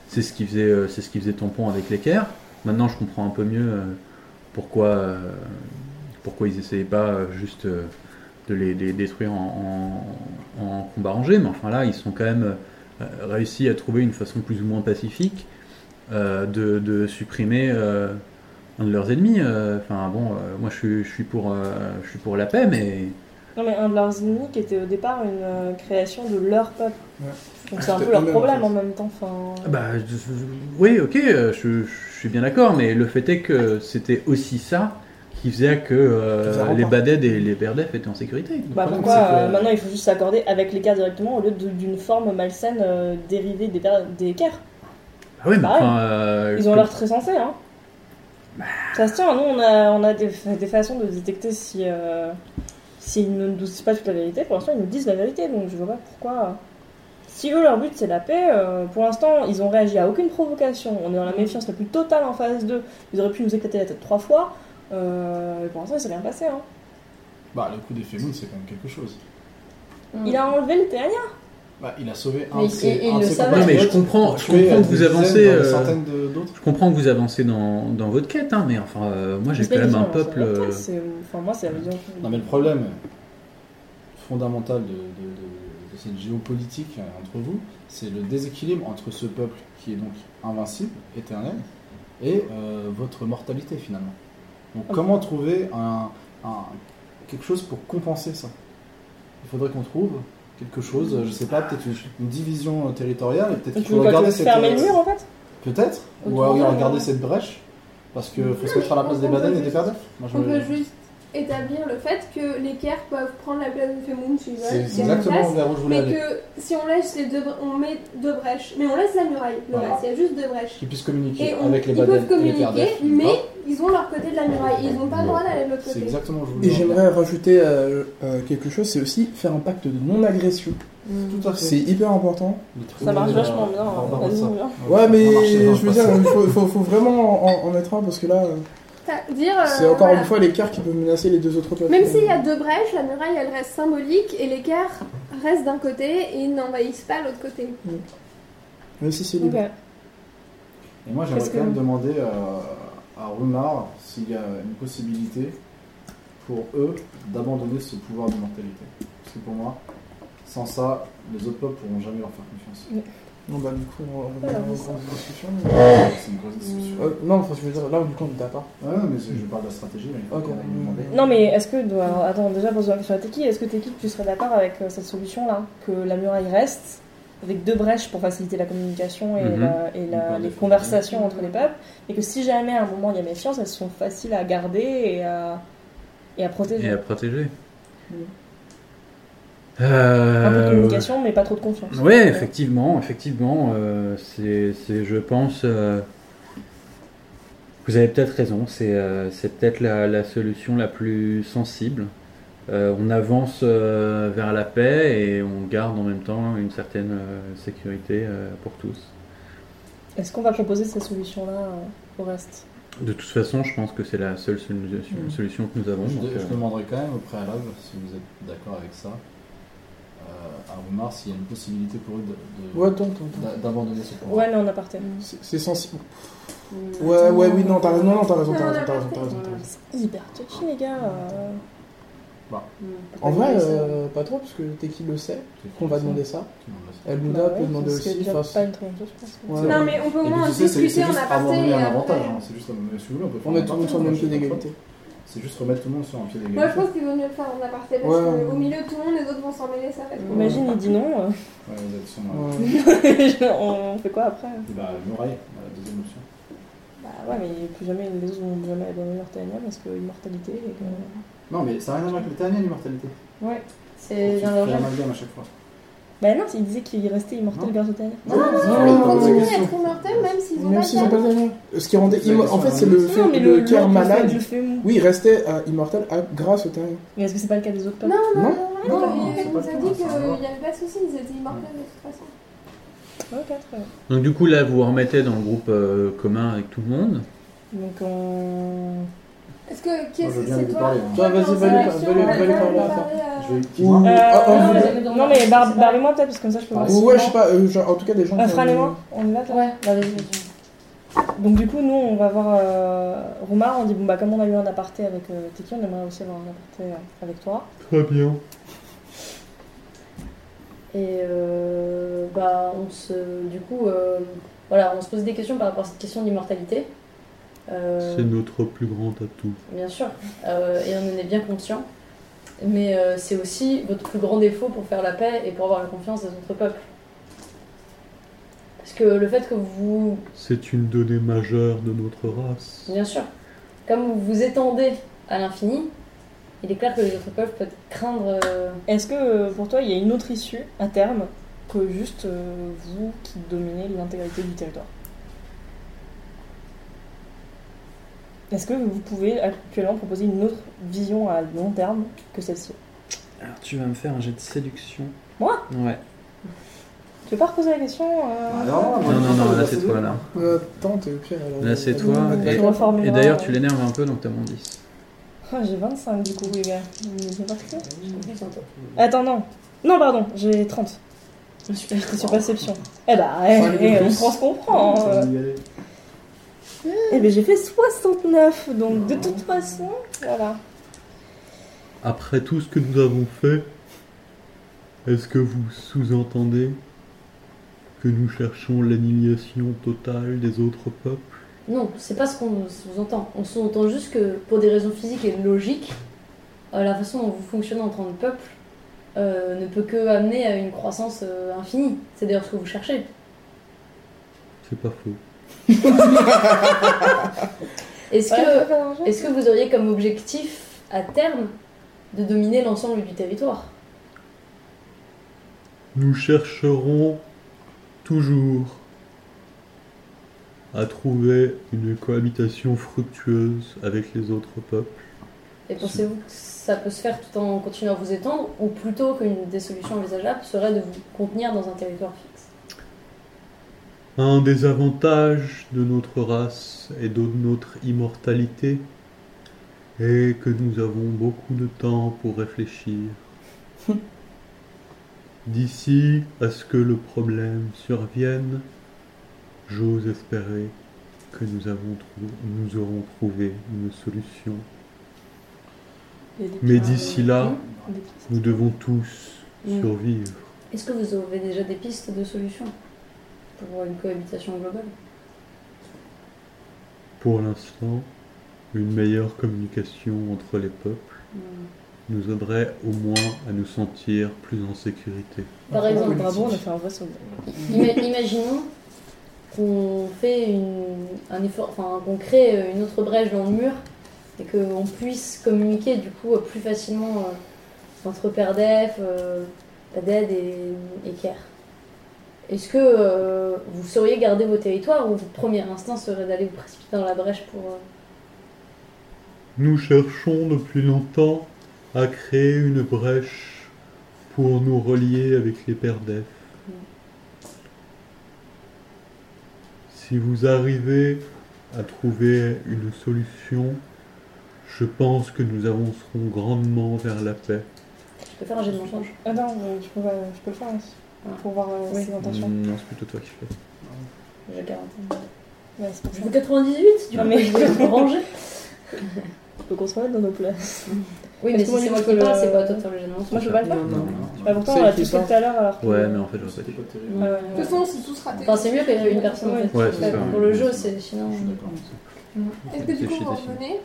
[SPEAKER 1] c'est ce qui faisait, euh, c'est ce qui faisait tampon avec l'équerre. Maintenant, je comprends un peu mieux euh, pourquoi, euh, pourquoi ils essayaient pas euh, juste euh, de les, les détruire en, en- en combat rangé. Mais enfin là, ils sont quand même euh, réussi à trouver une façon plus ou moins pacifique euh, de, de supprimer euh, un de leurs ennemis. Euh, Enfin bon, euh, moi je suis, je suis pour, euh, je suis pour la paix, mais
[SPEAKER 2] Non, mais un de leurs ennemis qui était au départ une euh, création de leur peuple.
[SPEAKER 8] Ouais.
[SPEAKER 2] Donc c'est un peu
[SPEAKER 8] C'était
[SPEAKER 2] leur
[SPEAKER 8] eux-mêmes, en
[SPEAKER 2] problème
[SPEAKER 8] fait.
[SPEAKER 2] en même temps. Enfin,
[SPEAKER 1] Ah Bah, je- je- oui, ok, euh, je, je suis bien d'accord, mais le fait est que c'était aussi ça qui faisait que euh,
[SPEAKER 8] Ça rend
[SPEAKER 1] les
[SPEAKER 8] pas.
[SPEAKER 1] Baded et les Berdef étaient en sécurité.
[SPEAKER 2] bah,
[SPEAKER 5] problème,
[SPEAKER 2] pourquoi
[SPEAKER 5] c'est que-
[SPEAKER 2] euh, maintenant il faut juste s'accorder avec l'équerre directement au lieu de- d'une forme malsaine euh, dérivée des, per- des équerres
[SPEAKER 1] Ah oui, mais
[SPEAKER 2] Pareil.
[SPEAKER 1] enfin, euh,
[SPEAKER 2] Bah Ils ont
[SPEAKER 1] que-
[SPEAKER 2] l'air très sensés, hein. Ça se tient, nous on a, on a des, des façons de détecter si, euh, s'ils ne nous disent pas toute la vérité. Pour l'instant ils nous disent la vérité, donc je vois pas pourquoi. Si eux leur but c'est la paix, euh, pour l'instant ils ont réagi à aucune provocation. On est dans la méfiance la plus totale en face d'eux. Ils auraient pu nous éclater la tête trois fois. Euh, et pour l'instant il s'est rien passé, hein.
[SPEAKER 7] Bah, le coup des fémines, c'est quand même quelque chose.
[SPEAKER 6] Mm.
[SPEAKER 2] Il a enlevé le Théania.
[SPEAKER 7] Bah, il a sauvé un
[SPEAKER 6] Mais
[SPEAKER 7] de
[SPEAKER 6] il-
[SPEAKER 7] ses,
[SPEAKER 6] il
[SPEAKER 7] un de
[SPEAKER 6] le
[SPEAKER 7] ses
[SPEAKER 6] savait.
[SPEAKER 1] Non, mais je
[SPEAKER 7] compatriotes
[SPEAKER 1] comprends,
[SPEAKER 7] pour
[SPEAKER 1] je
[SPEAKER 7] tuer,
[SPEAKER 1] comprends
[SPEAKER 7] euh,
[SPEAKER 1] que vous
[SPEAKER 7] des
[SPEAKER 1] avancez.
[SPEAKER 7] dizaines, voire des
[SPEAKER 1] euh,
[SPEAKER 7] centaines de- d'autres.
[SPEAKER 1] Je comprends que vous avancez dans, dans votre quête, hein, mais enfin, euh, moi j'ai
[SPEAKER 2] C'est
[SPEAKER 1] quand
[SPEAKER 2] pas
[SPEAKER 1] même un
[SPEAKER 2] évident, hein,
[SPEAKER 1] peuple.
[SPEAKER 2] c'est vrai.
[SPEAKER 1] euh,
[SPEAKER 2] C'est- Enfin, moi, c'est la vision.
[SPEAKER 7] Non, mais le problème fondamental de, de- de- de cette géopolitique euh, entre vous, c'est le déséquilibre entre ce peuple qui est donc invincible, éternel, et euh, votre mortalité finalement. Donc, comment trouver un, un- quelque chose pour compenser ça Il faudrait qu'on trouve quelque chose, euh, je sais pas, peut-être une, une division euh, territoriale, et peut-être
[SPEAKER 2] Donc,
[SPEAKER 7] qu'il
[SPEAKER 2] tu
[SPEAKER 7] faut
[SPEAKER 2] veux quoi,
[SPEAKER 7] regarder
[SPEAKER 2] tu veux fermer le mur en fait
[SPEAKER 7] Peut-être Ou
[SPEAKER 6] Autour,
[SPEAKER 7] alors
[SPEAKER 6] euh,
[SPEAKER 7] regarder cette brèche Parce que faut se mettre à la place des
[SPEAKER 3] on
[SPEAKER 7] badanes
[SPEAKER 3] peut
[SPEAKER 7] et des
[SPEAKER 3] juste-
[SPEAKER 7] perdants. Moi, je
[SPEAKER 3] On
[SPEAKER 7] me-
[SPEAKER 3] peut juste établir le fait que les Kerr peuvent prendre la place de Femoun s'ils veulent.
[SPEAKER 7] C'est
[SPEAKER 3] s'il y a une place,
[SPEAKER 7] exactement vers où je
[SPEAKER 3] Mais
[SPEAKER 7] voulais aller.
[SPEAKER 3] que si on laisse les deux, on met deux brèches, mais on laisse la muraille. Le
[SPEAKER 7] Voilà.
[SPEAKER 3] reste, il y a juste deux brèches.
[SPEAKER 7] Qu'ils puissent communiquer
[SPEAKER 3] Et on-
[SPEAKER 7] avec les
[SPEAKER 3] ils
[SPEAKER 7] badanes
[SPEAKER 3] peuvent
[SPEAKER 7] et les
[SPEAKER 3] communiquer,
[SPEAKER 7] perdants.
[SPEAKER 3] mais ils ont leur côté de la muraille. Ils n'ont pas le droit d'aller de l'autre
[SPEAKER 7] C'est
[SPEAKER 3] côté.
[SPEAKER 7] exactement où je voulais
[SPEAKER 8] Et
[SPEAKER 7] en venir.
[SPEAKER 8] j'aimerais rajouter euh, euh, quelque chose, c'est aussi faire un pacte de non-agression.
[SPEAKER 7] Tout à fait.
[SPEAKER 8] C'est hyper important.
[SPEAKER 7] Le truc
[SPEAKER 2] Ça marche
[SPEAKER 7] euh, de la-
[SPEAKER 2] vachement bien. hein.
[SPEAKER 7] Barbarossa.
[SPEAKER 2] Vas-y, on vient.
[SPEAKER 8] Ouais, mais
[SPEAKER 7] Ah, Ça marchait dans le
[SPEAKER 8] je veux dire,
[SPEAKER 7] passé.
[SPEAKER 8] il faut, faut- faut vraiment en, en mettre un parce que là, euh,
[SPEAKER 3] Ça- dire, euh,
[SPEAKER 8] c'est encore
[SPEAKER 3] voilà.
[SPEAKER 8] une fois l'écart qui peut menacer les deux autres peuples.
[SPEAKER 3] Même s'il y a deux brèches, la muraille elle reste symbolique et l'écart reste d'un côté et ils n'envahissent pas l'autre côté.
[SPEAKER 8] Même si c'est
[SPEAKER 2] Ok.
[SPEAKER 8] libre.
[SPEAKER 7] Et moi, j'aimerais
[SPEAKER 2] Qu'est-ce
[SPEAKER 7] quand
[SPEAKER 2] que-
[SPEAKER 7] même demander euh, à Rumar s'il y a une possibilité pour eux d'abandonner ce pouvoir de mortalité. Parce que pour moi, sans ça, les autres peuples pourront jamais leur faire confiance.
[SPEAKER 8] Non, bah du coup, on on va
[SPEAKER 2] Ah,
[SPEAKER 8] dans
[SPEAKER 2] oui,
[SPEAKER 8] une
[SPEAKER 2] ça.
[SPEAKER 8] grande discussion.
[SPEAKER 7] C'est une grosse discussion.
[SPEAKER 8] Euh, non, enfin, je veux dire, là, du coup, on hein. est à part.
[SPEAKER 7] Ouais, mais c'est- je parle de la stratégie, mais il faut
[SPEAKER 8] Ok.
[SPEAKER 7] quand même demander.
[SPEAKER 2] Non, mais est-ce que. alors, attends, déjà, pose la question à Teki. Est-ce que Teki, tu serais d'accord avec euh, cette solution là Que la muraille reste avec deux brèches pour faciliter la communication et,
[SPEAKER 1] Mhm.
[SPEAKER 2] la- et la-
[SPEAKER 7] Ouais,
[SPEAKER 2] les
[SPEAKER 7] c'est
[SPEAKER 2] conversations entre les peuples. Et que si jamais à un moment il y a méfiance, elles sont faciles à garder et à, et à protéger.
[SPEAKER 1] et à protéger.
[SPEAKER 2] Mm. Un peu de
[SPEAKER 1] Euh,
[SPEAKER 2] communication, mais pas trop de confiance.
[SPEAKER 1] Oui, effectivement, effectivement, euh, c'est, c'est, je pense, euh, vous avez peut-être raison, c'est, euh, c'est peut-être la, la solution la plus sensible. Euh, on avance euh, vers la paix et on garde en même temps une certaine euh, sécurité euh, pour tous.
[SPEAKER 2] Est-ce qu'on va proposer cette solution là au reste
[SPEAKER 1] De toute façon, je pense que c'est la seule solution,
[SPEAKER 8] Mm.
[SPEAKER 1] solution que nous avons.
[SPEAKER 7] je,
[SPEAKER 1] donc,
[SPEAKER 7] je
[SPEAKER 1] euh,
[SPEAKER 7] demanderai quand même au préalable, si vous êtes d'accord avec ça, euh, à Rumar s'il y a une possibilité pour eux de- de-
[SPEAKER 8] Ouais, attends, attends, attends.
[SPEAKER 7] d'a- d'abandonner ce pouvoir.
[SPEAKER 2] Ouais, mais en aparté.
[SPEAKER 8] C'est- C'est sensible. Ouais, ouais, oui, non, t'as raison, non, non, t'as raison, t'as raison, t'as raison, t'as raison. t'as raison.
[SPEAKER 2] C'est hyper touchy, les gars. euh.
[SPEAKER 8] En vrai, euh, pas trop, parce que t'es qui le sait, qu'on va demander ça.
[SPEAKER 7] Tout le monde le sait.
[SPEAKER 8] El
[SPEAKER 2] Bah
[SPEAKER 8] Mouda peut
[SPEAKER 2] ouais,
[SPEAKER 8] demander
[SPEAKER 2] parce que
[SPEAKER 8] aussi.
[SPEAKER 2] déjà
[SPEAKER 8] face-
[SPEAKER 2] pas une très bonne chose, je pense.
[SPEAKER 8] Ouais.
[SPEAKER 3] Non, mais on euh, peut au
[SPEAKER 7] Et
[SPEAKER 3] moins
[SPEAKER 7] puis,
[SPEAKER 3] en
[SPEAKER 7] tu sais, c'est-
[SPEAKER 3] discuter
[SPEAKER 7] c'est
[SPEAKER 3] en
[SPEAKER 7] juste
[SPEAKER 3] aparté.
[SPEAKER 7] abandonner
[SPEAKER 3] et
[SPEAKER 7] un
[SPEAKER 3] après-
[SPEAKER 7] avantage, hein. c'est juste abandonner si vous voulez, on peut
[SPEAKER 8] On
[SPEAKER 7] faire
[SPEAKER 8] met tout le
[SPEAKER 7] un
[SPEAKER 8] monde sur le même
[SPEAKER 7] partage,
[SPEAKER 8] pied
[SPEAKER 7] moi, je suis
[SPEAKER 8] d'égalité.
[SPEAKER 7] d'accord. C'est juste remettre tout le monde sur un pied d'égalité.
[SPEAKER 3] Moi je pense qu'il vaut mieux le faire en aparté parce
[SPEAKER 8] Ouais,
[SPEAKER 3] qu'au
[SPEAKER 8] ouais.
[SPEAKER 3] milieu tout le monde, les autres vont s'en mêler, ça va être compliqué.
[SPEAKER 2] Imagine, il dit non. euh,
[SPEAKER 7] Ouais, vous êtes sur euh,
[SPEAKER 8] Ouais.
[SPEAKER 2] on fait quoi après
[SPEAKER 7] bah, Muraille, euh, la deuxième option.
[SPEAKER 2] Bah ouais, mais plus jamais, les autres vont jamais abandonner leur Théania parce que immortalité et que...
[SPEAKER 7] Non, mais ça n'a rien à voir avec le dernier, l'immortalité.
[SPEAKER 6] Ouais,
[SPEAKER 7] On
[SPEAKER 6] c'est
[SPEAKER 7] fait
[SPEAKER 6] dans leur
[SPEAKER 7] un
[SPEAKER 6] jeu.
[SPEAKER 7] amalgame à chaque fois.
[SPEAKER 2] Bah non, il disait qu'il restait immortel
[SPEAKER 7] Non.
[SPEAKER 2] grâce au Théania.
[SPEAKER 7] Non, non,
[SPEAKER 8] non, non, non,
[SPEAKER 3] Ils
[SPEAKER 8] non,
[SPEAKER 3] continuent à être immortels même s'ils ont
[SPEAKER 8] Même
[SPEAKER 3] pas
[SPEAKER 8] s'ils ont
[SPEAKER 3] de
[SPEAKER 8] pas d'avenir. Ce qui rendait
[SPEAKER 7] C'est la
[SPEAKER 8] immo-
[SPEAKER 7] question
[SPEAKER 8] En fait,
[SPEAKER 7] d'un
[SPEAKER 8] c'est
[SPEAKER 7] autre.
[SPEAKER 8] le fait
[SPEAKER 2] Non, mais
[SPEAKER 8] le
[SPEAKER 2] le
[SPEAKER 8] cœur
[SPEAKER 2] l'autre,
[SPEAKER 8] malade.
[SPEAKER 2] je le fais mou.
[SPEAKER 8] Oui, il restait euh, immortel à- grâce au terrien.
[SPEAKER 2] Mais est-ce que c'est pas le cas des autres peuples
[SPEAKER 3] Non, non,
[SPEAKER 8] Non.
[SPEAKER 3] non, non,
[SPEAKER 7] Non,
[SPEAKER 3] euh, il-
[SPEAKER 7] c'est
[SPEAKER 3] il
[SPEAKER 7] pas
[SPEAKER 3] nous a
[SPEAKER 7] le
[SPEAKER 3] dit
[SPEAKER 7] cas, ça va.
[SPEAKER 3] qu'il n'y avait pas de soucis, ils étaient immortels de toute façon.
[SPEAKER 2] Ok, très bien.
[SPEAKER 1] Donc du coup, là, vous vous remettez dans le groupe euh, commun avec tout le monde.
[SPEAKER 2] Donc on...
[SPEAKER 3] Est-ce que qui
[SPEAKER 7] Moi,
[SPEAKER 3] est-ce
[SPEAKER 7] je
[SPEAKER 3] que
[SPEAKER 7] viens
[SPEAKER 3] c'est
[SPEAKER 7] de
[SPEAKER 3] toi
[SPEAKER 7] parler, hein.
[SPEAKER 8] Toi, vas-y, va lui- va lui- va lui parler,
[SPEAKER 3] euh,
[SPEAKER 7] Je vais qui
[SPEAKER 8] Ou-
[SPEAKER 2] Oh,
[SPEAKER 7] marche
[SPEAKER 8] Ah,
[SPEAKER 2] Euh,
[SPEAKER 8] ah,
[SPEAKER 2] non,
[SPEAKER 8] vous-
[SPEAKER 2] mais- non, mais barre- barrez-moi peut-être parce que comme ça je peux voir.
[SPEAKER 8] Ou Ah, ouais, je sais pas, euh, genre, en tout cas des gens
[SPEAKER 2] Euh,
[SPEAKER 8] qui ont-
[SPEAKER 2] Fran et moi, on y va toi
[SPEAKER 6] Ouais, bah vas-y, vas-y.
[SPEAKER 2] Donc du coup, nous, on va voir euh, Roumar, on dit, bon bah comme on a eu un aparté avec euh, Teki, on aimerait aussi avoir un aparté euh, avec toi.
[SPEAKER 4] Très bien.
[SPEAKER 6] Et euh, bah, on se, du coup, euh, voilà, on se pose des questions par rapport à cette question d'immortalité. Euh,
[SPEAKER 4] C'est notre plus grand atout.
[SPEAKER 6] Bien sûr, euh, et on en est bien conscient. Mais euh, c'est aussi votre plus grand défaut pour faire la paix et pour avoir la confiance des autres peuples. Parce que le fait que vous,
[SPEAKER 4] C'est une donnée majeure de notre race.
[SPEAKER 6] bien sûr, comme vous vous étendez à l'infini, il est clair que les autres peuples peuvent craindre. euh,
[SPEAKER 2] Est-ce que euh, pour toi il y a une autre issue à terme que juste euh, vous qui dominez l'intégralité du territoire Est-ce que vous pouvez actuellement proposer une autre vision à long terme que celle-ci
[SPEAKER 9] Alors tu vas me faire un jet de séduction.
[SPEAKER 2] Moi
[SPEAKER 9] Ouais.
[SPEAKER 2] Tu veux pas reposer la question euh,
[SPEAKER 1] Ah Non, non, non, là c'est toi là.
[SPEAKER 8] Euh, tente, au pire. elle-
[SPEAKER 1] Là c'est
[SPEAKER 8] elle-
[SPEAKER 1] toi.
[SPEAKER 8] elle-
[SPEAKER 1] Et,
[SPEAKER 8] elle-
[SPEAKER 2] reformuleras,
[SPEAKER 1] et d'ailleurs
[SPEAKER 2] euh.
[SPEAKER 1] tu l'énerves un peu donc t'as mon 10.
[SPEAKER 2] Ah, J'ai 25 du coup, les gars. Mais c'est parti. Attends, non. Non, pardon, j'ai 30. Je suis j'étais
[SPEAKER 1] Oh,
[SPEAKER 2] sur perception. Eh bah, eh,
[SPEAKER 7] Cinq de
[SPEAKER 2] eh, on
[SPEAKER 7] plus.
[SPEAKER 2] prend ce qu'on prend. hein. Eh ben, j'ai fait 69, donc de toute façon, voilà.
[SPEAKER 4] Après tout ce que nous avons fait, est-ce que vous sous-entendez que nous cherchons l'annihilation totale des autres peuples
[SPEAKER 6] Non, c'est pas ce qu'on sous-entend. On sous-entend juste que pour des raisons physiques et logiques, euh, la façon dont vous fonctionnez en tant que peuple euh, ne peut que amener à une croissance euh, infinie. C'est d'ailleurs ce que vous cherchez.
[SPEAKER 4] C'est pas faux.
[SPEAKER 6] Est-ce
[SPEAKER 2] Ouais,
[SPEAKER 6] que
[SPEAKER 2] faut faire un jeu.
[SPEAKER 6] Est-ce que vous auriez comme objectif, à terme, de dominer l'ensemble du territoire
[SPEAKER 4] Nous chercherons toujours à trouver une cohabitation fructueuse avec les autres peuples.
[SPEAKER 6] Et pensez-vous que ça peut se faire tout en continuant à vous étendre Ou plutôt qu'une des solutions envisageables serait de vous contenir dans un territoire fixe
[SPEAKER 4] Un des avantages de notre race et de notre immortalité est que nous avons beaucoup de temps pour réfléchir. D'ici à ce que le problème survienne, j'ose espérer que nous, avons trou- nous aurons trouvé une solution.
[SPEAKER 2] Il y a des
[SPEAKER 4] Mais
[SPEAKER 2] petits-
[SPEAKER 4] d'ici là,
[SPEAKER 2] des petits-
[SPEAKER 4] nous devons tous
[SPEAKER 6] Mm.
[SPEAKER 4] survivre.
[SPEAKER 6] Est-ce que vous avez déjà des pistes de solutions pour une cohabitation globale
[SPEAKER 4] Pour l'instant, une meilleure communication entre les peuples nous aiderait au moins à nous sentir plus en sécurité.
[SPEAKER 6] Par exemple,
[SPEAKER 2] Bravo, on a fait un vrai sommet.
[SPEAKER 6] Ima- imaginons qu'on fait une, un effort, enfin qu'on crée une autre brèche dans le mur et qu'on puisse communiquer du coup plus facilement euh, entre Perdef, euh, Paded et, et Caire. Est-ce que euh, vous sauriez garder vos territoires ou votre premier instinct serait d'aller vous précipiter dans la brèche pour euh,
[SPEAKER 4] Nous cherchons depuis longtemps à créer une brèche pour nous relier avec les pères d'Ef. Si vous arrivez à trouver une solution, je pense que nous avancerons grandement vers la paix.
[SPEAKER 6] je peux faire un jet de mensonge
[SPEAKER 2] Ah non, mais je peux, euh, je peux le faire aussi. Pour voir euh,
[SPEAKER 6] Oui.
[SPEAKER 2] ses intentions.
[SPEAKER 9] Non, c'est plutôt toi qui fais.
[SPEAKER 6] J'ai 40
[SPEAKER 8] Mmh.
[SPEAKER 2] Ouais, c'est pour
[SPEAKER 6] Je
[SPEAKER 2] ça.
[SPEAKER 6] veux 98 du
[SPEAKER 2] Non,
[SPEAKER 6] coup,
[SPEAKER 2] mais-
[SPEAKER 6] je vais ranger.
[SPEAKER 2] Je peux qu'on se remette dans nos places.
[SPEAKER 6] Oui,
[SPEAKER 2] Parce
[SPEAKER 6] mais
[SPEAKER 2] que
[SPEAKER 6] si
[SPEAKER 2] moi,
[SPEAKER 6] c'est
[SPEAKER 2] je
[SPEAKER 6] moi
[SPEAKER 2] peux
[SPEAKER 6] qui
[SPEAKER 2] le-
[SPEAKER 6] parle, c'est pas toi de faire le jet de mensonge.
[SPEAKER 2] Moi, je peux pas le faire.
[SPEAKER 7] Non, non.
[SPEAKER 2] Bah, pourtant,
[SPEAKER 8] C'est
[SPEAKER 2] on l'a
[SPEAKER 8] elle qui
[SPEAKER 2] tous fait
[SPEAKER 8] part.
[SPEAKER 2] tout à l'heure alors que.
[SPEAKER 1] Ouais, mais en fait j'aurais pas dû.
[SPEAKER 7] Je
[SPEAKER 2] Ouais,
[SPEAKER 3] De
[SPEAKER 2] ouais.
[SPEAKER 3] toute façon, c'est tous ratés.
[SPEAKER 6] Enfin, c'est mieux qu'il y ait une personne en fait.
[SPEAKER 1] Ouais, c'est
[SPEAKER 6] Bah,
[SPEAKER 1] ça, ouais.
[SPEAKER 6] Pour le jeu, c'est sinon.
[SPEAKER 7] suis d'accord.
[SPEAKER 3] Est-ce que du coup,
[SPEAKER 1] Défi,
[SPEAKER 3] vous
[SPEAKER 1] défi.
[SPEAKER 3] revenez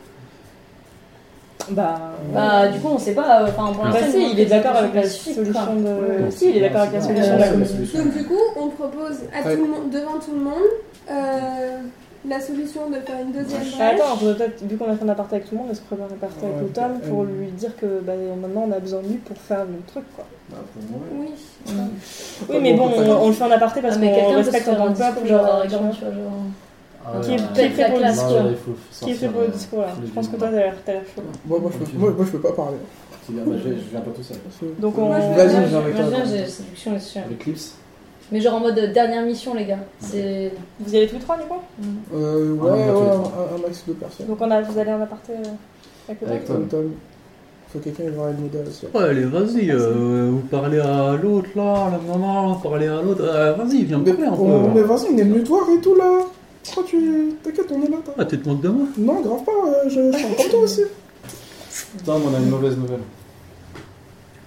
[SPEAKER 2] Bah.
[SPEAKER 6] Bah, du coup, on sait pas. euh, Enfin, pour
[SPEAKER 1] Ah.
[SPEAKER 2] Bah,
[SPEAKER 6] l'instant,
[SPEAKER 2] si, il est d'accord avec la
[SPEAKER 6] classique, quoi.
[SPEAKER 2] solution de.
[SPEAKER 7] Ouais.
[SPEAKER 2] Euh, Si, il est d'accord avec la
[SPEAKER 7] Ouais.
[SPEAKER 2] solution de la
[SPEAKER 7] Ouais.
[SPEAKER 2] communauté.
[SPEAKER 3] Donc, du coup, on propose à
[SPEAKER 7] Ouais.
[SPEAKER 3] tout le monde, devant tout le monde euh, la solution de faire une deuxième
[SPEAKER 2] Ah,
[SPEAKER 3] brèche.
[SPEAKER 2] attends, on pourrait peut-être, vu qu'on a fait un aparté avec tout le monde, est-ce qu'on pourrait faire un aparté avec
[SPEAKER 8] Ouais,
[SPEAKER 2] l'automne pour
[SPEAKER 8] euh,
[SPEAKER 2] lui dire que bah, maintenant on a besoin de lui pour faire le truc quoi.
[SPEAKER 7] Bah, pour moi,
[SPEAKER 3] Oui.
[SPEAKER 2] Oui, mais bon, on, on le fait en aparté parce
[SPEAKER 6] Ah, mais
[SPEAKER 2] qu'on
[SPEAKER 6] quelqu'un peut se
[SPEAKER 2] respecte en
[SPEAKER 6] faire un
[SPEAKER 2] tant que
[SPEAKER 6] discours, euh,
[SPEAKER 2] peuple, genre,
[SPEAKER 6] genre, par
[SPEAKER 2] tu vois. euh,
[SPEAKER 6] exemple, tu vois, genre.
[SPEAKER 7] Ah
[SPEAKER 2] Qui est-
[SPEAKER 7] ouais,
[SPEAKER 2] qui est
[SPEAKER 7] ouais.
[SPEAKER 2] prêt pour le
[SPEAKER 6] la
[SPEAKER 2] discours
[SPEAKER 7] Non,
[SPEAKER 2] là.
[SPEAKER 7] il faut
[SPEAKER 2] Qui est
[SPEAKER 7] sortir
[SPEAKER 2] fait pour le
[SPEAKER 7] les-
[SPEAKER 2] discours là
[SPEAKER 7] tous les
[SPEAKER 2] Je pense que toi
[SPEAKER 7] éléments.
[SPEAKER 2] t'as l'air t'as l'air chaud.
[SPEAKER 8] Moi, moi, je peux, moi, moi, je peux pas parler.
[SPEAKER 7] Tu viens- bah, je vais- je viens pas tout seul. parce que-
[SPEAKER 2] Donc on.
[SPEAKER 3] Moi, je
[SPEAKER 2] Vas-y.
[SPEAKER 3] vais-
[SPEAKER 6] Moi,
[SPEAKER 7] j'ai envie de
[SPEAKER 6] je
[SPEAKER 7] toi,
[SPEAKER 6] viens,
[SPEAKER 7] quoi.
[SPEAKER 6] j'ai séduction là-dessus.
[SPEAKER 7] Avec Clips
[SPEAKER 6] Mais genre en mode euh, dernière mission, les gars. C'est.
[SPEAKER 2] Vous y allez tous les trois du coup
[SPEAKER 8] Euh,
[SPEAKER 7] Ah, on
[SPEAKER 8] ouais,
[SPEAKER 7] va tous
[SPEAKER 8] ouais,
[SPEAKER 7] les
[SPEAKER 8] un, un max de personnes.
[SPEAKER 2] Donc on a, vous allez en aparté euh, avec
[SPEAKER 7] Avec
[SPEAKER 2] l'automne
[SPEAKER 7] toi.
[SPEAKER 8] Tom, Tom. Faut que quelqu'un aille voir Elmoda aussi.
[SPEAKER 1] Ouais, allez, vas-y, euh, vous parlez à l'autre là, la maman, vous parlez à l'autre, euh, vas-y, viens me
[SPEAKER 8] Mais,
[SPEAKER 1] parler un
[SPEAKER 8] on, Oh, mais
[SPEAKER 1] peu.
[SPEAKER 8] vas-y, on est venu te voir et tout là. Pourquoi tu. T'inquiète, on est là. t'as-
[SPEAKER 1] Ah, tu te moques de moi
[SPEAKER 8] Non, grave pas, euh, je je suis comme toi aussi.
[SPEAKER 7] Tom, on a une mauvaise nouvelle.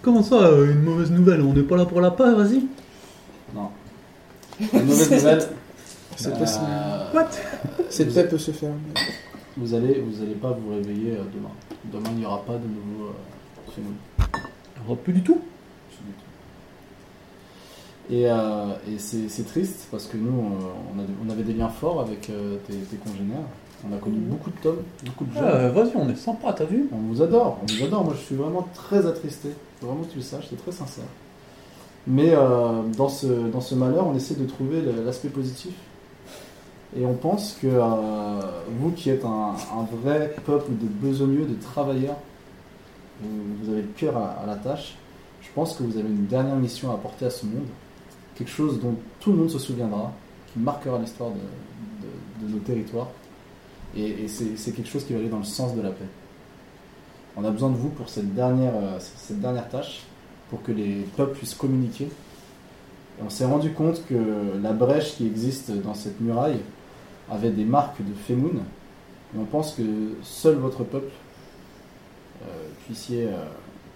[SPEAKER 4] Comment ça, euh, une mauvaise nouvelle On n'est pas là pour la paix, vas-y.
[SPEAKER 7] Non. La mauvaise nouvelle.
[SPEAKER 8] C'est
[SPEAKER 7] euh,
[SPEAKER 8] possible. Cette paix peut se faire.
[SPEAKER 7] Vous allez, vous allez pas vous réveiller euh, demain. Demain, il n'y aura pas de nouveau euh, chez nous.
[SPEAKER 1] Ah,
[SPEAKER 4] Oh, plus du tout.
[SPEAKER 7] Et, euh, et c'est c'est triste parce que nous, on- on, a- on avait des liens forts avec euh, tes, tes congénères. On a connu beaucoup de tomes, beaucoup
[SPEAKER 1] Ah,
[SPEAKER 7] de gens.
[SPEAKER 4] Euh, vas-y, on est sympa, t'as vu
[SPEAKER 7] On vous adore, on vous adore. Moi, je suis vraiment très attristé. Faut vraiment que tu le saches, c'est très sincère. Mais euh, dans, ce, dans ce malheur, on essaie de trouver le- l'aspect positif. Et on pense que euh, vous, qui êtes un, un vrai peuple de besogneux, de travailleurs, vous, vous avez le cœur à, à la tâche. Je pense que vous avez une dernière mission à apporter à ce monde. Quelque chose dont tout le monde se souviendra, qui marquera l'histoire de, de- de nos territoires. Et, et c'est c'est quelque chose qui va aller dans le sens de la paix. On a besoin de vous pour cette dernière, euh, cette dernière tâche, pour que les peuples puissent communiquer. Et on s'est rendu compte que la brèche qui existe dans cette muraille avait des marques de Femoun. Et on pense que seul votre peuple euh, puissiez euh,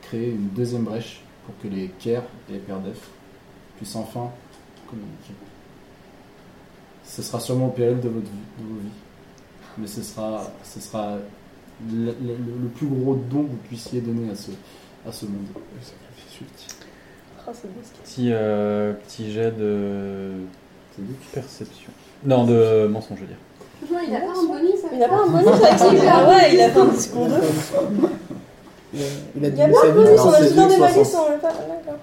[SPEAKER 7] créer une deuxième brèche pour que les Caire et les Perdef puissent enfin communiquer. Ce sera sûrement au péril de, votre, vie- de vos vies. Mais ce sera, ce sera le, le- le plus gros don que vous puissiez donner à ce, à ce monde.
[SPEAKER 2] Ah, c'est beau ce qu'il
[SPEAKER 1] Petit, euh, petit jet de
[SPEAKER 7] C'est dit
[SPEAKER 1] perception. Non, de mensonge, je veux dire.
[SPEAKER 3] Franchement, il a pas un bonus.
[SPEAKER 2] Il a pas un bonus avec lui Ah ouais, il a fait un discours de.
[SPEAKER 8] Il a- il a
[SPEAKER 2] Il y a
[SPEAKER 8] dit
[SPEAKER 2] pas un
[SPEAKER 8] sa vie.
[SPEAKER 2] bonus,
[SPEAKER 7] Alors,
[SPEAKER 2] on a
[SPEAKER 7] c'est
[SPEAKER 2] tout dans des
[SPEAKER 7] 60.
[SPEAKER 2] valises, on l'a pas. D'accord.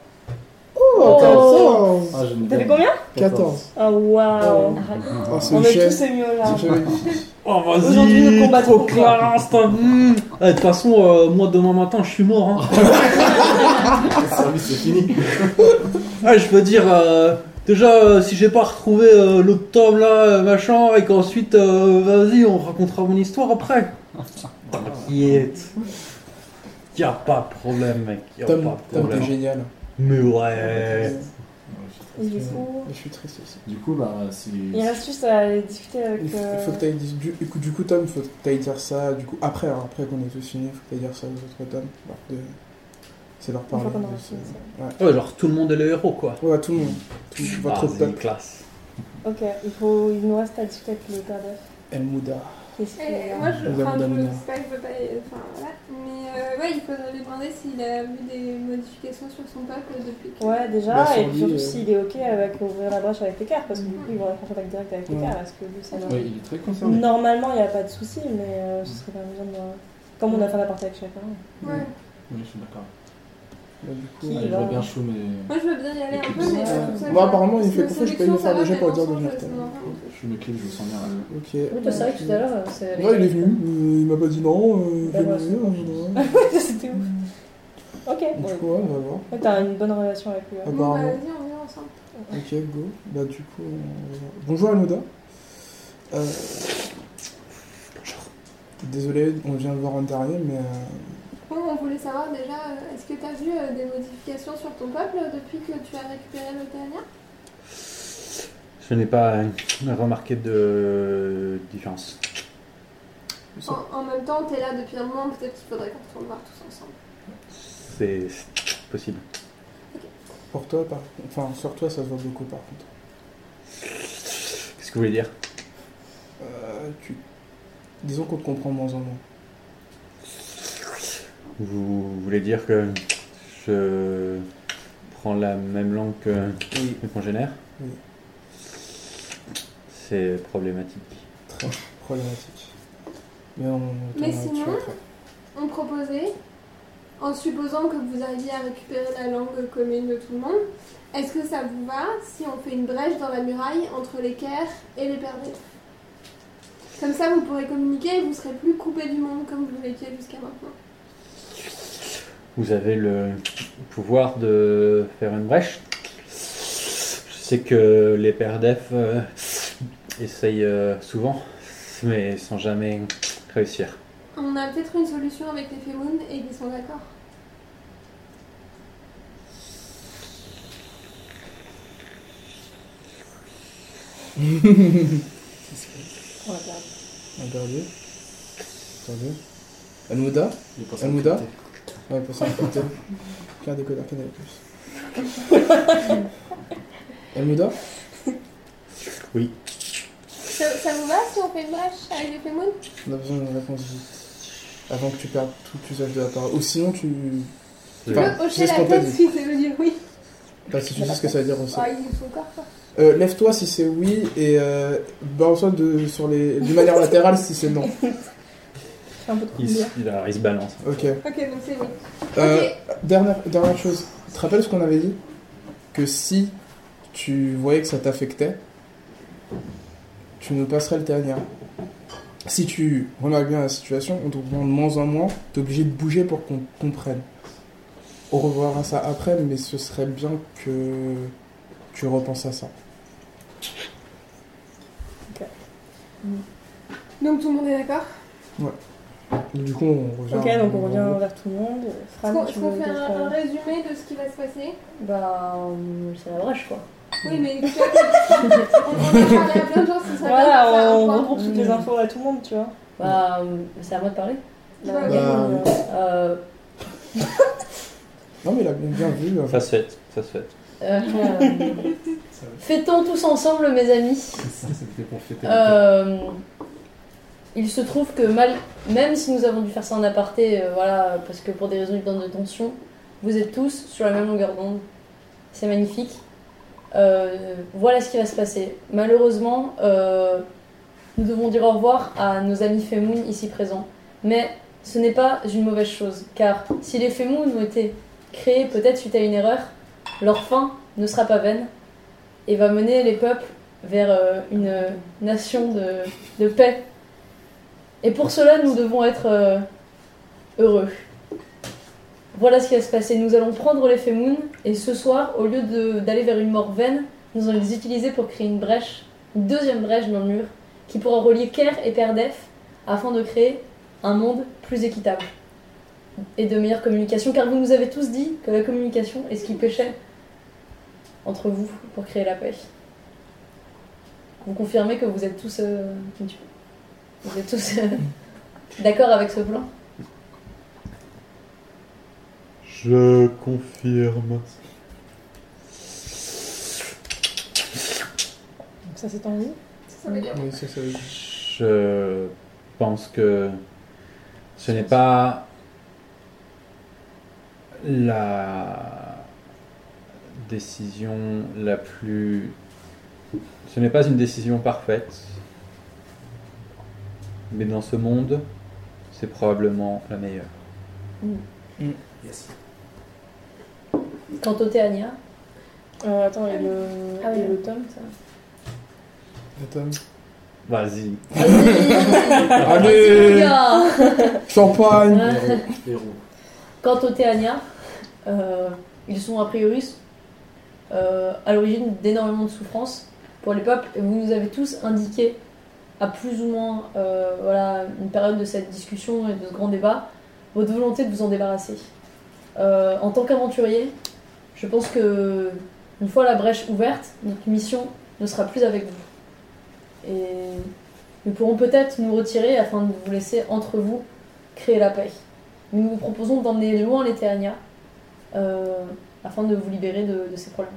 [SPEAKER 8] Oh, 14
[SPEAKER 7] Ah, je n'ai
[SPEAKER 2] T'as
[SPEAKER 7] pas-
[SPEAKER 2] fait combien
[SPEAKER 8] 14
[SPEAKER 2] Ah waouh
[SPEAKER 7] Ah,
[SPEAKER 8] Oh,
[SPEAKER 2] On
[SPEAKER 8] ce
[SPEAKER 2] est tous
[SPEAKER 8] chef.
[SPEAKER 2] émus au
[SPEAKER 8] ce
[SPEAKER 2] larmes.
[SPEAKER 8] chef.
[SPEAKER 1] Oh,
[SPEAKER 2] Aujourd'hui, nous
[SPEAKER 1] vas-y,
[SPEAKER 2] combattrons.
[SPEAKER 1] trop classe, t'as- Hmm. Eh, De toute façon, euh, moi, demain matin, je suis mort. hein.
[SPEAKER 7] Le service c'est fini.
[SPEAKER 1] Ah, je veux dire, euh, déjà, euh, si j'ai pas retrouvé euh, l'autre tome là, euh, machin, et qu'ensuite, euh, vas-y, on racontera mon histoire après. T'inquiète. Y'a pas de problème, mec. Y'a pas de
[SPEAKER 8] Tom, Tom, t'es
[SPEAKER 1] problème.
[SPEAKER 8] génial.
[SPEAKER 1] Mais ouais.
[SPEAKER 2] Et du coup,
[SPEAKER 8] Je suis triste aussi.
[SPEAKER 7] Du coup, bah, si.
[SPEAKER 2] il reste juste à aller discuter
[SPEAKER 8] Il
[SPEAKER 2] avec.
[SPEAKER 8] faut,
[SPEAKER 2] euh,
[SPEAKER 8] il faut que t'ailles dire- du, du coup, du coup, Tom, faut que t'ailles dire ça. Du coup, après, alors, après qu'on ait tous fini, faut que t'ailles dire ça aux autres Tom. leur de- C'est leur
[SPEAKER 2] Une
[SPEAKER 8] parler.
[SPEAKER 2] fois qu'on aura
[SPEAKER 8] de ce-
[SPEAKER 2] fini ça.
[SPEAKER 1] Ouais, genre, tout le monde est le héros, quoi.
[SPEAKER 8] Ouais, tout le monde. Tout, votre
[SPEAKER 1] Vas-y,
[SPEAKER 8] peuple.
[SPEAKER 1] classe.
[SPEAKER 2] Ok, il, faut, il nous reste à discuter avec le père d'œuf.
[SPEAKER 8] El Mouda.
[SPEAKER 2] Qu'est-ce que-
[SPEAKER 3] Et moi, je,
[SPEAKER 8] euh, Madame,
[SPEAKER 3] enfin, je
[SPEAKER 8] madame.
[SPEAKER 3] sais pas, je peux pas. Enfin, voilà. Mais euh, ouais, il faudrait lui demander s'il a vu des modifications sur son peuple depuis que.
[SPEAKER 2] Ouais, déjà,
[SPEAKER 8] Bah, sur
[SPEAKER 2] et puis surtout
[SPEAKER 8] lui, euh,
[SPEAKER 2] s'il est ok avec ouvrir la brèche avec les cartes, parce que du
[SPEAKER 3] Mm.
[SPEAKER 2] coup, ils vont être en contact direct avec les
[SPEAKER 8] Ouais.
[SPEAKER 2] cartes. Est-ce que lui, ça va
[SPEAKER 7] Oui, il est très concerné.
[SPEAKER 2] Normalement, il n'y a pas de souci, mais euh, ce serait quand même bien de. Comme on a fait un aparté avec chacun.
[SPEAKER 3] Ouais.
[SPEAKER 7] Oui, je suis d'accord.
[SPEAKER 8] Bah, du coup,
[SPEAKER 2] Qui
[SPEAKER 7] Allez, je vois bien chaud, mais.
[SPEAKER 3] Moi, je veux bien y aller un peu, mais.
[SPEAKER 8] Euh,
[SPEAKER 3] tout seul,
[SPEAKER 8] moi,
[SPEAKER 3] voilà.
[SPEAKER 8] apparemment, il
[SPEAKER 3] Parce
[SPEAKER 8] me fait
[SPEAKER 3] que
[SPEAKER 8] confiance, je peux
[SPEAKER 3] sélection,
[SPEAKER 8] lui faire
[SPEAKER 3] ça
[SPEAKER 8] le jet
[SPEAKER 3] va,
[SPEAKER 8] pour
[SPEAKER 3] mais
[SPEAKER 8] dire de
[SPEAKER 3] ensemble, euh,
[SPEAKER 8] venir,
[SPEAKER 3] ça
[SPEAKER 8] Tom.
[SPEAKER 3] me rend-
[SPEAKER 7] Je suis le clip, je le sens bien là.
[SPEAKER 8] ok.
[SPEAKER 6] Oui, toi, c'est vrai que tout à l'heure, euh, c'est.
[SPEAKER 8] Non, il est venu, euh, il m'a pas dit non, euh,
[SPEAKER 2] Bah,
[SPEAKER 8] venez,
[SPEAKER 2] bah,
[SPEAKER 8] euh, voilà.
[SPEAKER 2] C'était ouf. Ok,
[SPEAKER 8] Du
[SPEAKER 2] bon.
[SPEAKER 8] coup, ouais, on va voir.
[SPEAKER 2] Ouais, T'as une bonne relation avec lui. hein.
[SPEAKER 8] Ah,
[SPEAKER 3] Bon, bah,
[SPEAKER 8] Apparemment.
[SPEAKER 3] vas-y, on vient ensemble.
[SPEAKER 8] Ok, go. Bah, du coup, on va voir. bonjour Anoda. Euh... Désolé, on vient de voir en dernier, mais euh,
[SPEAKER 3] Bon, on voulait savoir déjà, euh, est-ce que tu as vu euh, des modifications sur ton peuple euh, depuis que tu as récupéré le dernier
[SPEAKER 1] Je n'ai pas euh, remarqué de différence.
[SPEAKER 8] Ça.
[SPEAKER 3] en, en même temps, tu es là depuis un moment, peut-être qu'il faudrait qu'on retourne voir tous ensemble.
[SPEAKER 1] C'est possible.
[SPEAKER 8] pour toi, par... enfin, sur toi, ça se voit beaucoup par contre.
[SPEAKER 1] Qu'est-ce que vous voulez dire
[SPEAKER 8] Euh, tu... Disons qu'on te comprend de moins en moins.
[SPEAKER 1] Vous voulez dire que je prends la même langue que
[SPEAKER 8] Oui.
[SPEAKER 1] mes congénères
[SPEAKER 8] Oui.
[SPEAKER 1] C'est problématique.
[SPEAKER 8] Très problématique. Mais on
[SPEAKER 3] Mais
[SPEAKER 8] retournera
[SPEAKER 3] sinon-
[SPEAKER 8] dessus après.
[SPEAKER 3] On proposait, en supposant que vous arriviez à récupérer la langue commune de tout le monde, est-ce que ça vous va si on fait une brèche dans la muraille entre les Caire et les Perdés Comme ça, vous pourrez communiquer et vous serez plus coupé du monde comme vous l'étiez jusqu'à maintenant.
[SPEAKER 1] Vous avez le pouvoir de faire une brèche. Je sais que les pères d'EF euh, essayent euh, souvent, mais sans jamais réussir.
[SPEAKER 3] On a peut-être une solution avec les Femoun et ils sont d'accord.
[SPEAKER 2] On l'a perdu.
[SPEAKER 8] Attendez. Attendez. Almouda
[SPEAKER 7] Il est pas
[SPEAKER 8] Almouda
[SPEAKER 7] connecté.
[SPEAKER 8] Ouais, pour ça, un cocktail. Plein des codes arcane avec plus. Elle me dort
[SPEAKER 3] Ça, ça vous va si on fait une brèche avec les Femoun
[SPEAKER 8] On a besoin d'une réponse vite. Avant que tu perdes tout usage de la parole. Ou sinon, tu.
[SPEAKER 3] Je
[SPEAKER 8] Enfin,
[SPEAKER 3] peux hocher
[SPEAKER 8] c'est
[SPEAKER 3] la
[SPEAKER 8] spontané.
[SPEAKER 3] tête si c'est dire oui.
[SPEAKER 8] Bah, si tu sais ce que ça veut dire aussi.
[SPEAKER 3] Ah, il est son corps, quoi.
[SPEAKER 8] Euh, Lève-toi si c'est oui et euh, balance-toi de, sur les, d'une manière latérale si c'est non.
[SPEAKER 2] Fais un peu de
[SPEAKER 1] Il,
[SPEAKER 2] combien
[SPEAKER 1] s- il a- il se balance.
[SPEAKER 8] Ok.
[SPEAKER 3] Ok, donc c'est oui.
[SPEAKER 8] Euh,
[SPEAKER 3] Ok,
[SPEAKER 8] Dernière, dernière chose, tu te rappelles ce qu'on avait dit Que si tu voyais que ça t'affectait, tu nous passerais le dernier. Si tu remarques bien la situation, on te comprend de moins en moins, t'es obligé de bouger pour qu'on te comprenne. On reverra ça après, mais ce serait bien que tu repenses à ça.
[SPEAKER 3] donc tout le monde est d'accord
[SPEAKER 8] Du coup, on revient.
[SPEAKER 2] Ok, donc on revient vers tout le monde.
[SPEAKER 3] Est-ce qu'on
[SPEAKER 2] Fran, tu
[SPEAKER 3] est-ce qu'on
[SPEAKER 2] veux
[SPEAKER 3] fait
[SPEAKER 2] dire,
[SPEAKER 3] un,
[SPEAKER 2] euh,
[SPEAKER 3] un résumé de ce qui va se passer
[SPEAKER 6] Bah, on- c'est la brèche, quoi.
[SPEAKER 3] Oui, mais tu vois, on, on a parlé à plein de gens, ce serait bien de faire
[SPEAKER 2] Voilà,
[SPEAKER 3] un
[SPEAKER 2] on
[SPEAKER 3] point.
[SPEAKER 2] regroupe toutes les
[SPEAKER 6] Mm.
[SPEAKER 2] infos à tout le monde, tu vois.
[SPEAKER 6] Bah, euh, c'est à moi de parler.
[SPEAKER 3] Bah,
[SPEAKER 2] ok.
[SPEAKER 8] Bah,
[SPEAKER 2] Euh,
[SPEAKER 6] Euh,
[SPEAKER 8] Non, mais il a bien vu. euh,
[SPEAKER 1] Ça se fait, ça se fait.
[SPEAKER 6] euh, fêtons tous ensemble, mes amis.
[SPEAKER 10] C'est ça, c'était pour fêter.
[SPEAKER 6] Euh, il se trouve que mal, même si nous avons dû faire ça en aparté, euh, voilà, parce que pour des raisons évidentes de tension, vous êtes tous sur la même longueur d'onde. C'est magnifique. Euh, voilà ce qui va se passer. Malheureusement, euh, nous devons dire au revoir à nos amis Femoun ici présents. Mais ce n'est pas une mauvaise chose, car si les Femoun ont été créés peut-être suite à une erreur, leur fin ne sera pas vaine et va mener les peuples vers euh, une nation de, de paix. Et pour cela, nous devons être euh, heureux. Voilà ce qui va se passer. Nous allons prendre les Femoun et ce soir, au lieu de- d'aller vers une mort vaine, nous allons les utiliser pour créer une brèche, une deuxième brèche dans le mur, qui pourra relier Caire et Perdef afin de créer un monde plus équitable et de meilleure communication. Car vous nous avez tous dit que la communication est ce qui pêchait entre vous pour créer la paix. Vous confirmez que vous êtes tous, euh, vous êtes tous euh, d'accord avec ce plan
[SPEAKER 11] Je confirme.
[SPEAKER 2] Donc ça, c'est en ligne.
[SPEAKER 3] Ça veut dire
[SPEAKER 8] oui, ça, ça veut dire.
[SPEAKER 1] Je pense que ce n'est pas la décision la plus... Ce n'est pas une décision parfaite, mais dans ce monde, c'est probablement la meilleure.
[SPEAKER 6] Quant au Théania,
[SPEAKER 2] Euh, attends, et le,
[SPEAKER 6] Ah oui.
[SPEAKER 2] et le tome, ça
[SPEAKER 8] Attends.
[SPEAKER 1] Vas-y.
[SPEAKER 8] Allez Champagne
[SPEAKER 6] Ouais.
[SPEAKER 7] Héros.
[SPEAKER 6] Quant au Théania, euh, ils sont a priori euh, à l'origine d'énormément de souffrances pour les peuples. Et vous nous avez tous indiqué, à plus ou moins euh, voilà, une période de cette discussion et de ce grand débat, votre volonté de vous en débarrasser. Euh, en tant qu'aventurier, je pense que une fois la brèche ouverte, notre mission ne sera plus avec vous. Et nous pourrons peut-être nous retirer afin de vous laisser entre vous créer la paix. Nous vous proposons d'emmener loin les Théania euh, afin de vous libérer de, de ces problèmes.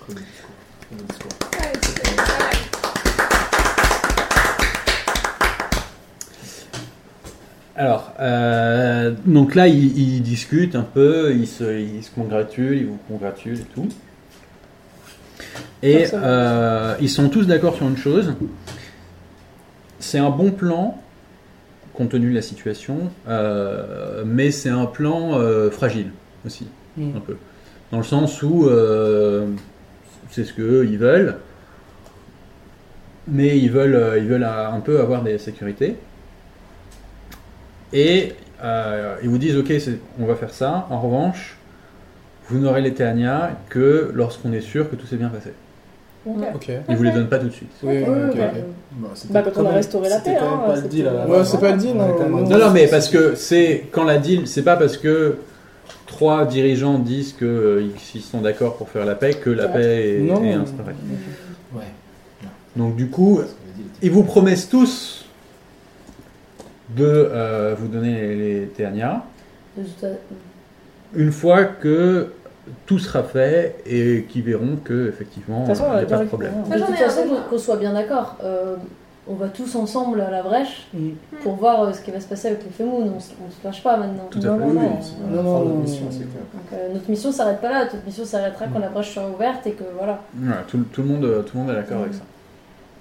[SPEAKER 7] Très bon discours. Très bon discours.
[SPEAKER 3] Ouais, euh, c'est- voilà.
[SPEAKER 1] Alors, euh, donc là, ils, ils discutent un peu, ils se, ils se congratulent, ils vous congratulent et tout. Et
[SPEAKER 2] Personne.
[SPEAKER 1] euh, ils sont tous d'accord sur une chose. C'est un bon plan, compte tenu de la situation, euh, mais c'est un plan euh, fragile aussi,
[SPEAKER 8] Mm.
[SPEAKER 1] un peu. Dans le sens où euh, c'est ce qu'ils veulent, mais ils veulent, euh, ils veulent euh, un peu avoir des sécurités. Et euh, ils vous disent, ok, c'est- on va faire ça. En revanche, vous n'aurez les Théania que lorsqu'on est sûr que tout s'est bien passé.
[SPEAKER 8] Ok.
[SPEAKER 1] Ils vous les donnent pas tout de suite.
[SPEAKER 8] Oui, oui,
[SPEAKER 6] Ouais,
[SPEAKER 8] ok,
[SPEAKER 6] ouais.
[SPEAKER 8] ok.
[SPEAKER 7] Bah, c'était
[SPEAKER 2] Bah, quand on
[SPEAKER 7] quand
[SPEAKER 2] a
[SPEAKER 7] même-
[SPEAKER 2] restauré la
[SPEAKER 7] c'était
[SPEAKER 2] paix,
[SPEAKER 7] quand
[SPEAKER 2] hein.
[SPEAKER 7] même pas le
[SPEAKER 2] c'était-
[SPEAKER 7] deal à la
[SPEAKER 8] Ouais,
[SPEAKER 7] base.
[SPEAKER 8] c'est pas le deal,
[SPEAKER 7] On est
[SPEAKER 8] non,
[SPEAKER 7] quand même en
[SPEAKER 8] non.
[SPEAKER 1] Non,
[SPEAKER 7] deal.
[SPEAKER 1] non, mais parce que c'est quand la deal, c'est pas parce que trois dirigeants disent que euh, ils- ils sont d'accord pour faire la paix que la
[SPEAKER 2] Ouais.
[SPEAKER 1] paix est,
[SPEAKER 8] Non.
[SPEAKER 1] est instaurée.
[SPEAKER 7] Ouais,
[SPEAKER 1] Donc du coup,
[SPEAKER 7] parce que le deal était-
[SPEAKER 1] ils vous promettent tous de euh, vous donner les, les Théania
[SPEAKER 6] De toute façon,
[SPEAKER 1] une fois que tout sera fait et qu'ils verront que effectivement
[SPEAKER 2] toute façon,
[SPEAKER 1] il
[SPEAKER 2] on
[SPEAKER 1] n'y
[SPEAKER 2] va
[SPEAKER 1] a
[SPEAKER 2] bien
[SPEAKER 1] pas de
[SPEAKER 2] récupérer,
[SPEAKER 1] problème.
[SPEAKER 3] Moi,
[SPEAKER 6] de
[SPEAKER 3] j'en
[SPEAKER 6] toute
[SPEAKER 3] ai un,
[SPEAKER 6] façon,
[SPEAKER 3] moi.
[SPEAKER 6] qu'on soit bien d'accord, euh, on va tous ensemble à la brèche
[SPEAKER 8] Mm.
[SPEAKER 6] pour voir euh, ce qui va se passer avec le Femoun. On, se- on se lâche pas maintenant.
[SPEAKER 1] Tout à
[SPEAKER 8] Non,
[SPEAKER 1] fait.
[SPEAKER 8] non,
[SPEAKER 7] Oui,
[SPEAKER 8] non.
[SPEAKER 7] c'est
[SPEAKER 8] Non,
[SPEAKER 7] la
[SPEAKER 8] non,
[SPEAKER 7] fin de la
[SPEAKER 8] non,
[SPEAKER 7] mission,
[SPEAKER 8] non.
[SPEAKER 7] c'est clair.
[SPEAKER 6] Donc, euh, notre mission s'arrête pas là. Notre mission s'arrêtera quand la brèche sera ouverte et que voilà.
[SPEAKER 1] Voilà, tout, tout le monde, euh, tout le monde est d'accord avec ça.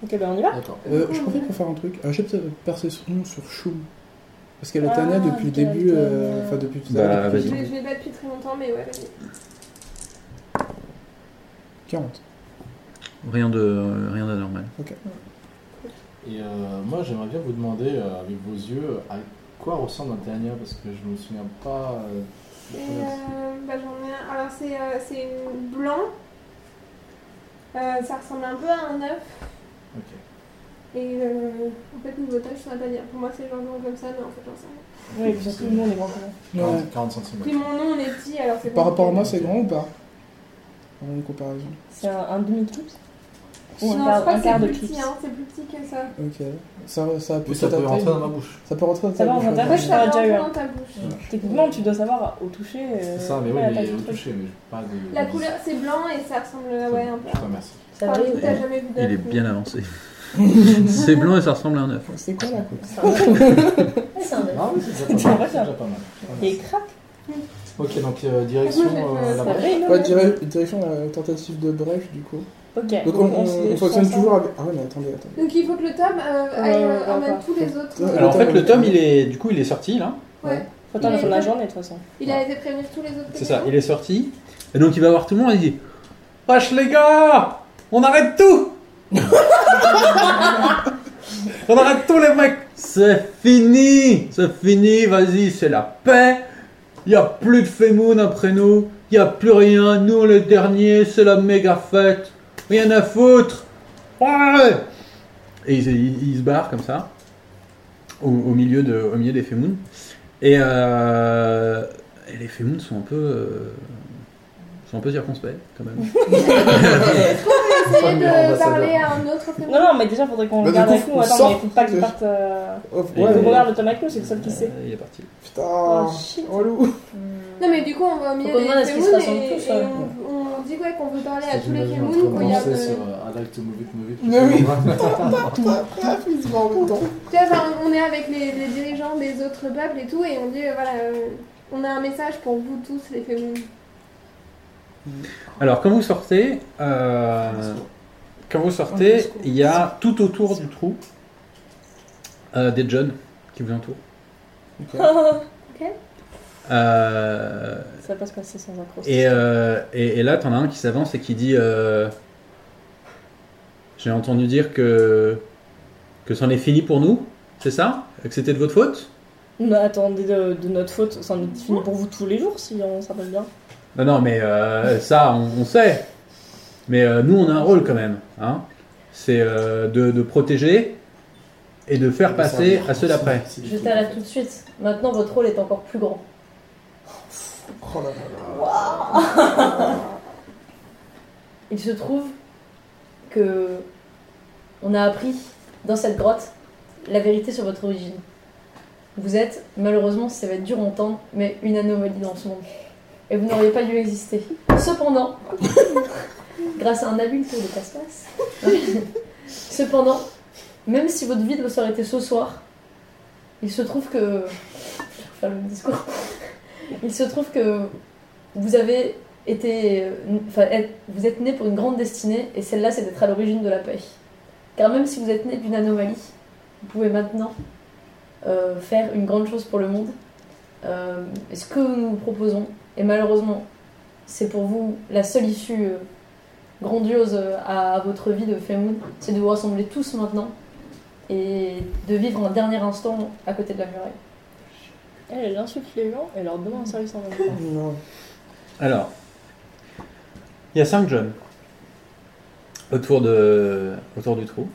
[SPEAKER 2] Ok, ben on y va.
[SPEAKER 7] D'accord.
[SPEAKER 8] Euh, je propose qu'on fasse un truc, Ah, un jet de perception sur Choum. Parce qu'elle est
[SPEAKER 6] Ah,
[SPEAKER 8] Tania depuis le
[SPEAKER 6] qu'elle est
[SPEAKER 8] début, euh,
[SPEAKER 6] Tania.
[SPEAKER 8] enfin depuis tout à
[SPEAKER 1] Bah,
[SPEAKER 8] l'heure.
[SPEAKER 1] vas-y.
[SPEAKER 3] Je l'ai je l'ai pas depuis très longtemps, mais ouais, vas-y.
[SPEAKER 8] 40.
[SPEAKER 1] Rien de, euh, rien d'anormal.
[SPEAKER 7] Et euh, moi, j'aimerais bien vous demander, euh, avec vos yeux, à quoi ressemble un Tania Parce que je me souviens pas. euh,
[SPEAKER 3] Et euh, bah, j'en ai un. Alors c'est euh, c'est une blanc. Euh, ça ressemble un peu à un œuf.
[SPEAKER 7] Ok.
[SPEAKER 3] Et euh, en fait, niveau taille, je saurais pas dire. Pour moi, c'est genre grand comme ça, mais en fait, j'en sais rien.
[SPEAKER 2] Oui, puis surtout, nous, on est grands quand même.
[SPEAKER 8] Ouais.
[SPEAKER 7] 40, 40 cm.
[SPEAKER 3] Puis mon nom, on est petit, alors c'est
[SPEAKER 8] Par rapport à
[SPEAKER 3] compliqué.
[SPEAKER 8] moi, c'est grand ou pas En comparaison.
[SPEAKER 2] C'est un, un demi-clip Ou
[SPEAKER 3] Non,
[SPEAKER 2] un
[SPEAKER 3] je
[SPEAKER 2] quart,
[SPEAKER 3] crois
[SPEAKER 2] bah, un
[SPEAKER 3] que c'est
[SPEAKER 2] quart de
[SPEAKER 3] plus
[SPEAKER 2] clip
[SPEAKER 3] petit, hein, c'est plus petit que ça.
[SPEAKER 8] Ok. Ça, ça a
[SPEAKER 7] Oui, ça
[SPEAKER 8] ta
[SPEAKER 7] peut
[SPEAKER 8] taille.
[SPEAKER 7] rentrer dans ma bouche.
[SPEAKER 8] Ça peut rentrer dans
[SPEAKER 2] Ça
[SPEAKER 8] ta
[SPEAKER 2] va,
[SPEAKER 8] bouche,
[SPEAKER 2] on va
[SPEAKER 8] ouais.
[SPEAKER 3] Moi, je
[SPEAKER 2] Ah,
[SPEAKER 3] savais
[SPEAKER 2] déjà eu
[SPEAKER 3] un
[SPEAKER 2] un.
[SPEAKER 3] peu dans ta bouche.
[SPEAKER 2] Techniquement, tu dois savoir au toucher. euh,
[SPEAKER 7] C'est ça, mais oui,
[SPEAKER 2] la taille
[SPEAKER 7] mais
[SPEAKER 2] du
[SPEAKER 7] au
[SPEAKER 2] truc.
[SPEAKER 7] toucher, mais pas de.
[SPEAKER 3] La couleur, c'est blanc et ça ressemble euh, ouais, un peu.
[SPEAKER 7] Je te remercie.
[SPEAKER 6] Ça
[SPEAKER 3] Enfin,
[SPEAKER 6] va
[SPEAKER 3] du coup, t'as jamais vu
[SPEAKER 1] Il
[SPEAKER 3] d'œuf,
[SPEAKER 1] est
[SPEAKER 3] mais-
[SPEAKER 1] bien avancé. c'est blanc et ça ressemble à un œuf.
[SPEAKER 8] C'est quoi la coupe
[SPEAKER 6] C'est un œuf. Ouais, c'est un œuf.
[SPEAKER 7] Ah oui, c'est déjà pas mal. C'est déjà pas mal.
[SPEAKER 2] Et crac
[SPEAKER 7] Ok, donc euh,
[SPEAKER 3] Moi, j'ai
[SPEAKER 7] direction
[SPEAKER 3] fait
[SPEAKER 7] euh, la
[SPEAKER 3] ça.
[SPEAKER 2] ça
[SPEAKER 7] brèche.
[SPEAKER 2] brille, non
[SPEAKER 8] Ouais, dire- direction la tentative de brèche du coup.
[SPEAKER 2] Ok.
[SPEAKER 8] Donc on, on-
[SPEAKER 2] se-
[SPEAKER 8] on
[SPEAKER 2] je
[SPEAKER 8] fonctionne
[SPEAKER 2] pense
[SPEAKER 8] toujours avec. Ah ouais, mais attendez, attendez.
[SPEAKER 3] Donc il faut que le tome euh, aille euh,
[SPEAKER 2] Euh,
[SPEAKER 3] emmène
[SPEAKER 2] encore.
[SPEAKER 3] tous les autres.
[SPEAKER 8] Alors,
[SPEAKER 1] Alors en fait,
[SPEAKER 8] tome-
[SPEAKER 1] le tome, il est, du coup, il est sorti là.
[SPEAKER 3] ouais.
[SPEAKER 2] ça. Faut attendre la fin de la journée, de toute façon.
[SPEAKER 3] Il a été prévenir tous les autres.
[SPEAKER 1] C'est ça, il est sorti. Et donc il va voir tout le monde et il dit Wesh les gars On arrête tout On arrête tout les mecs C'est fini C'est fini, vas-y, c'est la paix Il a plus de Femoun après nous Il a plus rien, nous le dernier, c'est la méga fête Rien à foutre Ouais Et il, il- il se barre comme ça, au, au milieu, de, au milieu des Femoun. Et euh, et les Femoun sont un peu. euh, sont un peu circonspects, quand même.
[SPEAKER 3] Essayez
[SPEAKER 7] Premier ambassadeur.
[SPEAKER 3] de parler à un autre
[SPEAKER 2] Non,
[SPEAKER 3] féminin.
[SPEAKER 2] non, mais déjà, faudrait qu'on
[SPEAKER 8] Bah, du
[SPEAKER 2] regarde
[SPEAKER 8] coup,
[SPEAKER 2] avec nous.
[SPEAKER 8] on
[SPEAKER 2] Attends,
[SPEAKER 8] sort.
[SPEAKER 2] mais faut pas qu'il parte. euh,
[SPEAKER 1] Et-
[SPEAKER 8] Oh, ouais,
[SPEAKER 2] Faut
[SPEAKER 1] mais-
[SPEAKER 2] qu'on regarde le tome avec nous, c'est le seul qui sait.
[SPEAKER 1] Euh, il est parti.
[SPEAKER 8] putain.
[SPEAKER 2] Oh shit.
[SPEAKER 8] Oh, lourd.
[SPEAKER 6] Hum.
[SPEAKER 3] Non mais du coup on va au milieu
[SPEAKER 6] Faut qu'on
[SPEAKER 3] des
[SPEAKER 6] demande à ce qu'ils
[SPEAKER 3] Femoun
[SPEAKER 6] se ressemblent
[SPEAKER 3] et,
[SPEAKER 6] tous,
[SPEAKER 3] et
[SPEAKER 6] ouais.
[SPEAKER 3] on, on dit ouais qu'on veut parler à
[SPEAKER 7] Parce que
[SPEAKER 3] tous les
[SPEAKER 7] j'imagine en
[SPEAKER 3] Femoun quand
[SPEAKER 7] train de
[SPEAKER 3] il y a
[SPEAKER 7] danser
[SPEAKER 3] de...
[SPEAKER 7] sur euh, I'd like to move it, move it.
[SPEAKER 8] Mais oui. Ils se barrent en même temps.
[SPEAKER 3] Tu vois genre, on est avec les, les dirigeants des autres peuples et tout et on dit euh, voilà euh, on a un message pour vous tous les Femoun.
[SPEAKER 1] Alors, quand vous sortez, euh, quand vous sortez, il y a tout autour du trou euh, des jeunes qui vous entourent.
[SPEAKER 8] Ok.
[SPEAKER 1] Euh,
[SPEAKER 2] Ça va pas se passer sans un cross.
[SPEAKER 1] et, euh, et- et là, t'en as un qui s'avance et qui dit euh, J'ai entendu dire que que c'en est fini pour nous, c'est ça Que c'était de votre faute
[SPEAKER 2] Mais attendez, de, de notre faute, ça en est fini pour vous tous les jours si on s'appelle bien.
[SPEAKER 1] Non, non, mais euh, ça, on, on sait. Mais euh, nous, on a un rôle quand même. Hein. C'est euh, de, de protéger et de faire passer à ceux d'après.
[SPEAKER 6] Je t'arrête tout de suite. Maintenant, votre rôle est encore plus grand.
[SPEAKER 8] Oh là là.
[SPEAKER 6] Il se trouve que on a appris dans cette grotte la vérité sur votre origine. Vous êtes, malheureusement, ça va être dur à entendre, mais une anomalie dans ce monde. Et vous n'auriez pas dû exister. Cependant, grâce à un habile tour de passe-passe, hein, cependant, même si votre vie doit s'arrêter ce soir, il se trouve que. Enfin, le discours. Il se trouve que vous avez était, euh, enfin, être- vous êtes né pour une grande destinée et celle-là c'est d'être à l'origine de la paix. Car même si vous êtes né d'une anomalie, vous pouvez maintenant euh, faire une grande chose pour le monde. Euh, et ce que nous vous proposons, et malheureusement c'est pour vous la seule issue euh, grandiose euh, à, à votre vie de Femoun, c'est de vous rassembler tous maintenant et de vivre un dernier instant à côté de la muraille.
[SPEAKER 2] Eh, Elle, elle insulte les gens et leur demande un service en même temps.
[SPEAKER 8] oh Non.
[SPEAKER 1] Alors, il y a cinq jeunes autour, de, autour du trou.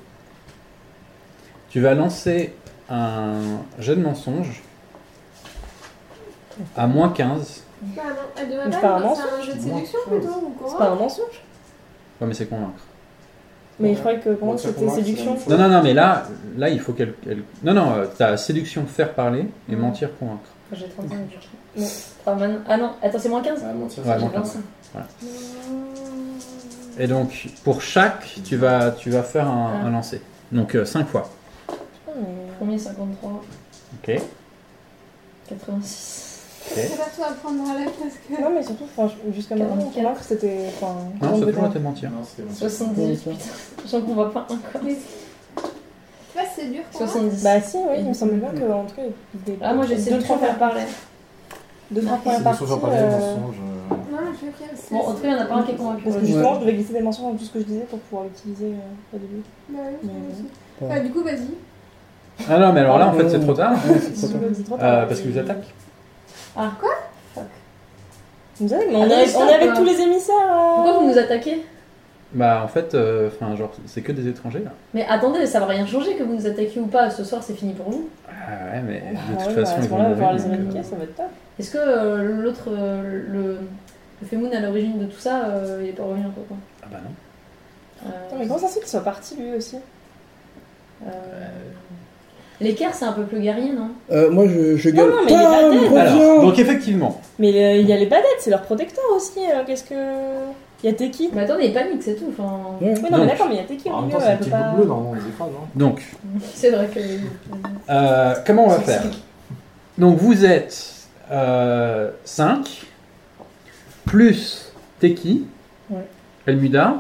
[SPEAKER 1] Tu vas lancer un jet de mensonge à moins 15.
[SPEAKER 3] Bah non, elle devrait
[SPEAKER 2] Mais
[SPEAKER 3] pas
[SPEAKER 2] c'est pas un
[SPEAKER 3] c'est un jeu de séduction plutôt ou
[SPEAKER 2] C'est pas
[SPEAKER 3] quoi
[SPEAKER 2] un mensonge
[SPEAKER 1] Ouais, mais c'est convaincre.
[SPEAKER 2] Mais je croyais que comment
[SPEAKER 12] Bon, ça,
[SPEAKER 2] c'était
[SPEAKER 12] pour moi, c'est
[SPEAKER 2] séduction.
[SPEAKER 12] la même
[SPEAKER 1] Non, non, non, mais là, là il faut qu'elle. elle- Non, non, euh, t'as séduction, faire parler et
[SPEAKER 6] Mhm.
[SPEAKER 1] mentir, convaincre.
[SPEAKER 6] J'ai 35 du coup. Non, ah, maintenant- ah non, attends, c'est moins 15
[SPEAKER 7] Ah, mentir,
[SPEAKER 1] Ouais,
[SPEAKER 7] c'est
[SPEAKER 1] bon,
[SPEAKER 6] J'ai 25.
[SPEAKER 1] Et donc, pour chaque, tu vas, tu vas faire un,
[SPEAKER 6] Ah.
[SPEAKER 1] un lancer. Donc, 5 fois.
[SPEAKER 6] Premier 53,
[SPEAKER 1] Ok.
[SPEAKER 6] 86.
[SPEAKER 3] Je sais pas toi à prendre dans la parce
[SPEAKER 6] euh,
[SPEAKER 3] que.
[SPEAKER 2] Non, mais surtout, franchement, jusqu'à maintenant,
[SPEAKER 6] Quarante-quatre.
[SPEAKER 2] convaincre, c'était. Enfin,
[SPEAKER 1] Non, c'est
[SPEAKER 2] embêtant.
[SPEAKER 1] toujours à te mentir.
[SPEAKER 7] Non, c'était mentir.
[SPEAKER 6] 78, putain. J'en convois pas un quoi.
[SPEAKER 3] Mais... Tu vois, c'est dur pour moi.
[SPEAKER 6] 70.
[SPEAKER 2] Bah, si, oui, il me semble
[SPEAKER 1] Mm.
[SPEAKER 2] bien que, en tout cas, des.
[SPEAKER 6] ah, moi j'essaie de trop faire parler.
[SPEAKER 2] Deux, trois
[SPEAKER 7] C'est
[SPEAKER 2] premières
[SPEAKER 7] des
[SPEAKER 2] parties.
[SPEAKER 7] choses à parler, des
[SPEAKER 2] euh,
[SPEAKER 7] mensonges. euh,
[SPEAKER 3] Non, mais je veux qu'il y ait aussi-
[SPEAKER 6] Bon, en tout cas, il y en a pas un qui est convaincu.
[SPEAKER 2] Parce que
[SPEAKER 6] Ouais.
[SPEAKER 2] justement, je devais glisser des mentions dans tout ce que je disais pour pouvoir l'utiliser euh, au début.
[SPEAKER 3] Bah oui, je veux
[SPEAKER 2] Mais-
[SPEAKER 6] Mmh.
[SPEAKER 3] aussi.
[SPEAKER 8] Ouais.
[SPEAKER 3] Bah, du coup, vas-y.
[SPEAKER 1] Ah non, mais alors là, en fait, c'est trop tard. hein.
[SPEAKER 8] Ouais, c'est trop tard.
[SPEAKER 1] euh, parce qu'ils attaquent.
[SPEAKER 6] Ah,
[SPEAKER 2] Vous savez, mais on,
[SPEAKER 6] Ah,
[SPEAKER 2] est,
[SPEAKER 6] oui,
[SPEAKER 2] on
[SPEAKER 6] ça,
[SPEAKER 2] est avec
[SPEAKER 6] quoi.
[SPEAKER 2] tous les émissaires. euh.
[SPEAKER 6] Pourquoi vous nous attaquez
[SPEAKER 1] Bah, en fait, euh, enfin, genre, c'est que des étrangers, là.
[SPEAKER 6] Mais attendez, ça va rien changer que vous nous attaquiez ou pas. Ce soir, c'est fini pour vous.
[SPEAKER 1] Ah ouais, mais
[SPEAKER 2] Ah
[SPEAKER 1] de
[SPEAKER 2] ouais,
[SPEAKER 1] toute
[SPEAKER 2] bah,
[SPEAKER 1] façon,
[SPEAKER 2] à ce
[SPEAKER 1] ils vont
[SPEAKER 2] moment-là, on va
[SPEAKER 1] mourir,
[SPEAKER 2] voir les
[SPEAKER 1] donc, euh,
[SPEAKER 2] éradiquer, ça va être top.
[SPEAKER 6] Est-ce que euh, l'autre, euh, le, le Femoun à l'origine de tout ça, euh, il est pas revenu encore quoi
[SPEAKER 1] Ah bah non.
[SPEAKER 6] Euh,
[SPEAKER 2] Attends, mais comment ça se fait qu'il soit parti lui aussi
[SPEAKER 6] euh, L'équerre, c'est un peuple guerrier, non
[SPEAKER 8] Euh, moi, je, je gueule.
[SPEAKER 2] non, mais il est
[SPEAKER 8] Tam,
[SPEAKER 2] pas
[SPEAKER 8] reviens
[SPEAKER 1] Alors, donc effectivement,
[SPEAKER 2] Mais euh, il y a les badettes, c'est leur protecteur aussi. euh, Qu'est-ce que. Il y a Teki
[SPEAKER 6] Mais attendez, il panique, c'est tout. Enfin,
[SPEAKER 8] Ouais.
[SPEAKER 2] Oui, non, mais
[SPEAKER 1] Donc.
[SPEAKER 2] d'accord, mais il y a Teki au
[SPEAKER 7] En même
[SPEAKER 2] milieu,
[SPEAKER 7] temps, c'est
[SPEAKER 2] elle
[SPEAKER 7] une
[SPEAKER 2] peut
[SPEAKER 7] petite
[SPEAKER 2] pas.
[SPEAKER 7] boule bleue, normalement, ils écrasent. hein.
[SPEAKER 1] donc,
[SPEAKER 6] c'est vrai que.
[SPEAKER 1] euh, comment on va faire Donc vous êtes 5, plus Teki,
[SPEAKER 2] Ouais.
[SPEAKER 1] Elmuda,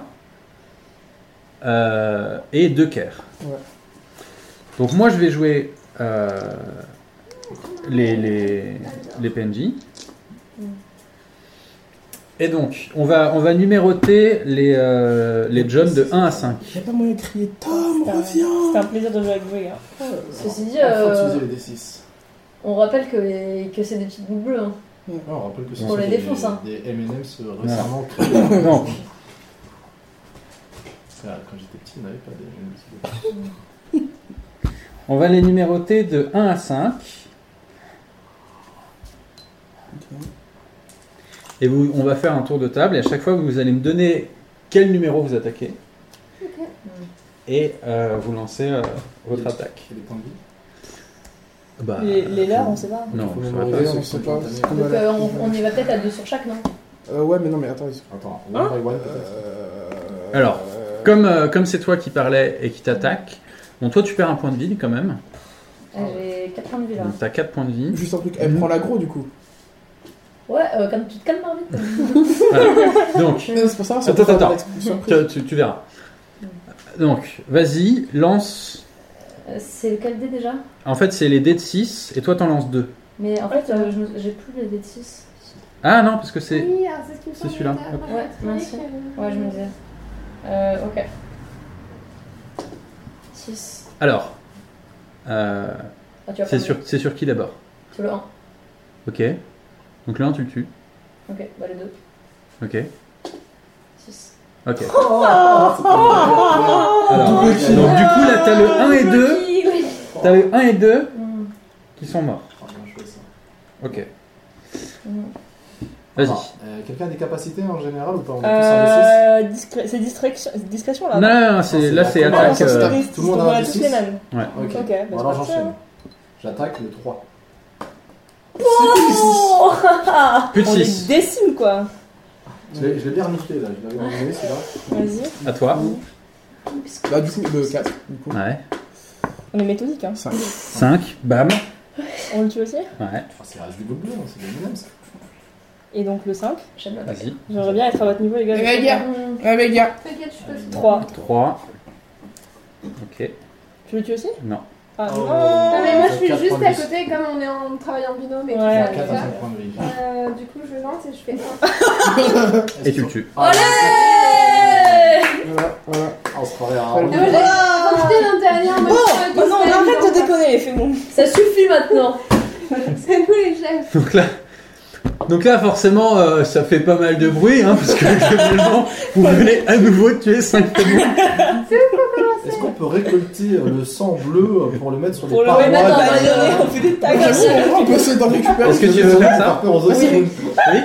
[SPEAKER 1] euh, et Decker.
[SPEAKER 8] Ouais.
[SPEAKER 1] Donc moi je vais jouer euh, les, les, les PNJ. Et donc, on va, on va numéroter les, euh, les John de 1 à 5.
[SPEAKER 8] Y'a pas moyen de crier
[SPEAKER 1] Oh,
[SPEAKER 2] C'était un-
[SPEAKER 8] Tom,
[SPEAKER 2] C'était
[SPEAKER 8] reviens
[SPEAKER 2] un plaisir de jouer avec vous, les gars.
[SPEAKER 6] Ceci dit,
[SPEAKER 7] Il faut
[SPEAKER 6] euh,
[SPEAKER 7] utiliser les D6.
[SPEAKER 6] on rappelle que, les- que c'est des petites boules bleues. hein.
[SPEAKER 7] Ah, on rappelle que ce
[SPEAKER 6] On
[SPEAKER 7] sont
[SPEAKER 6] les
[SPEAKER 7] des,
[SPEAKER 6] défonce, hein.
[SPEAKER 7] des M&M's euh, récemment créés.
[SPEAKER 1] Non.
[SPEAKER 7] Ah, Quand j'étais petit, on n'avait pas des M&M's.
[SPEAKER 1] On va les numéroter de 1 à 5. Et vous, on va faire un tour de table. Et à chaque fois, vous allez me donner quel numéro vous attaquez. Et euh, vous lancez euh, votre attaque.
[SPEAKER 7] Et les points de vie
[SPEAKER 1] Bah,
[SPEAKER 2] Les, les leurs, on sait pas.
[SPEAKER 1] Non,
[SPEAKER 7] Faut
[SPEAKER 1] ça va
[SPEAKER 7] mémoriser.
[SPEAKER 1] pas.
[SPEAKER 8] Ouais, on sait pas. c'est qu'on
[SPEAKER 6] Donc
[SPEAKER 8] a la-
[SPEAKER 6] euh, on, on y va peut-être à deux sur chaque, non
[SPEAKER 8] Euh, ouais, mais non, mais attends. ils-
[SPEAKER 7] Attends,
[SPEAKER 1] hein
[SPEAKER 7] one by one peut-être
[SPEAKER 8] Euh,
[SPEAKER 1] Alors,
[SPEAKER 8] euh,
[SPEAKER 1] Comme euh, comme c'est toi qui parlais et qui t'attaque, bon, toi tu perds un point de vie quand même.
[SPEAKER 6] Ah, J'ai 4 points de vie là.
[SPEAKER 1] Donc t'as 4 points de vie.
[SPEAKER 8] Juste un truc, elle prend l'agro du coup.
[SPEAKER 6] Ouais, euh, comme tu te calmes hein, vite.
[SPEAKER 1] Donc,
[SPEAKER 8] Non, C'est pour ça, c'est
[SPEAKER 1] Attends,
[SPEAKER 8] pour faire
[SPEAKER 1] attends.
[SPEAKER 8] de l'ex- surprise.
[SPEAKER 1] tu, tu- tu verras. Donc, vas-y, lance.
[SPEAKER 6] Euh, c'est lequel dé déjà
[SPEAKER 1] En fait, c'est les dés de 6 et toi t'en lances 2.
[SPEAKER 6] Mais en fait, euh, je me- j'ai plus les dés de 6.
[SPEAKER 1] Ah non, parce que c'est.
[SPEAKER 3] Oui, alors, c'est ce qui me
[SPEAKER 1] c'est
[SPEAKER 3] semblait
[SPEAKER 1] celui-là.
[SPEAKER 3] dire.
[SPEAKER 1] Hop.
[SPEAKER 3] Voilà,
[SPEAKER 6] Ouais,
[SPEAKER 3] c'est vrai
[SPEAKER 6] merci.
[SPEAKER 3] que-
[SPEAKER 6] Ouais, je me disais. Euh, ok. 6.
[SPEAKER 1] Alors, euh,
[SPEAKER 6] Ah, tu vas
[SPEAKER 1] c'est
[SPEAKER 6] prendre
[SPEAKER 1] sur, c'est sur qui d'abord
[SPEAKER 6] Sur le 1.
[SPEAKER 1] Ok. Donc le 1, tu le tues.
[SPEAKER 6] Ok, bah les deux.
[SPEAKER 1] Ok.
[SPEAKER 6] 6.
[SPEAKER 1] Ok. Ah
[SPEAKER 7] Ah,
[SPEAKER 1] Alors,
[SPEAKER 8] Double
[SPEAKER 1] donc du
[SPEAKER 8] kill.
[SPEAKER 1] coup,
[SPEAKER 2] Euh,
[SPEAKER 1] là, t'as le 1 et 2. T'as le 1 et 2
[SPEAKER 6] Hmm.
[SPEAKER 1] qui sont morts.
[SPEAKER 7] Ah, bien joué, ça.
[SPEAKER 1] Ok. Vas-y.
[SPEAKER 7] Alors, euh, Quelqu'un a des capacités en général ou pas On est tous
[SPEAKER 2] Euh, discré- c'est distraction, c'est discrétion là.
[SPEAKER 1] Non, non, non, c'est- là, c'est
[SPEAKER 7] Ah,
[SPEAKER 2] Ah,
[SPEAKER 1] attaque.
[SPEAKER 2] c'est
[SPEAKER 1] euh,
[SPEAKER 2] touriste,
[SPEAKER 7] tout le monde
[SPEAKER 2] on
[SPEAKER 7] a un
[SPEAKER 2] a
[SPEAKER 7] D6.
[SPEAKER 2] tous les mêmes.
[SPEAKER 7] en
[SPEAKER 2] Ok,
[SPEAKER 7] D6
[SPEAKER 2] bah,
[SPEAKER 7] Ok,
[SPEAKER 2] c'est
[SPEAKER 7] Bon, alors
[SPEAKER 2] parti,
[SPEAKER 7] j'enchaîne.
[SPEAKER 2] hein.
[SPEAKER 7] J'attaque le 3.
[SPEAKER 2] Oh
[SPEAKER 1] Plus de
[SPEAKER 2] on
[SPEAKER 1] 6.
[SPEAKER 2] les décime quoi.
[SPEAKER 7] Je l'ai je l'ai bien reniflé là, je l'avais reniflé celui-là.
[SPEAKER 2] Vas-y.
[SPEAKER 1] À toi.
[SPEAKER 8] Bah, du coup, le 4, du coup.
[SPEAKER 1] Ouais.
[SPEAKER 2] On est méthodique, hein.
[SPEAKER 8] 5.
[SPEAKER 1] 5. Bam.
[SPEAKER 2] On le tue aussi.
[SPEAKER 1] Ouais.
[SPEAKER 7] Enfin, c'est rage du bleu, hein, c'est des M&M's.
[SPEAKER 2] Et donc le 5.
[SPEAKER 6] J'aime la
[SPEAKER 1] Vas-y.
[SPEAKER 2] J'aimerais bien être à votre niveau, les gars.
[SPEAKER 8] Les gars.
[SPEAKER 6] Mmh.
[SPEAKER 8] Ah, les gars.
[SPEAKER 3] T'inquiète, je peux
[SPEAKER 2] 3.
[SPEAKER 1] 3. Ok.
[SPEAKER 2] Tu le tues aussi
[SPEAKER 1] Non.
[SPEAKER 2] Ah
[SPEAKER 7] Oh.
[SPEAKER 3] Non,
[SPEAKER 2] non
[SPEAKER 3] mais moi je
[SPEAKER 7] Quatre
[SPEAKER 3] suis juste
[SPEAKER 7] points
[SPEAKER 3] à
[SPEAKER 7] de
[SPEAKER 3] côté, comme on est en travail en binôme et
[SPEAKER 2] Ouais.
[SPEAKER 3] tout ça,
[SPEAKER 2] Quatre
[SPEAKER 3] tout
[SPEAKER 7] 4 à
[SPEAKER 3] ça.
[SPEAKER 7] 5 points de vie.
[SPEAKER 3] Euh, du coup, je lance et je fais un.
[SPEAKER 1] Et tu le tues.
[SPEAKER 7] Ah,
[SPEAKER 8] Voilà, voilà.
[SPEAKER 7] ah, On se croirait à un
[SPEAKER 8] Voilà.
[SPEAKER 7] rôle.
[SPEAKER 3] Ah, moi, j'ai- quand j'étais l'intérieur, moi,
[SPEAKER 2] Bon,
[SPEAKER 3] je suis
[SPEAKER 2] bah
[SPEAKER 3] à
[SPEAKER 2] Oh, non,
[SPEAKER 3] Disney,
[SPEAKER 2] mais arrête
[SPEAKER 3] donc,
[SPEAKER 2] de déconner, les fémons.
[SPEAKER 6] Ça suffit maintenant
[SPEAKER 3] C'est nous les chefs.
[SPEAKER 1] Donc là, donc là forcément, euh, ça fait pas mal de bruit, hein, parce que globalement, vous venez à nouveau de tuer 5
[SPEAKER 7] Est-ce qu'on peut récolter euh, le sang bleu euh, pour le mettre sur les
[SPEAKER 2] Pour Oh, le
[SPEAKER 7] parois
[SPEAKER 2] remettre dans le
[SPEAKER 6] ouais, bah,
[SPEAKER 2] baïonnet,
[SPEAKER 6] euh,
[SPEAKER 2] on fait des
[SPEAKER 8] Ah,
[SPEAKER 2] tags. hein.
[SPEAKER 8] Vraiment, on peut essayer d'en récupérer.
[SPEAKER 1] Est-ce que tu veux faire ça
[SPEAKER 7] Par peur aux autres.
[SPEAKER 1] Oui.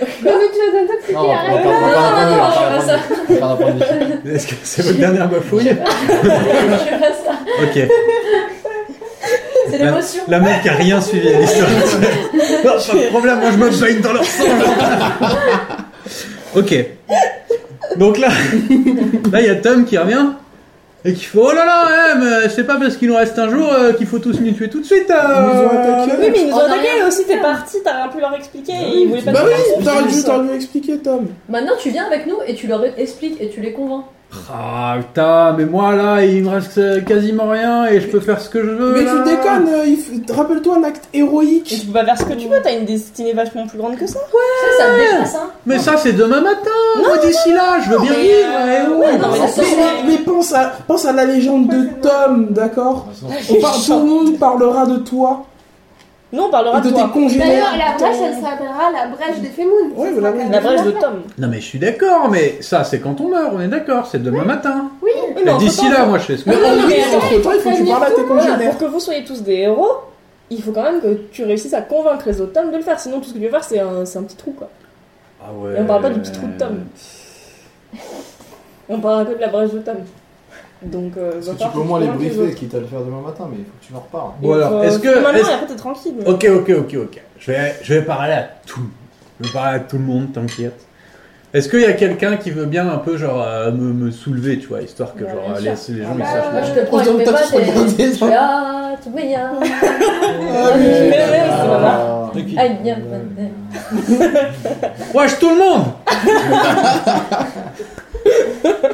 [SPEAKER 3] Comme tu vas t'intoxiquer,
[SPEAKER 7] Non, on va pas-
[SPEAKER 3] arrête.
[SPEAKER 7] on va pas- on va pas-
[SPEAKER 6] non, non,
[SPEAKER 7] on va
[SPEAKER 6] non,
[SPEAKER 7] pas-
[SPEAKER 6] ça ça.
[SPEAKER 7] Par rapport à lui.
[SPEAKER 1] Est-ce que c'est votre dernière bafouille
[SPEAKER 6] Je pas ça.
[SPEAKER 1] Ok.
[SPEAKER 6] C'est l'émotion.
[SPEAKER 1] La meuf qui a rien suivi à l'histoire. Non, pas de problème, moi je me baigne dans leur sang. ok. Donc là, là il y a Tom qui revient et qui fait Oh là là, eh, mais c'est pas parce qu'il nous reste un jour euh, qu'il faut tous nous tuer tout de suite. euh.
[SPEAKER 8] Ils nous ont attaqués.
[SPEAKER 2] Oui, mais ils nous
[SPEAKER 6] On
[SPEAKER 2] ont
[SPEAKER 6] a
[SPEAKER 2] attaqué
[SPEAKER 6] rien
[SPEAKER 2] aussi,
[SPEAKER 6] fait.
[SPEAKER 2] t'es parti, t'as rien pu leur expliquer et ils voulaient pas
[SPEAKER 8] Bah
[SPEAKER 2] te faire
[SPEAKER 8] oui, t'aurais
[SPEAKER 2] confiance.
[SPEAKER 8] dû, t'aurais dû expliquer, Tom.
[SPEAKER 6] Maintenant, tu viens avec nous et tu leur expliques et tu les convaincs.
[SPEAKER 1] Ah putain, mais moi là, il me reste euh, quasiment rien et je peux faire ce que je veux.
[SPEAKER 8] Mais
[SPEAKER 1] Oh là.
[SPEAKER 8] tu déconnes, euh, il f- rappelle-toi un acte
[SPEAKER 2] Et
[SPEAKER 8] héroïque.
[SPEAKER 2] tu peux pas faire ce que tu veux, t'as une destinée vachement plus grande que ça.
[SPEAKER 6] Ça, ça te dépasse, hein.
[SPEAKER 1] Mais ça, c'est demain matin. Moi d'ici là, je veux bien
[SPEAKER 6] mais,
[SPEAKER 1] vivre.
[SPEAKER 6] euh,
[SPEAKER 1] eh,
[SPEAKER 6] ouais,
[SPEAKER 1] ouais.
[SPEAKER 6] non, mais ça,
[SPEAKER 8] Mais-
[SPEAKER 6] c'est-
[SPEAKER 8] mais, mais pense, à, pense à la légende de Tom, d'accord On parle- Tout le monde parlera de toi
[SPEAKER 2] Nous, on parlera
[SPEAKER 8] et de
[SPEAKER 2] de
[SPEAKER 8] tes
[SPEAKER 2] toi.
[SPEAKER 8] congénères.
[SPEAKER 3] D'ailleurs, la brèche, elle s'appellera la brèche des Fémounes.
[SPEAKER 8] Ouais,
[SPEAKER 3] Ce sera
[SPEAKER 8] voilà, oui.
[SPEAKER 2] La
[SPEAKER 3] quand même
[SPEAKER 2] brèche de
[SPEAKER 3] bien.
[SPEAKER 2] Tom.
[SPEAKER 1] Non mais je suis d'accord, mais ça c'est quand on meurt, on est d'accord, c'est demain matin.
[SPEAKER 2] Oui, mais
[SPEAKER 1] Et D'ici
[SPEAKER 2] entre-temps,
[SPEAKER 1] là, moi je fais ce que
[SPEAKER 8] Mais
[SPEAKER 1] je
[SPEAKER 2] Non, non,
[SPEAKER 8] en
[SPEAKER 2] non,
[SPEAKER 8] oui,
[SPEAKER 2] mais attends,
[SPEAKER 8] entre toi, il faut que tu parles à tes
[SPEAKER 2] Voilà,
[SPEAKER 8] congénères.
[SPEAKER 2] pour que vous soyez tous des héros, il faut quand même que tu réussisses à convaincre les autres tomes de le faire. Sinon, tout ce que tu veux faire, c'est un, c'est un petit trou, quoi.
[SPEAKER 1] Ah ouais.
[SPEAKER 2] Et on parle pas du petit trou de Tom. On parlera que de la brèche de Tom. Donc, euh,
[SPEAKER 7] Parce
[SPEAKER 2] va
[SPEAKER 7] que tu
[SPEAKER 2] falloir
[SPEAKER 7] peux au moins
[SPEAKER 2] tu
[SPEAKER 7] les
[SPEAKER 2] convainques
[SPEAKER 7] briefer,
[SPEAKER 2] autres.
[SPEAKER 7] quitte à le faire demain matin, mais il faut que tu leur parles.
[SPEAKER 1] Bon alors,
[SPEAKER 2] Faut-
[SPEAKER 1] est-ce que...
[SPEAKER 2] faut Maintenant,
[SPEAKER 1] est-ce-
[SPEAKER 2] et euh, après, t'es tranquille.
[SPEAKER 1] Ok, ok, ok, ok. Je vais, je vais parler à tout. Je vais parler à tout le monde, t'inquiète. Est-ce qu'il y a quelqu'un qui veut bien un peu genre euh, me, me soulever, tu vois, histoire que
[SPEAKER 6] Bah,
[SPEAKER 1] genre
[SPEAKER 6] bien
[SPEAKER 1] euh,
[SPEAKER 6] sûr.
[SPEAKER 1] les, les gens
[SPEAKER 6] Ah
[SPEAKER 1] ils
[SPEAKER 6] bah,
[SPEAKER 1] sachent.
[SPEAKER 6] moi,
[SPEAKER 1] pas.
[SPEAKER 6] je te prends,
[SPEAKER 8] Autour
[SPEAKER 6] je
[SPEAKER 8] de
[SPEAKER 6] mets
[SPEAKER 8] ta
[SPEAKER 6] pas
[SPEAKER 8] tête,
[SPEAKER 6] tes-
[SPEAKER 8] regardez,
[SPEAKER 6] Je
[SPEAKER 8] genre.
[SPEAKER 6] fais, Ah, tout bien.
[SPEAKER 7] euh,
[SPEAKER 8] Ah, mais-
[SPEAKER 2] Mais ouais, c'est pas mal.
[SPEAKER 1] Tranquille.
[SPEAKER 6] Ah, bien, bien.
[SPEAKER 1] Eh, Wesh tout le monde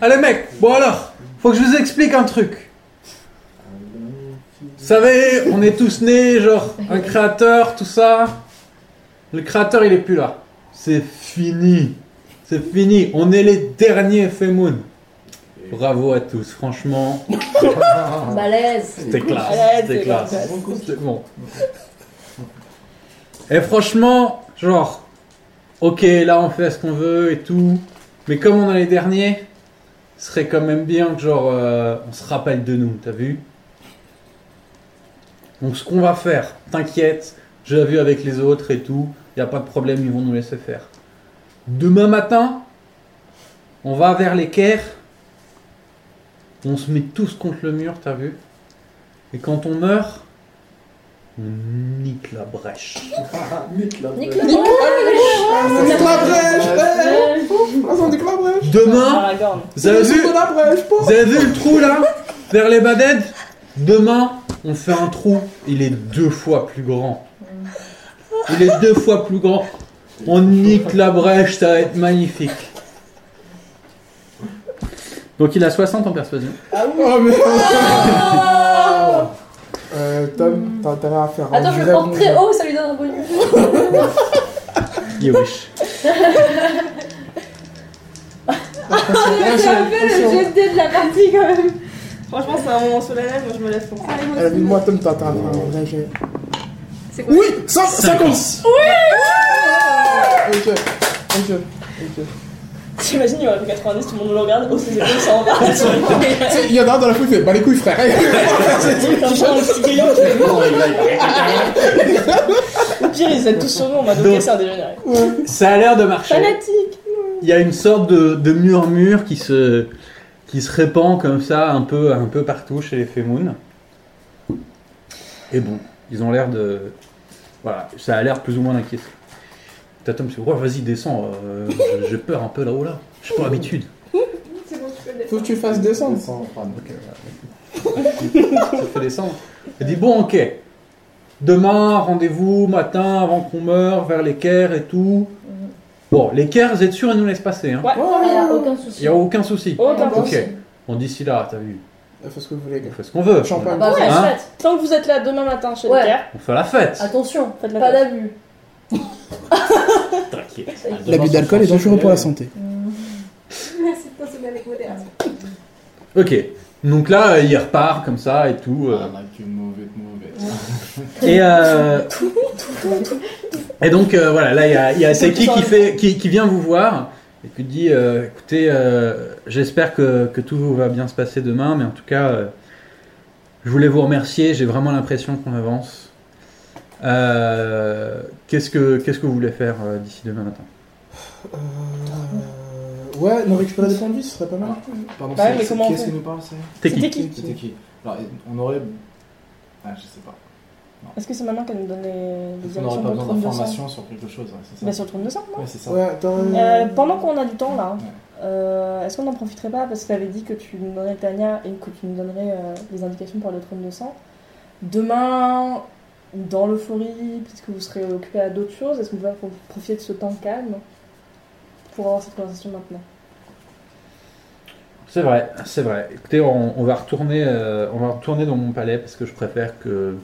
[SPEAKER 1] Allez mec, bon alors, faut que je vous explique un truc. Vous savez, on est tous nés, genre, un créateur, tout ça. Le créateur, il est plus là. C'est fini. C'est fini. On est les derniers Femoun. Bravo à tous, franchement.
[SPEAKER 6] Balèze.
[SPEAKER 1] C'était classe,
[SPEAKER 2] Ouais,
[SPEAKER 1] c'était
[SPEAKER 2] c'est
[SPEAKER 1] classe.
[SPEAKER 2] classe.
[SPEAKER 1] C'était bon. Et franchement, genre, ok, là on fait ce qu'on veut et tout, mais comme on est les derniers, ce serait quand même bien que genre euh, on se rappelle de nous, t'as vu Donc ce qu'on va faire, t'inquiète, j'ai vu avec les autres et tout, y a pas de problème, ils vont nous laisser faire. Demain matin, on va vers l'équerre, on se met tous contre le mur, t'as vu et quand on meurt, on nique la brèche.
[SPEAKER 6] Nique le
[SPEAKER 8] Nique
[SPEAKER 6] bras.
[SPEAKER 1] Ah,
[SPEAKER 8] la brèche, nique la brèche, eh. Ah, ça nique la brèche.
[SPEAKER 2] Dans
[SPEAKER 1] Demain,
[SPEAKER 2] la gorne.
[SPEAKER 1] vous avez vu,
[SPEAKER 8] Nique la brèche, bon.
[SPEAKER 1] vous avez vu le trou là Vers les badèdes Demain, on fait un trou. Il est deux fois plus grand. Il est deux fois plus grand. On nique la brèche, ça va être magnifique. Donc il a 60 en persuasion.
[SPEAKER 8] Oh, mais- Euh, Tom, t'as intérêt à faire un
[SPEAKER 6] Attends, je
[SPEAKER 8] vrai
[SPEAKER 6] le porte
[SPEAKER 8] bon
[SPEAKER 6] très
[SPEAKER 8] jeu.
[SPEAKER 6] haut, ça lui donne un bonus.
[SPEAKER 1] Ah, You wish.
[SPEAKER 3] J'ai un peu le jet de dés de la partie quand même.
[SPEAKER 2] Franchement, c'est un moment solennel, moi je me lève pour ça.
[SPEAKER 3] Allez, Ah, moi
[SPEAKER 8] Euh,
[SPEAKER 3] aussi.
[SPEAKER 8] Moi, Tom, t'as intérêt à faire un vrai jeu.
[SPEAKER 3] C'est quoi
[SPEAKER 8] Oui, 50 Oui Ok, ok, ok.
[SPEAKER 2] T'imagines, il y aurait fait 90, tout le monde nous le regarde, oh, c'est bon, ça en va.
[SPEAKER 8] Tu sais, Il y en a un dans la foule qui fait Bah les couilles, frère
[SPEAKER 2] Franchement, le petit grillon, je vais- Au pire, ils aiment tous sur nous, on m'a
[SPEAKER 1] Donc-
[SPEAKER 2] donné c'est un dégénéré.
[SPEAKER 1] Ça a l'air de marcher.
[SPEAKER 2] Fanatique
[SPEAKER 1] Il y a une sorte de, de murmure qui se, qui se répand comme ça un peu, un peu partout chez les Femoun. Et bon, ils ont l'air de. Voilà, ça a l'air plus ou moins d'inquiéter. T'as Tom, c'est ouais, vas-y, descends, euh, j'ai peur un peu là-haut là. J'ai pas l'habitude.
[SPEAKER 3] C'est bon, je connais.
[SPEAKER 8] Faut que tu fasses descendre.
[SPEAKER 7] Descends, Fran.
[SPEAKER 1] Ça fait descendre. Elle dit bon, ok. Demain, rendez-vous, matin, avant qu'on meure, vers l'équerre et tout. Bon, l'équerre, vous êtes sûr, elle nous laisse passer. Hein.
[SPEAKER 2] Ouais,
[SPEAKER 6] Non, mais il a aucun souci.
[SPEAKER 1] Il n'y a aucun souci.
[SPEAKER 2] Aucun
[SPEAKER 1] Ok.
[SPEAKER 2] souci.
[SPEAKER 1] On dit si là, t'as vu,
[SPEAKER 8] Fais ce que vous voulez,
[SPEAKER 1] on
[SPEAKER 8] gars.
[SPEAKER 1] fait ce qu'on veut.
[SPEAKER 6] Ah
[SPEAKER 8] Champagne.
[SPEAKER 6] bah,
[SPEAKER 2] Ouais.
[SPEAKER 1] Hein
[SPEAKER 6] en fait,
[SPEAKER 2] Tant que vous êtes là demain matin chez
[SPEAKER 6] Ouais.
[SPEAKER 2] le Caire,
[SPEAKER 1] On fait la fête.
[SPEAKER 6] attention,
[SPEAKER 2] Faites la
[SPEAKER 6] pas
[SPEAKER 2] fête.
[SPEAKER 6] d'abus.
[SPEAKER 1] T'inquiète.
[SPEAKER 8] L'abus d'alcool est dangereux pour la santé.
[SPEAKER 3] Merci de consommer avec modération.
[SPEAKER 1] Ok. Donc là, euh, il repart comme ça et tout. euh.
[SPEAKER 7] Ah, là, que mauvais, mauvais.
[SPEAKER 1] Et, euh, et donc euh, voilà, là il y a, il y a Seki qui, fait, qui, qui vient vous voir et qui dit euh, écoutez, euh, j'espère que, que tout va bien se passer demain, mais en tout cas, euh, je voulais vous remercier, j'ai vraiment l'impression qu'on avance. Euh, qu'est-ce, que, qu'est-ce que vous voulez faire euh, d'ici demain matin
[SPEAKER 8] Euh, Ouais, non, récupérer des points de vie, ce serait pas mal.
[SPEAKER 7] Pardon,
[SPEAKER 2] Bah ouais, mais
[SPEAKER 7] c'est- c'est
[SPEAKER 2] comment
[SPEAKER 7] qui
[SPEAKER 2] on
[SPEAKER 7] est-ce
[SPEAKER 2] fait
[SPEAKER 7] qui nous parle, c'est
[SPEAKER 2] C'était qui
[SPEAKER 7] C'était qui Alors, on aurait. Ah, je sais pas.
[SPEAKER 2] Est-ce que c'est maintenant qu'elle nous donne les, les
[SPEAKER 7] On n'aurait
[SPEAKER 2] directions
[SPEAKER 7] pas
[SPEAKER 2] pour le
[SPEAKER 7] besoin
[SPEAKER 2] 3200
[SPEAKER 7] d'informations sur quelque chose, ouais, c'est ça
[SPEAKER 2] Bah sur le 3200, non
[SPEAKER 7] Ouais, c'est ça.
[SPEAKER 8] Ouais, attends. euh,
[SPEAKER 2] Euh, pendant qu'on a du temps là, hein,
[SPEAKER 7] Ouais.
[SPEAKER 2] euh, est-ce qu'on n'en profiterait pas parce que tu avais dit que tu nous donnerais Tania et que tu nous donnerais euh, les indications pour le 3200 Demain, dans l'euphorie, puisque vous serez occupé à d'autres choses, est-ce qu'on peut pas pro- profiter de ce temps calme pour avoir cette conversation maintenant
[SPEAKER 1] C'est vrai, c'est vrai. Écoutez, on, on va retourner, euh, on va retourner dans mon palais parce que je préfère que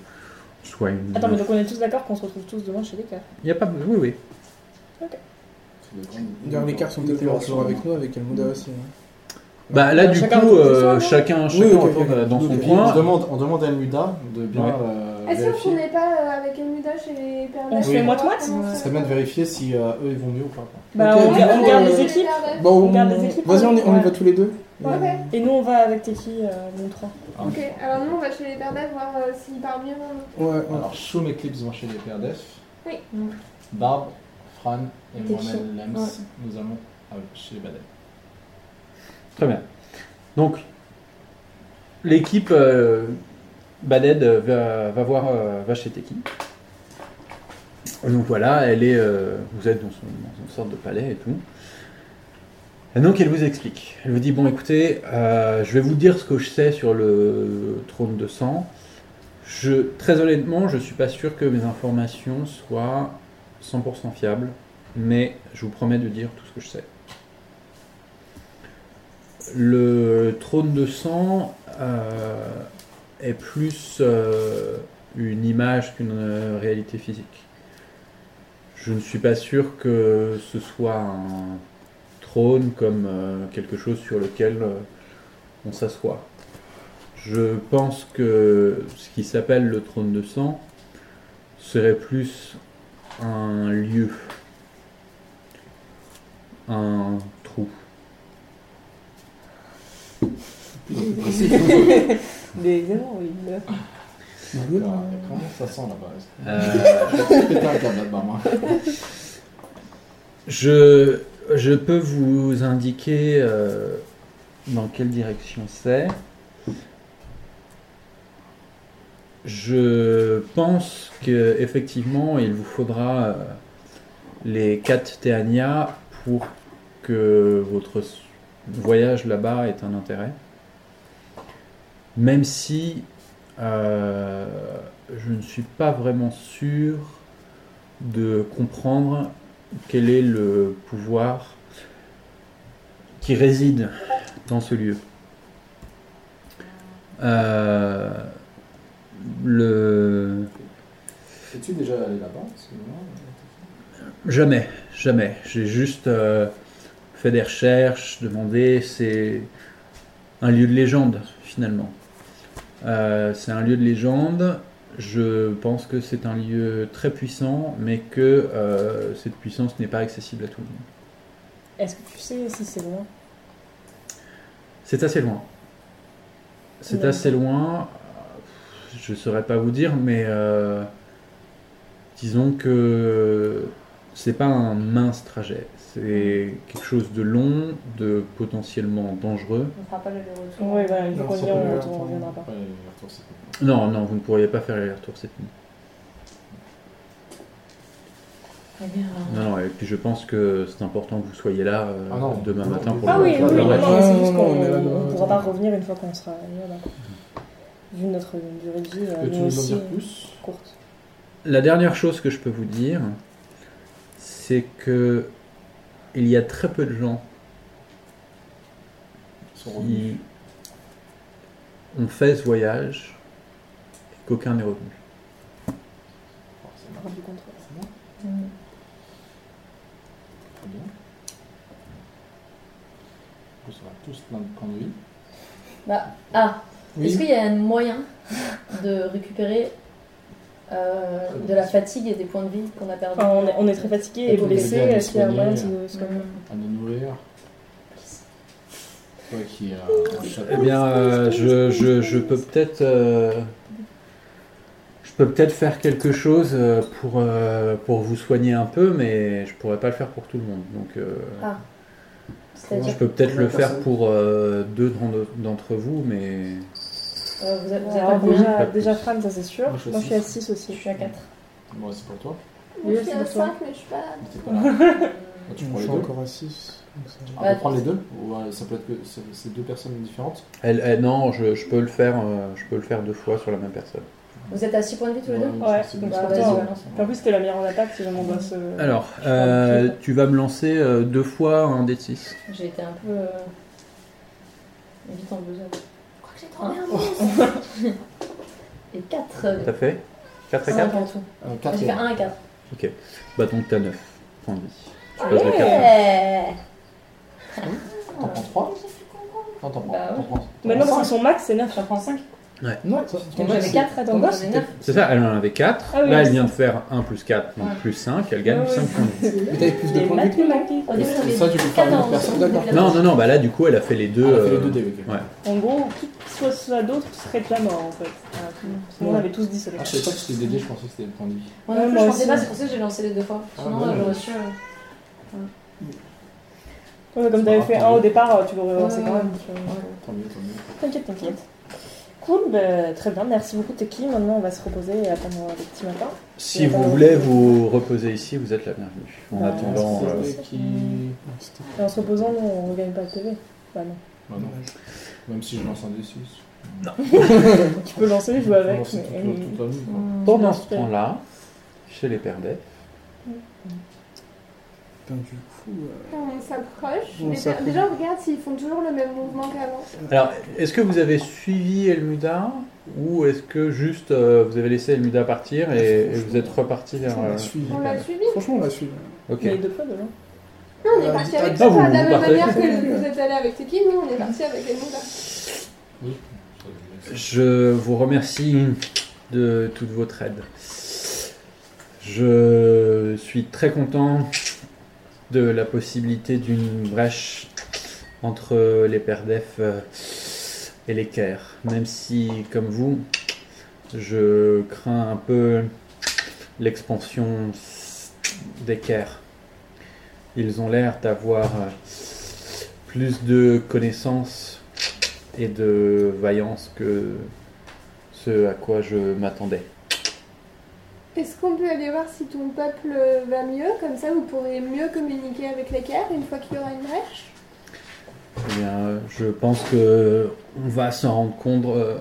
[SPEAKER 1] ce soit une.
[SPEAKER 2] Attends, mais donc on est tous d'accord qu'on se retrouve tous demain chez les gars
[SPEAKER 1] Il y a pas. Oui, oui.
[SPEAKER 8] D'ailleurs, les cartes sont peut-être toujours avec nous, avec Elmuda aussi. hein.
[SPEAKER 1] Bah là,
[SPEAKER 2] Bah,
[SPEAKER 1] du
[SPEAKER 2] chacun
[SPEAKER 1] coup,
[SPEAKER 2] retourne chez soi,
[SPEAKER 1] euh,
[SPEAKER 2] non
[SPEAKER 1] chacun, chacun
[SPEAKER 8] ok,
[SPEAKER 1] retourne
[SPEAKER 8] ok.
[SPEAKER 1] dans son
[SPEAKER 7] Donc,
[SPEAKER 1] coin.
[SPEAKER 7] on, demande, on demande à Elmuda de bien.
[SPEAKER 1] Ouais.
[SPEAKER 7] euh,
[SPEAKER 3] Est-ce qu'on
[SPEAKER 7] vérifier.
[SPEAKER 3] n'est pas euh, avec Elmuda chez les pères
[SPEAKER 2] On se
[SPEAKER 7] fait
[SPEAKER 2] moite-moite
[SPEAKER 7] Ce serait bien de vérifier si euh, eux ils vont mieux ou pas. quoi.
[SPEAKER 2] Bah
[SPEAKER 8] Ok,
[SPEAKER 2] on,
[SPEAKER 8] du
[SPEAKER 2] on
[SPEAKER 8] coup,
[SPEAKER 2] garde
[SPEAKER 8] euh,
[SPEAKER 2] les équipes
[SPEAKER 8] Bon,
[SPEAKER 2] On garde les équipes,
[SPEAKER 8] vas-y, on, y- on y
[SPEAKER 2] ouais.
[SPEAKER 8] va tous les deux. Et-
[SPEAKER 3] Ouais.
[SPEAKER 2] et nous on va avec Teki, euh, nous trois.
[SPEAKER 3] Ok, alors nous on va chez les pères d'Ève voir euh, s'il part mieux. hein.
[SPEAKER 8] Ouais, ouais.
[SPEAKER 7] Alors, Choum et Clips vont chez les Pères Def. Mm.
[SPEAKER 3] Oui.
[SPEAKER 7] Barbe, Fran et
[SPEAKER 2] T'es
[SPEAKER 7] moi-même, Lems,
[SPEAKER 2] Ouais.
[SPEAKER 7] nous allons euh, chez les Badef.
[SPEAKER 1] Très bien. Donc, l'équipe euh, Baded euh, va, va voir, euh, va chez Teki. Et Donc voilà, elle est, euh, vous êtes dans, son- dans une sorte de palais et tout. Et donc elle vous explique. Elle vous dit bon, écoutez, euh, je vais vous dire ce que je sais sur le trône de sang. Je, très honnêtement, je suis pas sûr que mes informations soient 100% fiables, mais je vous promets de dire tout ce que je sais. Le trône de sang euh, est plus euh, une image qu'une euh, réalité physique. Je ne suis pas sûr que ce soit un trône comme euh, quelque chose sur lequel euh, on s'assoit. Je pense que ce qui s'appelle le trône de sang serait plus un lieu, un trou.
[SPEAKER 2] Des hémorroïdes.
[SPEAKER 8] Manuel,
[SPEAKER 7] Alors, Comment ça sent là-bas
[SPEAKER 1] Euh,
[SPEAKER 7] Péter un câble là-bas, moi.
[SPEAKER 1] Je, je peux vous indiquer euh, dans quelle direction c'est. Je pense que effectivement, il vous faudra euh, les 4 Théania pour que votre s- voyage là-bas ait un intérêt. Même si euh, je ne suis pas vraiment sûr de comprendre quel est le pouvoir qui réside dans ce lieu. Euh, le
[SPEAKER 7] Es-tu déjà allé là-bas parce que moi, euh,
[SPEAKER 1] jamais, jamais. J'ai juste euh, fait des recherches, demandé. C'est un lieu de légende finalement. Euh, c'est un lieu de légende. Je pense que c'est un lieu très puissant, mais que euh, cette puissance n'est pas accessible à tout le monde.
[SPEAKER 2] Est-ce que tu sais si c'est loin
[SPEAKER 1] C'est assez loin. C'est
[SPEAKER 2] Ouais.
[SPEAKER 1] assez loin. Je ne saurais pas vous dire, mais euh, disons que c'est pas un mince trajet. C'est quelque chose de long, de potentiellement dangereux.
[SPEAKER 6] On fera pas le retour.
[SPEAKER 2] Oui, voilà, une
[SPEAKER 8] Non,
[SPEAKER 2] fois bah, qu'on
[SPEAKER 8] ça
[SPEAKER 2] y est,
[SPEAKER 8] peut
[SPEAKER 2] on
[SPEAKER 8] le-
[SPEAKER 2] retourne- on reviendra pas.
[SPEAKER 7] après, les retours, c'est pas-
[SPEAKER 1] Non, non, vous ne pourriez pas faire les retours cette nuit.
[SPEAKER 6] Très bien.
[SPEAKER 1] Non, non, et puis je pense que c'est important que vous soyez là euh,
[SPEAKER 7] Ah non.
[SPEAKER 1] demain
[SPEAKER 7] Non,
[SPEAKER 1] matin
[SPEAKER 7] non.
[SPEAKER 1] pour
[SPEAKER 2] Ah
[SPEAKER 1] le,
[SPEAKER 2] oui, oui,
[SPEAKER 1] pour le
[SPEAKER 2] non,
[SPEAKER 1] match.
[SPEAKER 2] non, c'est
[SPEAKER 8] Ouais,
[SPEAKER 2] juste
[SPEAKER 8] non,
[SPEAKER 2] qu'on
[SPEAKER 8] non, mais là,
[SPEAKER 2] Ah, on
[SPEAKER 8] non,
[SPEAKER 2] pourra pas
[SPEAKER 8] non.
[SPEAKER 2] revenir une fois qu'on sera là, là, quoi. Vu notre durée de vie, euh,
[SPEAKER 7] Peux-tu
[SPEAKER 2] nous
[SPEAKER 7] nous en
[SPEAKER 2] aussi,
[SPEAKER 7] dire plus
[SPEAKER 2] courte.
[SPEAKER 1] La dernière chose que je peux vous dire, c'est que il y a très peu de gens
[SPEAKER 7] Ils sont revenus.
[SPEAKER 1] qui ont fait ce voyage et qu'aucun n'est revenu.
[SPEAKER 7] Forcément,
[SPEAKER 2] Hors du contrôle.
[SPEAKER 7] très bien. On sera tous plein de points de vie.
[SPEAKER 6] Ah, est-ce
[SPEAKER 8] Oui,
[SPEAKER 6] qu'il y a un moyen de récupérer euh, de la fatigue et des points de vie qu'on a perdus
[SPEAKER 2] Enfin, on est, on est très fatigué et
[SPEAKER 7] Donc,
[SPEAKER 2] blessé,
[SPEAKER 7] on est bien
[SPEAKER 2] est-ce qu'il y a un moyen de
[SPEAKER 7] soigné,
[SPEAKER 2] se- se calmer
[SPEAKER 6] Mmh.
[SPEAKER 7] À nous nourrir. Toi qui euh, un chapeau.
[SPEAKER 1] Eh bien, euh, je, je- je peux peut-être euh, Je peux peut-être faire quelque chose euh, pour, euh, pour vous soigner un peu, mais je pourrais pas le faire pour tout le monde. Donc, euh,
[SPEAKER 6] Ah.
[SPEAKER 1] je
[SPEAKER 6] C'est-à-dire,
[SPEAKER 1] peux peut-être
[SPEAKER 5] Combien
[SPEAKER 1] le
[SPEAKER 5] de
[SPEAKER 1] faire
[SPEAKER 5] personnes
[SPEAKER 1] pour euh, deux d'en- d'entre vous, mais
[SPEAKER 6] euh, vous êtes, vous êtes
[SPEAKER 2] Alors,
[SPEAKER 6] à combien
[SPEAKER 2] déjà,
[SPEAKER 1] Pas plus.
[SPEAKER 2] déjà Fran, ça c'est sûr.
[SPEAKER 7] Moi, je suis à
[SPEAKER 2] Moi je suis à 6
[SPEAKER 6] Je
[SPEAKER 2] aussi.
[SPEAKER 6] suis à 4.
[SPEAKER 7] Bon, c'est pour toi.
[SPEAKER 3] Moi, je suis
[SPEAKER 6] c'est
[SPEAKER 3] à
[SPEAKER 6] pour toi.
[SPEAKER 3] 5, mais je suis pas là.
[SPEAKER 7] mais t'es pas là. Bah, tu
[SPEAKER 8] Je
[SPEAKER 7] prends les
[SPEAKER 8] suis
[SPEAKER 7] deux.
[SPEAKER 8] encore à 6.
[SPEAKER 7] Ah,
[SPEAKER 6] Bah,
[SPEAKER 7] on prend les deux Ou euh, ça peut être que c'est c'est deux personnes différentes
[SPEAKER 1] elle, elle- non, je, je peux le faire, euh, je peux le faire deux fois sur la même personne.
[SPEAKER 6] Vous êtes à 6 points de vie tous les deux
[SPEAKER 7] mais
[SPEAKER 2] Ouais,
[SPEAKER 7] c'est
[SPEAKER 2] donc
[SPEAKER 7] bien.
[SPEAKER 2] c'est pour
[SPEAKER 6] Bah, vas-y,
[SPEAKER 2] toi.
[SPEAKER 6] balance.
[SPEAKER 2] En plus, t'es la meilleure en attaque si jamais on euh, doit se.
[SPEAKER 1] Alors,
[SPEAKER 6] Je parle
[SPEAKER 1] euh,
[SPEAKER 6] de
[SPEAKER 1] tu vas me lancer euh, deux fois un dé de 6.
[SPEAKER 6] J'ai été un peu. euh, vite en besoin.
[SPEAKER 3] Je crois que j'ai trouvé un mot.
[SPEAKER 6] Et euh, 4.
[SPEAKER 1] T'as fait 4 et 4
[SPEAKER 6] en tout.
[SPEAKER 7] Euh,
[SPEAKER 6] J'ai
[SPEAKER 7] quatre et
[SPEAKER 6] fait 1 et 4.
[SPEAKER 1] Bah donc t'as 9 points de vie. Je pose les
[SPEAKER 2] Ouais.
[SPEAKER 1] cartes.
[SPEAKER 7] T'en prends trois Non, t'en prends.
[SPEAKER 6] Bah ouais.
[SPEAKER 7] t'en prends- t'en
[SPEAKER 2] Maintenant,
[SPEAKER 7] prends
[SPEAKER 2] parce que son max c'est 9.
[SPEAKER 6] J'en prends 5.
[SPEAKER 7] Non, ça-
[SPEAKER 6] Donc j'avais 4,
[SPEAKER 2] attends,
[SPEAKER 6] donc
[SPEAKER 2] moi,
[SPEAKER 6] j'en ai 9.
[SPEAKER 1] C'est ça, elle en avait 4.
[SPEAKER 2] Ah oui,
[SPEAKER 1] Là, elle
[SPEAKER 2] oui.
[SPEAKER 1] vient de faire 1 plus 4, donc
[SPEAKER 6] Ouais.
[SPEAKER 1] plus 5. Elle gagne
[SPEAKER 2] Ouais,
[SPEAKER 1] 5
[SPEAKER 2] ouais.
[SPEAKER 1] points de vie.
[SPEAKER 8] Mais t'avais plus de
[SPEAKER 2] Les
[SPEAKER 7] Ah,
[SPEAKER 8] points de vie
[SPEAKER 2] mathématiques.
[SPEAKER 6] Au début,
[SPEAKER 7] Et
[SPEAKER 6] j'avais
[SPEAKER 7] ça, tu peux faire une
[SPEAKER 6] 14,
[SPEAKER 7] personne,
[SPEAKER 6] j'avais
[SPEAKER 7] d'accord.
[SPEAKER 6] 14.
[SPEAKER 1] Non, non, non, bah là, du coup, elle a fait les deux.
[SPEAKER 7] Ah, elle fait les
[SPEAKER 1] euh,
[SPEAKER 7] deux dés, ok.
[SPEAKER 1] ouais.
[SPEAKER 2] En gros, qui que ce soit ça d'autre serait déjà mort en fait. Ah, tout le monde. Parce que nous, on avait tous dit ça.
[SPEAKER 7] Ah, je savais pas que c'était des dés, je pensais que c'était le point de vie.
[SPEAKER 6] Moi non
[SPEAKER 2] Ouais,
[SPEAKER 6] plus,
[SPEAKER 2] moi
[SPEAKER 6] je pensais
[SPEAKER 2] aussi.
[SPEAKER 6] pas, c'est pour ça que j'ai lancé les deux fois. Sinon,
[SPEAKER 7] ouais,
[SPEAKER 6] euh,
[SPEAKER 7] ouais.
[SPEAKER 6] j'aurais su. euh,
[SPEAKER 2] Ouais, comme t'avais fait un au départ, tu l'aurais lancé
[SPEAKER 6] Ouais,
[SPEAKER 2] quand
[SPEAKER 6] ouais.
[SPEAKER 2] même. tu vois.
[SPEAKER 7] Tant mieux, tant mieux.
[SPEAKER 2] T'inquiète, t'inquiète. Cool, bah, très bien, merci beaucoup Teki. Maintenant, on va se reposer et attendre le petit matin.
[SPEAKER 1] Si vous voulez vous reposer ici, vous êtes la bienvenue. En
[SPEAKER 2] Ouais,
[SPEAKER 1] attendant,
[SPEAKER 7] Ah, C'est
[SPEAKER 1] euh,
[SPEAKER 7] des qui-
[SPEAKER 2] Et en se reposant, nous, on ne gagne pas le PV. Bah non.
[SPEAKER 7] Bah non, même si je lance un dessus.
[SPEAKER 2] Tu peux lancer, jouer
[SPEAKER 7] Je
[SPEAKER 2] avec,
[SPEAKER 7] lance
[SPEAKER 2] mais.
[SPEAKER 7] toute la- toute la nuit, quoi.
[SPEAKER 1] pendant ce temps-là, chez les Pères Def,
[SPEAKER 8] Putain, du coup. euh,
[SPEAKER 3] On s'approche.
[SPEAKER 8] On
[SPEAKER 3] mais
[SPEAKER 8] s'approche.
[SPEAKER 3] Déjà, on regarde s'ils font toujours le même mouvement qu'avant.
[SPEAKER 1] Alors, est-ce que vous avez suivi Elmuda ou est-ce que juste euh, vous avez laissé Elmuda partir et, et vous êtes reparti vers.
[SPEAKER 8] Franchement, on
[SPEAKER 1] euh,
[SPEAKER 8] l'a suivi.
[SPEAKER 3] On l'a suivi.
[SPEAKER 8] Franchement, on l'a suivi.
[SPEAKER 1] Ok.
[SPEAKER 2] Mais deux fois, de loin.
[SPEAKER 3] Non, on est
[SPEAKER 8] Euh,
[SPEAKER 3] parti
[SPEAKER 8] ah,
[SPEAKER 3] avec
[SPEAKER 1] vous-
[SPEAKER 3] toi. De la
[SPEAKER 1] vous
[SPEAKER 3] même
[SPEAKER 1] partez.
[SPEAKER 3] manière que vous êtes allé avec Teki, nous, on est parti avec Edmunda.
[SPEAKER 1] Je vous remercie de toute votre aide. Je suis très content de la possibilité d'une brèche entre les Perdef euh, et les Caire. Même si, comme vous, je crains un peu l'expansion des Caire. Ils ont l'air d'avoir euh, plus de connaissances et de vaillance que ce à quoi je m'attendais.
[SPEAKER 3] Est-ce qu'on peut aller voir si ton peuple euh, va mieux Comme ça, vous pourrez mieux communiquer avec l'équerre une fois qu'il y aura une brèche.
[SPEAKER 1] Eh bien, euh, je pense que on va s'en rendre compte euh,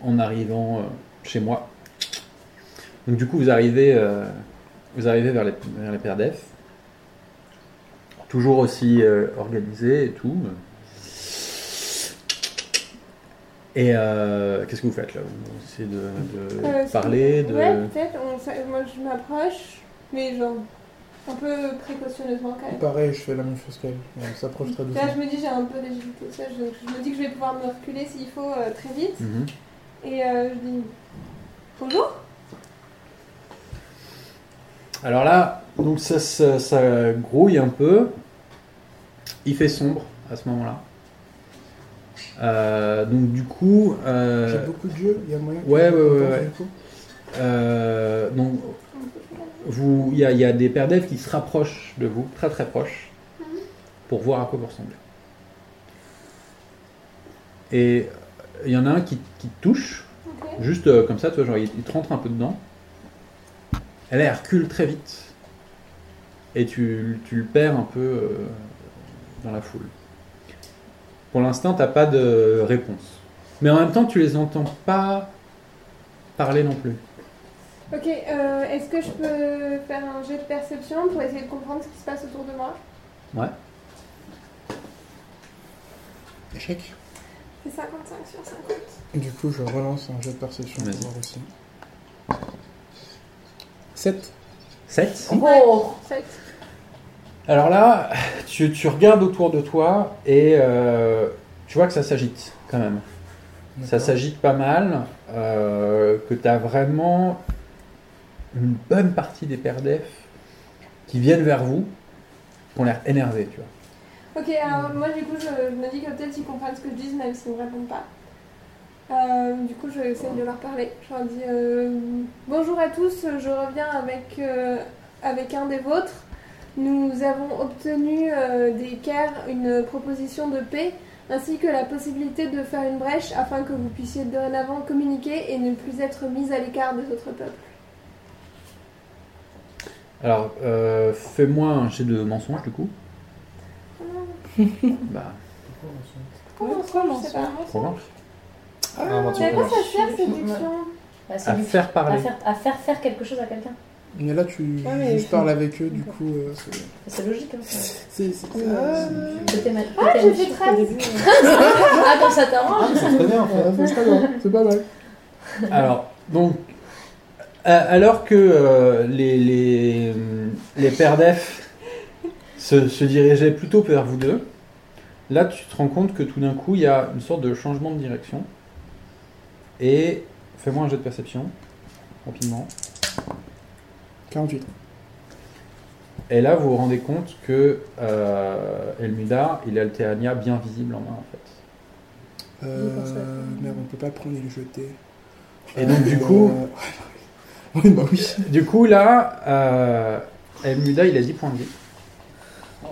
[SPEAKER 1] en arrivant euh, chez moi. Donc du coup, vous arrivez, euh, vous arrivez vers les, vers les Pères Def. Toujours aussi euh, organisé et tout. Et euh, qu'est-ce que vous faites là Vous essayez de, de
[SPEAKER 3] Euh, c'est-
[SPEAKER 1] parler de...
[SPEAKER 3] Ouais, peut-être. on s'a- Moi, je m'approche, mais genre un peu précautionneusement quand même.
[SPEAKER 8] Pareil, je fais la même chose qu'elle. On s'approche très
[SPEAKER 3] Là,
[SPEAKER 8] doucement.
[SPEAKER 3] je me dis, j'ai un peu d'agilité, tout ça. Je, je me dis que je vais pouvoir me reculer s'il faut euh, très vite.
[SPEAKER 1] Mhm.
[SPEAKER 3] Et euh, je dis bonjour.
[SPEAKER 1] Alors là, donc ça, ça- ça grouille un peu. Il fait sombre à ce moment-là. Euh, donc du coup, euh,
[SPEAKER 8] J'ai beaucoup de jeux, il y a moyen. que
[SPEAKER 1] ouais,
[SPEAKER 8] je
[SPEAKER 1] ouais,
[SPEAKER 8] me
[SPEAKER 1] ouais,
[SPEAKER 8] penche
[SPEAKER 1] ouais.
[SPEAKER 8] du coup.
[SPEAKER 1] euh, donc vous, il y a, il y a des paires d'elfes qui se rapprochent de vous, très très proches, pour voir à quoi vous ressemblez. Et il y en a un qui, qui te touche,
[SPEAKER 3] Ok.
[SPEAKER 1] juste euh, comme ça, tu vois, genre il, il te rentre un peu dedans. Elle elle recule très vite. Et tu, tu le perds un peu euh, dans la foule. Pour l'instant, t'as pas de réponse. Mais en même temps, tu les entends pas parler non plus.
[SPEAKER 3] Ok, euh, est-ce que je peux faire un jet de perception pour essayer de comprendre ce qui se passe autour de moi
[SPEAKER 8] Échec.
[SPEAKER 3] C'est 55 sur 50.
[SPEAKER 8] Du coup, je relance un jet de perception pour
[SPEAKER 1] Vas-y.
[SPEAKER 8] voir aussi. 7.
[SPEAKER 1] 7
[SPEAKER 6] Oh
[SPEAKER 3] 7.
[SPEAKER 1] Alors là, tu, tu regardes autour de toi et euh, tu vois que ça s'agite quand même. Ça s'agite pas mal, euh, que tu as vraiment une bonne partie des paires d'EF qui viennent vers vous, qui ont l'air énervés, tu vois.
[SPEAKER 3] Ok, alors moi du coup je, je me dis que peut-être ils comprennent ce que je dis même s'ils me répondent pas. Euh, du coup, je vais essayer de leur parler. Je leur dis euh, Bonjour à tous, je reviens avec, euh, avec un des vôtres. Nous avons obtenu euh, des CARE une proposition de paix ainsi que la possibilité de faire une brèche afin que vous puissiez dorénavant communiquer et ne plus être mis à l'écart des autres peuples.
[SPEAKER 1] Alors, euh, fais-moi un jet de mensonge du coup. bah,
[SPEAKER 3] Comment on se pas.
[SPEAKER 1] Provence.
[SPEAKER 3] Ah,
[SPEAKER 7] Ah, bah, tu
[SPEAKER 3] mais à quoi
[SPEAKER 7] vois.
[SPEAKER 3] ça sert cette déduction
[SPEAKER 6] Bah, c'est
[SPEAKER 1] À
[SPEAKER 6] du-
[SPEAKER 1] faire
[SPEAKER 6] à
[SPEAKER 1] parler.
[SPEAKER 6] faire, à faire faire quelque chose à quelqu'un. Bah,
[SPEAKER 8] Mais là, tu
[SPEAKER 2] Ah, mais-
[SPEAKER 8] juste parles avec eux, du coup. euh, c'est-
[SPEAKER 6] C'est logique hein, comme ça.
[SPEAKER 8] c'est- c'est-
[SPEAKER 6] C'était mal.
[SPEAKER 3] Ah,
[SPEAKER 6] c'était
[SPEAKER 3] j'ai
[SPEAKER 6] mal.
[SPEAKER 3] fait 13
[SPEAKER 6] Ah, comme ça t'arrange.
[SPEAKER 7] C'est très bien en fait.
[SPEAKER 8] Ah, c'est pas mal, c'est pas mal.
[SPEAKER 1] Alors, donc, a- alors que euh, les, les, les pères d'EF se, se dirigeaient plutôt vers vous deux, là tu te rends compte que tout d'un coup il y a une sorte de changement de direction. Et fais-moi un jet de perception, rapidement.
[SPEAKER 8] 48.
[SPEAKER 1] Et là vous vous rendez compte que euh, Elmudar, il a le Théania bien visible en main en fait.
[SPEAKER 8] Euh, merde, on peut pas le prendre et le jeter.
[SPEAKER 1] Et donc, du coup-
[SPEAKER 8] euh, Oui, bah oui.
[SPEAKER 1] Du coup là, euh, Elmuda il a 10 points de vie.
[SPEAKER 2] Oh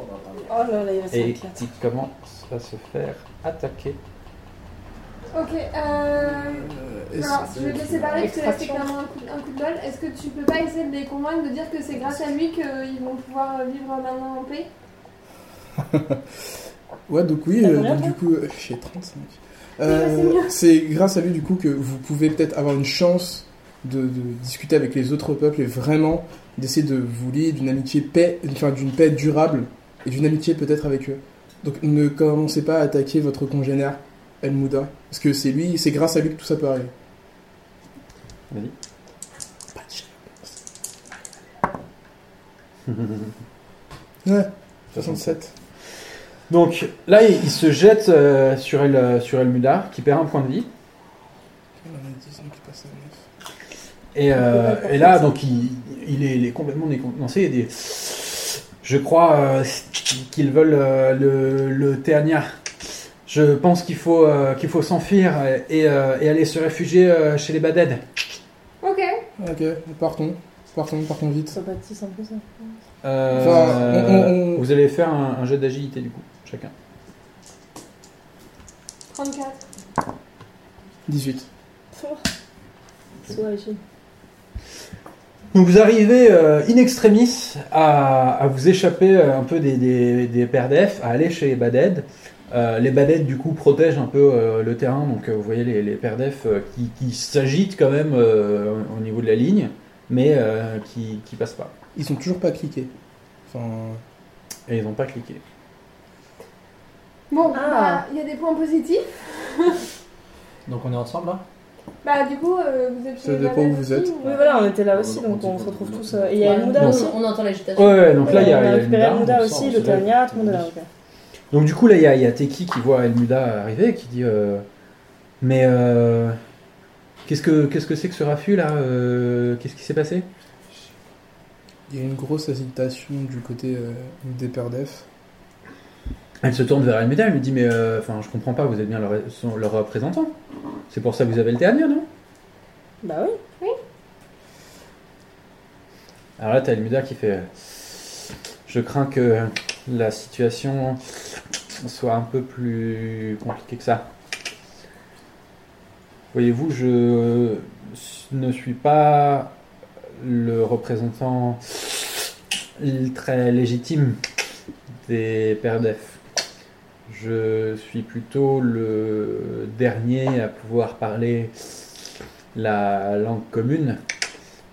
[SPEAKER 2] là là, il reste
[SPEAKER 1] Et
[SPEAKER 2] un
[SPEAKER 1] il commence à se faire attaquer.
[SPEAKER 3] Ok, euh.
[SPEAKER 8] Et
[SPEAKER 3] Alors,
[SPEAKER 8] c'est-
[SPEAKER 3] je vais te laisser parler, je te laisse
[SPEAKER 2] Extraction.
[SPEAKER 3] clairement un coup, un coup de bol. Est-ce que tu peux pas essayer de les convaincre de dire que c'est grâce à lui qu'ils vont pouvoir vivre maintenant en paix
[SPEAKER 8] Ouais, donc oui,
[SPEAKER 2] T'as
[SPEAKER 8] euh,
[SPEAKER 2] combien,
[SPEAKER 8] donc,
[SPEAKER 2] toi
[SPEAKER 8] du coup, euh, j'ai 35.
[SPEAKER 3] bah, c'est
[SPEAKER 8] Euh,
[SPEAKER 3] mieux.
[SPEAKER 8] c'est grâce à lui, du coup, que vous pouvez peut-être avoir une chance de, de discuter avec les autres peuples et vraiment d'essayer de vous lier d'une amitié paix, enfin, d'une paix durable et d'une amitié peut-être avec eux. Donc ne commencez pas à attaquer votre congénère, El Mouda, parce que c'est lui, c'est grâce à lui que tout ça peut arriver.
[SPEAKER 1] Vas-y.
[SPEAKER 8] Ouais, 67.
[SPEAKER 1] Donc là, il, il se jette euh, sur El euh, sur Elmudar, qui perd un point de vie. Et, euh, et là, donc il, il est, il est complètement décontenancé. Il dit Je crois euh, qu'ils veulent euh, le, le Théania. Je pense qu'il faut euh, qu'il faut s'enfuir et, euh, et aller se réfugier euh, chez les Baded.
[SPEAKER 3] Ok,
[SPEAKER 8] Ah, Ok, partons, partons, partons vite.
[SPEAKER 2] Ça bâtisse un peu ça.
[SPEAKER 1] Euh,
[SPEAKER 8] Enfin, on- on- on-
[SPEAKER 1] Vous allez faire un, un jeu d'agilité du coup, chacun.
[SPEAKER 3] 34.
[SPEAKER 8] 18.
[SPEAKER 2] Soit agile.
[SPEAKER 1] Donc vous arrivez euh, in extremis à, à vous échapper euh, un peu des, des, des perdef, à aller chez les Baded. Euh, les Baded du coup protègent un peu euh, le terrain, donc euh, vous voyez les, les perdef euh, qui, qui s'agitent quand même euh, au niveau de la ligne, mais euh, qui, qui passent pas.
[SPEAKER 8] Ils sont toujours pas cliqués. Enfin,
[SPEAKER 1] Et ils n'ont pas cliqué.
[SPEAKER 3] Bon,
[SPEAKER 2] Ah.
[SPEAKER 3] bah, il y a des points positifs.
[SPEAKER 7] Donc on est ensemble là
[SPEAKER 3] Bah, du coup, euh, vous êtes
[SPEAKER 8] Ça dépend où vous êtes.
[SPEAKER 2] Oui, voilà, on était là aussi, donc on se retrouve tous. euh, Et il y a
[SPEAKER 6] Ouais,
[SPEAKER 2] Elmouda
[SPEAKER 6] on-
[SPEAKER 2] aussi.
[SPEAKER 6] On entend l'agitation.
[SPEAKER 1] Ouais, ouais, donc là il y a,
[SPEAKER 2] on
[SPEAKER 1] il y
[SPEAKER 2] a
[SPEAKER 1] a
[SPEAKER 2] récupéré
[SPEAKER 1] Elmudar.
[SPEAKER 2] Elmouda
[SPEAKER 7] on
[SPEAKER 2] aussi,
[SPEAKER 7] sort,
[SPEAKER 2] le
[SPEAKER 7] on se lève.
[SPEAKER 2] Tania, tout le monde est là. ok.
[SPEAKER 1] Donc du coup là il y a, il y a Teki qui voit Elmuda arriver et qui dit euh, mais euh, qu'est-ce que qu'est-ce que c'est que ce raffut là euh, Qu'est-ce qui s'est passé
[SPEAKER 8] il y a une grosse hésitation du côté euh, des pères d'EF.
[SPEAKER 1] Elle se tourne vers Elmeda, elle lui dit Mais euh, enfin, je comprends pas, vous êtes bien leur, son- leur représentant. C'est pour ça que vous avez le dernier, non
[SPEAKER 2] Bah oui.
[SPEAKER 1] Alors là, t'as Elmeda qui fait euh, Je crains que la situation soit un peu plus compliquée que ça. Voyez-vous, je ne suis pas le représentant très légitime des pères d'EF. Je suis plutôt le dernier à pouvoir parler la langue commune,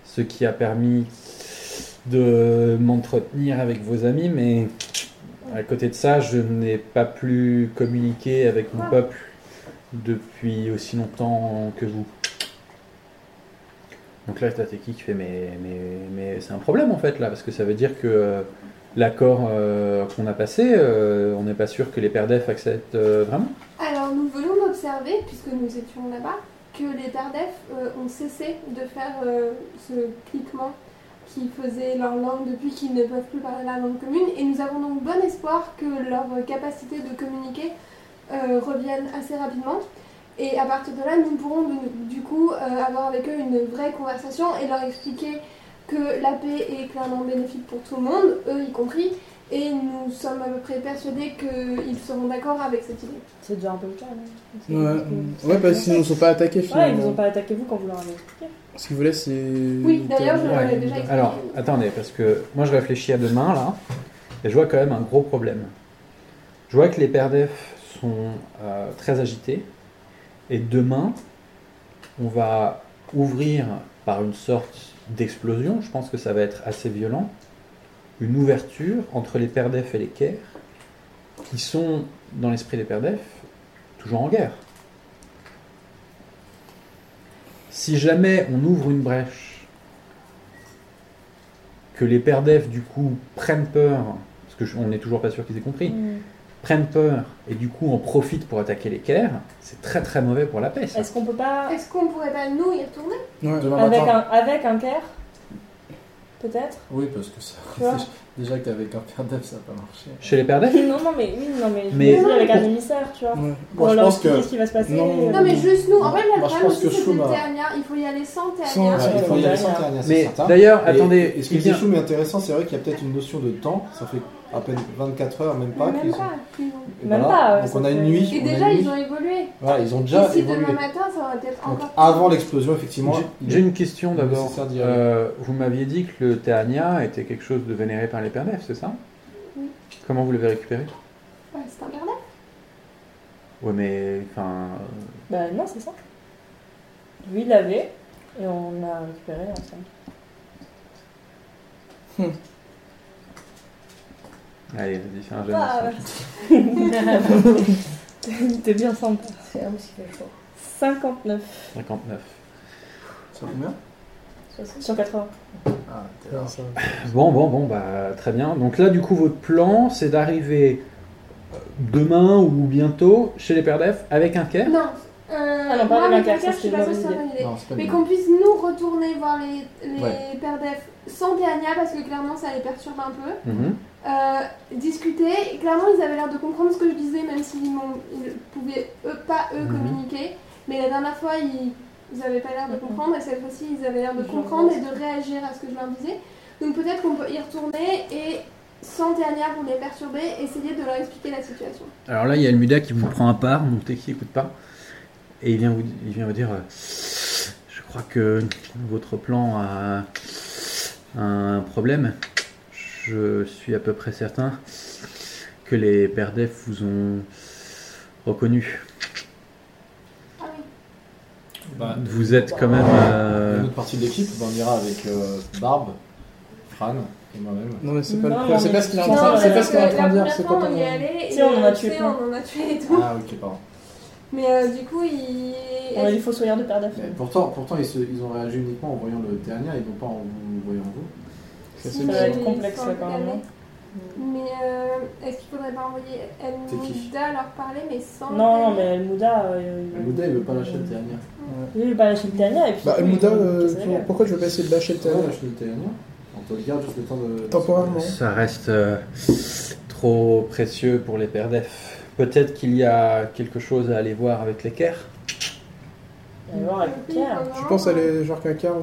[SPEAKER 1] ce qui a permis de m'entretenir avec vos amis, mais à côté de ça, je n'ai pas plus communiqué avec mon peuple depuis aussi longtemps que vous. Donc là, t'as Teki qui fait mais, mais, mais c'est un problème en fait là, parce que ça veut dire que euh, l'accord euh, qu'on a passé, euh, on n'est pas sûr que les pères d'EF acceptent euh, vraiment.
[SPEAKER 3] Alors, nous venons d'observer, puisque nous étions là-bas, que les Perdef euh, ont cessé de faire euh, ce cliquement qui faisait leur langue depuis qu'ils ne peuvent plus parler la langue commune. Et nous avons donc bon espoir que leur capacité de communiquer euh, revienne assez rapidement. Et à partir de là, nous pourrons du- du coup euh, avoir avec eux une vraie conversation et leur expliquer que la paix est clairement bénéfique pour tout le monde, eux y compris, et nous sommes à peu près persuadés qu'ils seront d'accord avec cette idée.
[SPEAKER 2] C'est déjà un peu le cas, hein. non
[SPEAKER 8] Ouais, ouais parce qu'ils ne nous ont pas attaqués
[SPEAKER 2] Ouais, ils vous
[SPEAKER 8] finalement.
[SPEAKER 2] ont pas attaqué vous quand vous leur avez expliqué.
[SPEAKER 8] Ce qu'ils voulaient, c'est.
[SPEAKER 3] Oui, d'ailleurs, je l'avais déjà expliqué.
[SPEAKER 1] Alors, attendez, parce que moi je réfléchis à demain là, et je vois quand même un gros problème. Je vois que les perdefs sont euh, très agités, et demain, on va ouvrir par une sorte d'explosion, je pense que ça va être assez violent, une ouverture entre les perdefs et les Caire, qui sont, dans l'esprit des perdefs, toujours en guerre. Si jamais on ouvre une brèche que les perdefs du coup prennent peur, parce que je- on n'est toujours pas sûr qu'ils aient compris, prennent peur et du coup en profitent pour attaquer les Caire, c'est très très mauvais pour la paix. ça.
[SPEAKER 2] Est-ce qu'on peut pas
[SPEAKER 3] Est-ce qu'on pourrait pas nous y retourner
[SPEAKER 8] Ouais.
[SPEAKER 7] Demain
[SPEAKER 2] avec
[SPEAKER 7] matin.
[SPEAKER 2] un avec un père peut-être
[SPEAKER 7] Oui, parce que ça.
[SPEAKER 2] Tu vois
[SPEAKER 7] Déjà qu'avec un père d'œuf, ça n'a pas marché.
[SPEAKER 1] Chez les perdefs,
[SPEAKER 2] Non non mais oui non mais, je
[SPEAKER 1] Mais-
[SPEAKER 2] veux dire avec un émissaire tu vois.
[SPEAKER 8] Ouais.
[SPEAKER 2] Pour
[SPEAKER 7] Moi, je
[SPEAKER 2] leur
[SPEAKER 7] pense
[SPEAKER 2] expliquer
[SPEAKER 7] que.
[SPEAKER 2] ce qui va se passer.
[SPEAKER 8] Non.
[SPEAKER 3] Non, mais juste nous. En vrai,
[SPEAKER 7] Moi,
[SPEAKER 3] le
[SPEAKER 7] Bah, je
[SPEAKER 3] problème
[SPEAKER 7] pense
[SPEAKER 3] aussi,
[SPEAKER 7] que
[SPEAKER 3] c'est
[SPEAKER 7] Shuma-
[SPEAKER 3] le Ternia. Il faut y aller sans Ternia.
[SPEAKER 8] Sans-
[SPEAKER 7] Ouais, il faut y aller sans
[SPEAKER 2] Mais-
[SPEAKER 7] Ternia, c'est
[SPEAKER 1] Mais
[SPEAKER 7] certain.
[SPEAKER 1] d'ailleurs,
[SPEAKER 7] Et-
[SPEAKER 1] attendez, eh
[SPEAKER 7] Et ce
[SPEAKER 1] il
[SPEAKER 7] qui dit
[SPEAKER 1] vient-
[SPEAKER 7] Choum est intéressant, c'est vrai qu'il y a peut-être une notion de temps. Ça fait à peine 24 heures, même pas.
[SPEAKER 3] Même
[SPEAKER 7] qu'ils
[SPEAKER 3] pas.
[SPEAKER 7] ont-
[SPEAKER 3] qu'ils ont-
[SPEAKER 7] Et
[SPEAKER 2] Même pas,
[SPEAKER 7] Donc
[SPEAKER 2] ça
[SPEAKER 7] on a
[SPEAKER 2] fait-
[SPEAKER 7] une nuit.
[SPEAKER 3] Et
[SPEAKER 7] on a
[SPEAKER 3] déjà,
[SPEAKER 7] une
[SPEAKER 3] ils
[SPEAKER 7] nuit.
[SPEAKER 3] ont évolué.
[SPEAKER 7] Voilà, ils ont déjà
[SPEAKER 3] Ici,
[SPEAKER 7] évolué.
[SPEAKER 3] demain matin, ça aurait peut-être
[SPEAKER 7] Donc
[SPEAKER 3] encore.
[SPEAKER 7] avant l'explosion, effectivement.
[SPEAKER 1] J'ai-
[SPEAKER 7] il
[SPEAKER 1] j'ai
[SPEAKER 7] est
[SPEAKER 1] une question d'abord.
[SPEAKER 7] nécessaire d'y aller.
[SPEAKER 1] Euh, vous m'aviez dit que le Théania était quelque chose de vénéré par les perdefs, c'est ça
[SPEAKER 3] Oui.
[SPEAKER 1] Comment vous l'avez récupéré
[SPEAKER 3] Ouais, C'est un carnet.
[SPEAKER 1] Ouais, mais enfin,
[SPEAKER 2] Bah non c'est ça. Lui il l'avait et on a récupéré ensemble.
[SPEAKER 1] euh, allez, vas-y, fais un jet.
[SPEAKER 2] Ah,
[SPEAKER 1] Vincent.
[SPEAKER 2] T'es bien sympa.
[SPEAKER 6] C'est un qui fait le choix.
[SPEAKER 2] 59
[SPEAKER 1] 59.
[SPEAKER 7] Ça fait combien
[SPEAKER 2] sur 80.
[SPEAKER 7] Ah, t'es là.
[SPEAKER 8] Ouais, ça va.
[SPEAKER 1] Bon, bon, bon, bah très bien. Donc là, du coup, votre plan, c'est d'arriver euh, demain ou bientôt chez les perdefs avec un caire.
[SPEAKER 3] Non.
[SPEAKER 2] Ah non,
[SPEAKER 3] Euh,
[SPEAKER 2] pas
[SPEAKER 3] Moi,
[SPEAKER 2] avec un
[SPEAKER 3] avec
[SPEAKER 2] carte, ça,
[SPEAKER 3] un cœur, je suis
[SPEAKER 2] c'est
[SPEAKER 3] pas
[SPEAKER 2] une
[SPEAKER 3] sûre que c'est
[SPEAKER 2] bonne
[SPEAKER 3] une bonne idée.
[SPEAKER 7] Non, c'est pas
[SPEAKER 3] Mais
[SPEAKER 7] bien.
[SPEAKER 3] qu'on puisse nous retourner voir les, les
[SPEAKER 7] Ouais.
[SPEAKER 3] pères d'EF sans Ternia parce que clairement ça les perturbe un peu.
[SPEAKER 1] Mhm.
[SPEAKER 3] Euh, discuter, et clairement ils avaient l'air de comprendre ce que je disais même s'ils m'ont- ils pouvaient eux, pas eux
[SPEAKER 1] Mhm.
[SPEAKER 3] communiquer. Mais la dernière fois ils, ils avaient pas l'air de comprendre et cette fois-ci ils avaient l'air de
[SPEAKER 2] Je
[SPEAKER 3] comprendre
[SPEAKER 2] vois.
[SPEAKER 3] et de réagir à ce que je leur disais. Donc peut-être qu'on peut y retourner et sans Ternia pour les perturber, essayer de leur expliquer la situation.
[SPEAKER 1] Alors là, il y a le Muda qui vous prend à part, donc Teki n'écoute pas. Et il vient vous, il vient vous dire euh, Je crois que votre plan a un problème. Je suis à peu près certain que les perdefs vous ont reconnu.
[SPEAKER 3] Ah oui.
[SPEAKER 7] Bah,
[SPEAKER 1] Vous êtes quand même. euh,
[SPEAKER 7] Une autre partie de l'équipe, bah, on ira avec euh, Barbe, Fran et moi-même.
[SPEAKER 8] Non, mais c'est pas,
[SPEAKER 2] Non,
[SPEAKER 8] le... problème,
[SPEAKER 2] mais-
[SPEAKER 8] c'est pas ce qu'il est en
[SPEAKER 2] Non,
[SPEAKER 8] train c'est
[SPEAKER 2] mais
[SPEAKER 8] pas ce qu'il est en
[SPEAKER 3] que
[SPEAKER 8] train de
[SPEAKER 3] la
[SPEAKER 8] dire. C'est
[SPEAKER 3] première
[SPEAKER 8] quoi
[SPEAKER 3] fois, on y
[SPEAKER 8] ton-
[SPEAKER 3] allait
[SPEAKER 2] Si,
[SPEAKER 3] et,
[SPEAKER 2] on en a
[SPEAKER 3] euh,
[SPEAKER 2] tué
[SPEAKER 3] tu sais,
[SPEAKER 2] plein.
[SPEAKER 3] on en a tué et tout.
[SPEAKER 7] Ah, ok, pardon.
[SPEAKER 3] Mais euh, du coup, il.
[SPEAKER 2] On a dit faux sourire de père
[SPEAKER 7] Mais
[SPEAKER 2] d'affaires.
[SPEAKER 7] pourtant, pourtant ils, se- ils ont réagi uniquement en voyant le dernier et non pas en vous voyant vous.
[SPEAKER 8] Ça,
[SPEAKER 3] Si, bah,
[SPEAKER 8] c'est
[SPEAKER 2] Ça va
[SPEAKER 3] mais
[SPEAKER 2] être complexe,
[SPEAKER 3] ils sont
[SPEAKER 2] là, quand même,
[SPEAKER 3] calmés.
[SPEAKER 2] hein.
[SPEAKER 3] Mais euh, est-ce qu'il faudrait pas envoyer
[SPEAKER 7] C'est qui
[SPEAKER 3] Elmouda leur parler, mais sans.
[SPEAKER 2] Non non mais El Mouda. euh,
[SPEAKER 7] Le Bouddha, il veut pas lâcher le dernier.
[SPEAKER 2] Il veut pas lâcher le dernier et puis.
[SPEAKER 8] Bah, Mouda, euh,
[SPEAKER 2] Qu'est-ce que ça veut dire
[SPEAKER 8] pourquoi tu veux pas essayer de lâcher le
[SPEAKER 7] Tu vas
[SPEAKER 8] terrain
[SPEAKER 7] Ah lâcher le dernier On te le garde juste le temps de.
[SPEAKER 8] Temporairement.
[SPEAKER 1] Ça reste euh, trop précieux pour les perdefs. Peut-être qu'il y a quelque chose à aller voir avec l'équerre.
[SPEAKER 2] Allez voir avec Pierre.
[SPEAKER 8] Tu penses aller genre qu'un quart,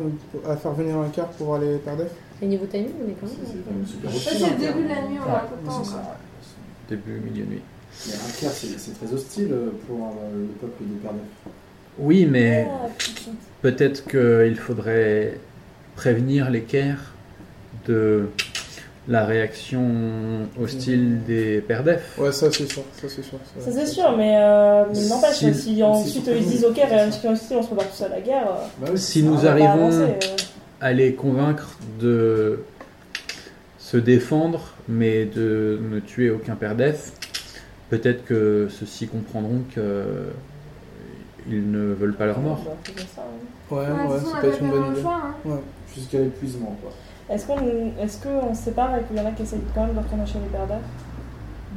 [SPEAKER 8] à faire venir un quart pour aller perdre
[SPEAKER 6] Et niveau timing, on est quand
[SPEAKER 7] C'est c'est
[SPEAKER 6] même.
[SPEAKER 7] quand même super
[SPEAKER 3] Ça,
[SPEAKER 7] hostile,
[SPEAKER 3] c'est
[SPEAKER 7] hein,
[SPEAKER 3] le début de la
[SPEAKER 7] Pierre.
[SPEAKER 3] nuit, on a un peu de temps
[SPEAKER 7] Ouais, c'est
[SPEAKER 3] encore.
[SPEAKER 7] ça.
[SPEAKER 1] Début, milieu, nuit.
[SPEAKER 7] Mais un Pierre, c'est c'est très hostile pour euh, le peuple des Pères Neufs.
[SPEAKER 1] Oui, mais
[SPEAKER 2] Ah, putain.
[SPEAKER 1] peut-être qu'il faudrait prévenir l'équerre de la réaction hostile des perdefs.
[SPEAKER 8] Ouais, ça c'est sûr, ça c'est sûr.
[SPEAKER 2] Ça c'est sûr, mais, euh, mais n'empêche,
[SPEAKER 1] Si-
[SPEAKER 2] si ensuite
[SPEAKER 7] si-
[SPEAKER 2] ils disent ok, réaction hostile, on se prépare tous à la guerre, euh,
[SPEAKER 7] Bah oui,
[SPEAKER 1] Si
[SPEAKER 7] ça
[SPEAKER 1] nous
[SPEAKER 2] on va pas
[SPEAKER 1] arrivons-
[SPEAKER 2] avancer, euh.
[SPEAKER 1] À les convaincre de se défendre, mais de ne tuer aucun perdef, peut-être que ceux-ci comprendront que euh, ils ne veulent pas leur mort.
[SPEAKER 2] Bah, faisons ça, hein.
[SPEAKER 8] Ouais,
[SPEAKER 3] Ouais,
[SPEAKER 8] ouais,
[SPEAKER 3] de toute façon,
[SPEAKER 8] c'est
[SPEAKER 3] on
[SPEAKER 8] pas
[SPEAKER 3] avait
[SPEAKER 8] être une
[SPEAKER 3] pas vraiment
[SPEAKER 8] bonne
[SPEAKER 3] le
[SPEAKER 8] idée.
[SPEAKER 3] choix, hein.
[SPEAKER 7] Jusqu'à l'épuisement, quoi.
[SPEAKER 2] Est-ce qu'on est qu'on
[SPEAKER 8] Hmm,
[SPEAKER 2] se sépare et qu'il y en a qui essayent quand même de retourner chez les perdants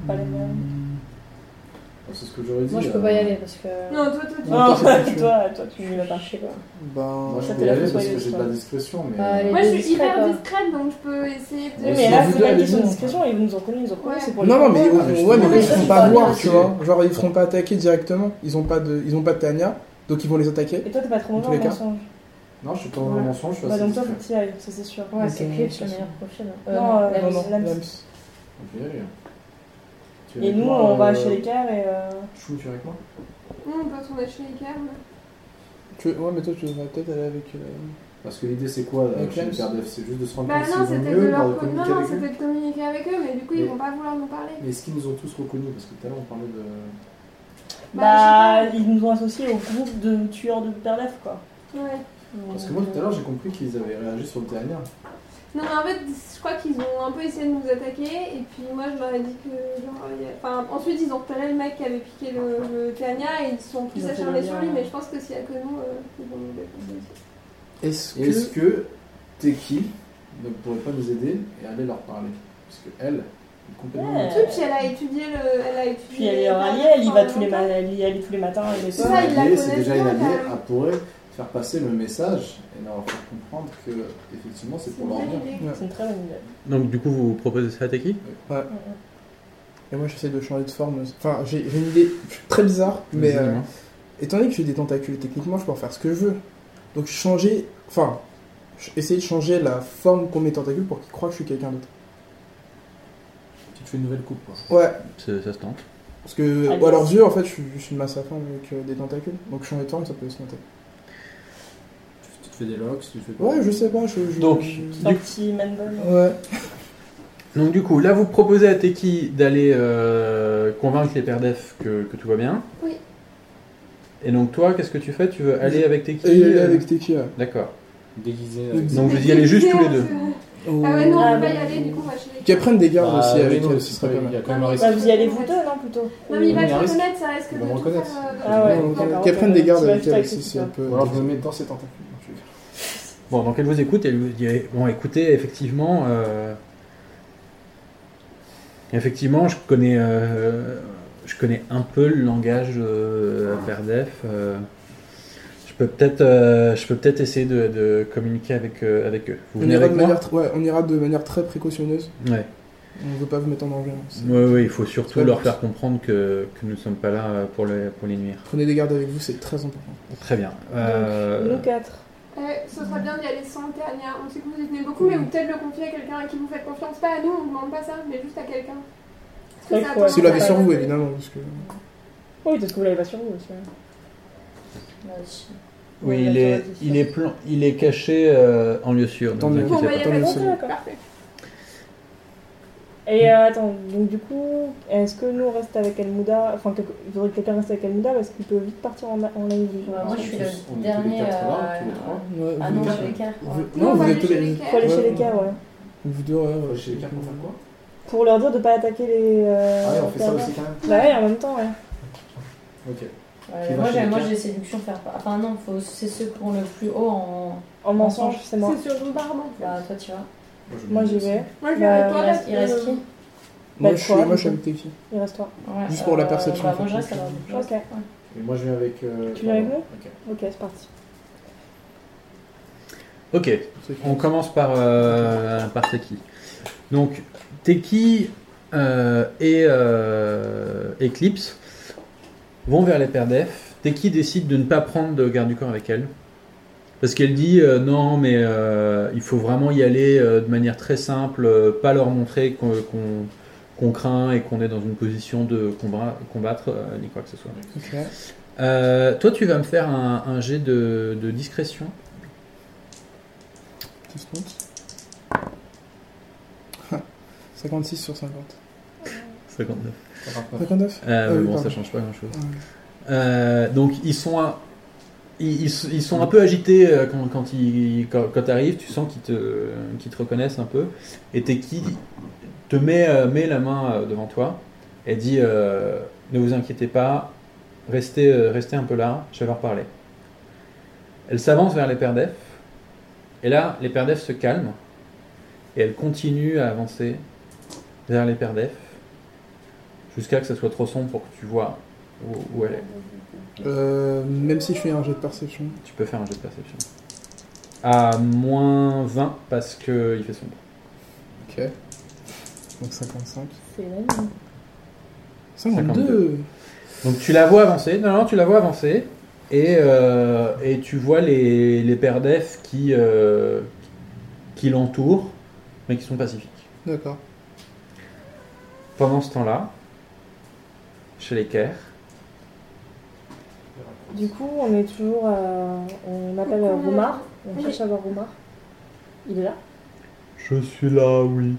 [SPEAKER 2] Pas les mêmes.
[SPEAKER 7] C'est ce que j'aurais dit.
[SPEAKER 6] Moi, je peux
[SPEAKER 7] euh,
[SPEAKER 6] pas y aller parce que.
[SPEAKER 3] Non, toi, toi, tu.
[SPEAKER 8] Non,
[SPEAKER 2] Non,
[SPEAKER 8] toi, c'est
[SPEAKER 2] toi,
[SPEAKER 8] tu-
[SPEAKER 2] toi, tu ne l'as pas.
[SPEAKER 6] sais pas.
[SPEAKER 8] Ben.
[SPEAKER 7] Moi, je
[SPEAKER 2] Ça,
[SPEAKER 7] peux
[SPEAKER 2] t'es
[SPEAKER 7] y
[SPEAKER 2] la
[SPEAKER 7] aller
[SPEAKER 2] plus
[SPEAKER 7] parce que
[SPEAKER 2] soyeuse,
[SPEAKER 7] j'ai de
[SPEAKER 2] toi.
[SPEAKER 7] la discrétion, mais.
[SPEAKER 6] Bah, allez.
[SPEAKER 3] Moi, je suis
[SPEAKER 6] Discret,
[SPEAKER 3] hyper
[SPEAKER 6] quoi.
[SPEAKER 3] discrète, donc je peux essayer de.
[SPEAKER 2] Oui,
[SPEAKER 7] si
[SPEAKER 2] mais là,
[SPEAKER 7] vous
[SPEAKER 2] c'est pas
[SPEAKER 7] allez
[SPEAKER 2] une question de
[SPEAKER 7] bien.
[SPEAKER 2] discrétion, ils nous ont connus, ils nous ont connus,
[SPEAKER 3] Ouais.
[SPEAKER 2] c'est pour les
[SPEAKER 8] Non, non, mais,
[SPEAKER 2] comprendre.
[SPEAKER 7] Ah, mais
[SPEAKER 8] ils- ouais, mais
[SPEAKER 7] justement,
[SPEAKER 8] eux, ils
[SPEAKER 6] ça,
[SPEAKER 8] feront
[SPEAKER 6] c'est
[SPEAKER 8] pas
[SPEAKER 6] pas
[SPEAKER 8] voir,
[SPEAKER 6] bien,
[SPEAKER 8] tu
[SPEAKER 7] c'est-
[SPEAKER 8] vois. Genre, ils feront pas attaquer directement. Ils ont pas de, ils ont pas de Tania, donc ils vont les attaquer.
[SPEAKER 2] Et toi, t'es pas trop
[SPEAKER 8] Dans
[SPEAKER 2] mauvais en
[SPEAKER 8] tous les
[SPEAKER 2] mensonge.
[SPEAKER 7] Non, je suis pas dans le
[SPEAKER 2] Voilà.
[SPEAKER 7] mensonge, je suis
[SPEAKER 2] Bah,
[SPEAKER 7] assez
[SPEAKER 2] donc toi, faut que
[SPEAKER 7] discret.
[SPEAKER 2] t'y ailles, ça c'est sûr.
[SPEAKER 6] Ouais, c'est
[SPEAKER 8] Ok,
[SPEAKER 6] Clips
[SPEAKER 8] ça,
[SPEAKER 6] le
[SPEAKER 8] ça.
[SPEAKER 6] meilleur profil.
[SPEAKER 2] Non, euh,
[SPEAKER 6] la
[SPEAKER 8] Non,
[SPEAKER 2] Lams,
[SPEAKER 8] non,
[SPEAKER 2] Lams.
[SPEAKER 8] Lams.
[SPEAKER 7] On peut y aller. hein. Tu es
[SPEAKER 2] Et
[SPEAKER 7] avec
[SPEAKER 2] nous,
[SPEAKER 7] moi,
[SPEAKER 2] on va
[SPEAKER 7] euh,
[SPEAKER 2] chez l'écart et. euh,
[SPEAKER 7] Chou, tu es avec moi
[SPEAKER 3] Non, on peut tourner chez les câbles.
[SPEAKER 8] Tu veux- Ouais, mais toi, tu devrais peut-être aller avec. euh,
[SPEAKER 7] Parce que l'idée, c'est quoi là,
[SPEAKER 8] Avec
[SPEAKER 7] chez
[SPEAKER 8] Lams.
[SPEAKER 7] les Perdef C'est juste de se rendre
[SPEAKER 3] Bah
[SPEAKER 7] compte
[SPEAKER 3] non,
[SPEAKER 7] s'ils vont
[SPEAKER 3] c'était de
[SPEAKER 7] mieux,
[SPEAKER 3] leur co-
[SPEAKER 7] de
[SPEAKER 3] Non,
[SPEAKER 7] communiquer
[SPEAKER 3] non,
[SPEAKER 7] avec eux.
[SPEAKER 3] c'était de communiquer avec eux, mais du coup,
[SPEAKER 7] Mais-
[SPEAKER 3] ils vont pas vouloir nous parler.
[SPEAKER 7] Mais est-ce qu'ils nous ont tous reconnus Parce que tout à l'heure, on parlait de.
[SPEAKER 2] Bah,
[SPEAKER 3] Bah,
[SPEAKER 2] ils nous ont associés au groupe de tueurs de Perlef, quoi.
[SPEAKER 3] Ouais.
[SPEAKER 7] Parce que moi, tout à l'heure, j'ai compris qu'ils avaient réagi sur le dernier.
[SPEAKER 3] Non, mais en fait, je crois qu'ils ont un peu essayé de nous attaquer, et puis moi, je leur ai dit que. genre, il y a- Enfin, ensuite, ils ont repéré le mec qui avait piqué le, le Tania, et ils sont plus
[SPEAKER 2] Ils ont fait
[SPEAKER 3] acharnés
[SPEAKER 2] le
[SPEAKER 3] sur
[SPEAKER 2] lien,
[SPEAKER 3] lui,
[SPEAKER 2] ouais.
[SPEAKER 3] mais je pense que s'il y a que nous, euh, ils vont nous défoncer.
[SPEAKER 8] Est-ce
[SPEAKER 7] Et
[SPEAKER 8] que.
[SPEAKER 7] Est-ce que Teki ne pourrait pas nous aider et aller leur parler Parce que elle est complètement.
[SPEAKER 2] Ouais.
[SPEAKER 3] Tout, puis elle a étudié le. Elle a étudié.
[SPEAKER 2] Euh, Puis elle est
[SPEAKER 3] le-
[SPEAKER 2] en allié, elle y va tous les,
[SPEAKER 3] longtemps.
[SPEAKER 2] ma- elle y allait tous les matins, elle est
[SPEAKER 7] C'est
[SPEAKER 3] ça,
[SPEAKER 2] pas.
[SPEAKER 3] ils la
[SPEAKER 7] alliée, c'est
[SPEAKER 3] connaissent
[SPEAKER 7] déjà une
[SPEAKER 3] bien,
[SPEAKER 7] alliée,
[SPEAKER 3] quand même.
[SPEAKER 7] elle pourrait faire passer le message et leur faire comprendre que effectivement c'est
[SPEAKER 3] C'est
[SPEAKER 7] pour
[SPEAKER 3] une
[SPEAKER 7] leur bien.
[SPEAKER 3] bonne idée.
[SPEAKER 2] C'est une très bonne idée.
[SPEAKER 1] Donc du coup, vous proposez ça à Teki
[SPEAKER 8] Et moi, j'essaie de changer de forme. Enfin, j'ai j'ai une idée très bizarre, mais. euh,
[SPEAKER 1] Dis-moi.
[SPEAKER 8] Étant donné que j'ai des tentacules, techniquement, je peux en faire ce que je veux. Donc changer, enfin, ch- essayer de changer la forme qu'ont mes tentacules pour qu'ils croient que je suis quelqu'un d'autre.
[SPEAKER 7] Tu te fais une nouvelle coupe quoi.
[SPEAKER 8] Ouais,
[SPEAKER 1] Ça ça se tente.
[SPEAKER 8] parce que
[SPEAKER 2] Allez.
[SPEAKER 8] à leurs yeux, en fait, je suis, je suis une masse à femme avec euh, des tentacules. Donc changer de forme, ça peut se noter.
[SPEAKER 7] Tu te fais des locks, tu te fais.
[SPEAKER 8] Ouais, je sais pas, je... je-
[SPEAKER 1] Donc,
[SPEAKER 8] je-
[SPEAKER 2] Un petit Bah, manball.
[SPEAKER 8] Ouais,
[SPEAKER 1] Donc du coup, là vous proposez à Teki d'aller euh, convaincre les pères d'EF que, que tout va bien.
[SPEAKER 3] Oui.
[SPEAKER 1] Et donc toi, qu'est-ce que tu fais Tu veux aller avec Teki
[SPEAKER 8] et aller
[SPEAKER 1] euh,
[SPEAKER 8] avec Teki, ouais.
[SPEAKER 1] D'accord.
[SPEAKER 7] Déguisé.
[SPEAKER 8] avec-
[SPEAKER 1] Donc vous y allez juste tous les deux.
[SPEAKER 3] Ah ouais, non, on
[SPEAKER 2] Ah,
[SPEAKER 3] peut pas
[SPEAKER 2] bah.
[SPEAKER 3] y aller, du coup, on va chez les
[SPEAKER 8] Qu'elles prennent des
[SPEAKER 7] Bah,
[SPEAKER 1] Bah,
[SPEAKER 8] gardes aussi avec eux,
[SPEAKER 7] elle,
[SPEAKER 8] ce serait pas mal.
[SPEAKER 7] Il y a quand même un risque.
[SPEAKER 2] Bah, vous y allez vous deux, non, plutôt
[SPEAKER 3] Non, mais il va
[SPEAKER 7] Il y
[SPEAKER 3] te
[SPEAKER 7] a un risque.
[SPEAKER 3] reconnaître, ça risque
[SPEAKER 7] Il
[SPEAKER 3] de
[SPEAKER 7] va me
[SPEAKER 3] tout
[SPEAKER 7] reconnaître.
[SPEAKER 3] faire. euh,
[SPEAKER 2] Ah ouais.
[SPEAKER 8] Donc,
[SPEAKER 2] d'accord,
[SPEAKER 8] Qu'elles
[SPEAKER 2] ok,
[SPEAKER 8] prennent des gardes
[SPEAKER 2] tu vas
[SPEAKER 8] avec
[SPEAKER 2] juste
[SPEAKER 8] elles
[SPEAKER 2] avec
[SPEAKER 8] aussi,
[SPEAKER 2] Teki,
[SPEAKER 8] c'est
[SPEAKER 2] toi.
[SPEAKER 8] un peu...
[SPEAKER 7] Ou alors je me mets dans ses tentacules. hein, Je vais faire.
[SPEAKER 1] Bon, donc elle vous écoute, elle vous dit eh, Bon, écoutez, effectivement, euh, effectivement, je connais, euh, je connais un peu le langage euh, Perdef. euh, je peux peut-être, euh, je peux peut-être essayer de, de communiquer avec euh, avec eux. Vous
[SPEAKER 8] On
[SPEAKER 1] venez
[SPEAKER 8] ira,
[SPEAKER 1] avec
[SPEAKER 8] de
[SPEAKER 1] moi
[SPEAKER 8] manière, tr- ouais, on ira de manière très précautionneuse,
[SPEAKER 1] Ouais.
[SPEAKER 8] on veut pas vous mettre en danger. hein, c'est-
[SPEAKER 1] Oui, oui, il faut surtout
[SPEAKER 8] Ouais.
[SPEAKER 1] leur faire comprendre que, que nous ne sommes pas là euh, pour les, pour les nuire.
[SPEAKER 8] Prenez des gardes avec vous, c'est très important.
[SPEAKER 1] Très bien. Euh,
[SPEAKER 2] Nous quatre.
[SPEAKER 3] Ouais, Eh, ce serait bien d'y aller sans Tania. On sait que vous y tenez beaucoup, mais ou peut-être le confier à quelqu'un à qui vous faites confiance. Pas à nous, on demande pas ça, mais juste à quelqu'un. Parce que
[SPEAKER 2] Ouais,
[SPEAKER 3] ça a
[SPEAKER 2] quoi.
[SPEAKER 3] tendance
[SPEAKER 8] Si vous
[SPEAKER 2] la
[SPEAKER 3] à-
[SPEAKER 8] l'avez sur vous, évidemment, parce que...
[SPEAKER 2] Oui, peut-être que vous l'avez pas sur vous aussi.
[SPEAKER 1] oui, il est, il, est plan- il est caché euh, en lieu sûr. ne
[SPEAKER 8] Tant
[SPEAKER 1] vous
[SPEAKER 8] mieux.
[SPEAKER 3] Bon,
[SPEAKER 1] inquiétez
[SPEAKER 3] bah, y a pas de
[SPEAKER 8] Attends, mais
[SPEAKER 3] problème,
[SPEAKER 2] c'est-
[SPEAKER 3] parfait.
[SPEAKER 2] Et euh, attends, donc du coup, est-ce que nous on reste avec Almouda Enfin, quelque- il faudrait que quelqu'un reste avec Almouda parce qu'il peut vite partir en, en live.
[SPEAKER 6] moi, je suis
[SPEAKER 7] On est tous
[SPEAKER 6] le
[SPEAKER 7] les
[SPEAKER 6] dernier.
[SPEAKER 7] quatre là,
[SPEAKER 6] euh,
[SPEAKER 7] tous les trois.
[SPEAKER 8] Ouais,
[SPEAKER 6] Ah
[SPEAKER 8] vous-
[SPEAKER 6] non,
[SPEAKER 7] quatre,
[SPEAKER 6] je suis l'écart.
[SPEAKER 8] vous-
[SPEAKER 3] Non,
[SPEAKER 8] Non,
[SPEAKER 3] on
[SPEAKER 8] vous
[SPEAKER 3] va
[SPEAKER 8] êtes
[SPEAKER 3] aller
[SPEAKER 8] tous
[SPEAKER 3] chez
[SPEAKER 8] les...
[SPEAKER 3] les
[SPEAKER 2] Faut aller chez
[SPEAKER 8] Ouais.
[SPEAKER 2] les cas, ouais.
[SPEAKER 8] Vous deux, ouais,
[SPEAKER 7] On va
[SPEAKER 8] ouais.
[SPEAKER 7] chez les cartes pour faire quoi
[SPEAKER 2] Pour leur dire de pas attaquer les. euh,
[SPEAKER 7] Ah ouais, on fait ça
[SPEAKER 2] pervers.
[SPEAKER 7] aussi quand même.
[SPEAKER 2] Bah ouais, en même temps, ouais.
[SPEAKER 7] Ok.
[SPEAKER 6] Ouais,
[SPEAKER 7] Qui va
[SPEAKER 6] moi,
[SPEAKER 7] chez
[SPEAKER 6] j'ai-
[SPEAKER 7] les
[SPEAKER 6] moi,
[SPEAKER 7] quatre.
[SPEAKER 6] j'ai séduction faire pas. Enfin, non, faut... c'est ceux qui ont le plus haut en.
[SPEAKER 2] En mensonge, c'est moi.
[SPEAKER 3] C'est sur une barbe, en fait.
[SPEAKER 6] Bah, toi, tu vois.
[SPEAKER 7] je
[SPEAKER 2] Moi
[SPEAKER 7] me
[SPEAKER 2] j'y
[SPEAKER 7] dis-
[SPEAKER 2] vais,
[SPEAKER 3] Moi, je vais
[SPEAKER 2] Bah,
[SPEAKER 3] avec
[SPEAKER 6] Il
[SPEAKER 3] toi, là,
[SPEAKER 6] reste, il
[SPEAKER 3] parce
[SPEAKER 6] reste
[SPEAKER 3] que-
[SPEAKER 6] qui
[SPEAKER 8] Moi,
[SPEAKER 2] Bah,
[SPEAKER 8] je suis,
[SPEAKER 2] toi,
[SPEAKER 8] moi, je suis
[SPEAKER 2] du
[SPEAKER 8] avec Teki.
[SPEAKER 2] il reste toi.
[SPEAKER 6] Ouais,
[SPEAKER 8] Juste pour la perception,
[SPEAKER 6] Bah,
[SPEAKER 8] faut
[SPEAKER 6] moi, je
[SPEAKER 8] que
[SPEAKER 6] reste
[SPEAKER 8] je-
[SPEAKER 6] alors. Je reste.
[SPEAKER 2] Ok.
[SPEAKER 6] Ouais.
[SPEAKER 7] Et moi je viens avec. euh,
[SPEAKER 2] Tu viens avec
[SPEAKER 7] Barbara.
[SPEAKER 2] nous
[SPEAKER 7] Ok.
[SPEAKER 2] Ok, c'est parti.
[SPEAKER 1] pas. Ok, On commence par, euh, par Teki. Donc, Teki euh, et euh, Eclipse vont vers les pères d'EF. Teki décide de ne pas prendre de garde du corps avec elle. Parce qu'elle dit euh, non, mais euh, il faut vraiment y aller euh, de manière très simple, euh, pas leur montrer qu'on qu'on- qu'on craint et qu'on est dans une position de combat- combattre, euh, ni quoi que ce soit.
[SPEAKER 8] Ok.
[SPEAKER 1] Euh, toi, tu vas me faire un, un jet de- de discrétion.
[SPEAKER 8] Tout se compte. 56 sur 50.
[SPEAKER 1] 59.
[SPEAKER 7] 49.
[SPEAKER 8] 59
[SPEAKER 1] Euh,
[SPEAKER 8] Ah oui,
[SPEAKER 1] bon,
[SPEAKER 8] pardon.
[SPEAKER 1] ça change pas grand chose.
[SPEAKER 8] Ouais.
[SPEAKER 1] donc ils sont un, ils, ils sont- ils sont un peu agités euh, quand, quand ils quand, quand t'arrives, tu sens qu'ils te, qu'ils te reconnaissent un peu. Et Teki te met, euh, met la main euh, devant toi et dit euh, Ne vous inquiétez pas, restez, euh, restez un peu là, je vais leur parler. Elle s'avance vers les pères d'EF, et là les pères d'EF se calment et elle continue à avancer vers les pères d'EF jusqu'à que ça soit trop sombre pour que tu vois Où, où elle est
[SPEAKER 8] Euh, même si je fais un jet de perception.
[SPEAKER 1] Tu peux faire un jeu de perception. À moins 20 parce qu'il fait sombre.
[SPEAKER 8] Ok. Donc 55.
[SPEAKER 2] C'est une
[SPEAKER 8] 52
[SPEAKER 1] Donc tu la vois avancer, non, non, tu la vois avancer, et, euh, et tu vois les, les paires d'Ef qui, euh, qui l'entourent, mais qui sont pacifiques.
[SPEAKER 8] D'accord.
[SPEAKER 1] Pendant ce temps-là, chez les Kerr,
[SPEAKER 2] Du coup, on est toujours. euh, on appelle euh, Roumar. On cherche à voir Roumar. Il est là.
[SPEAKER 4] Je suis là, Ah oui.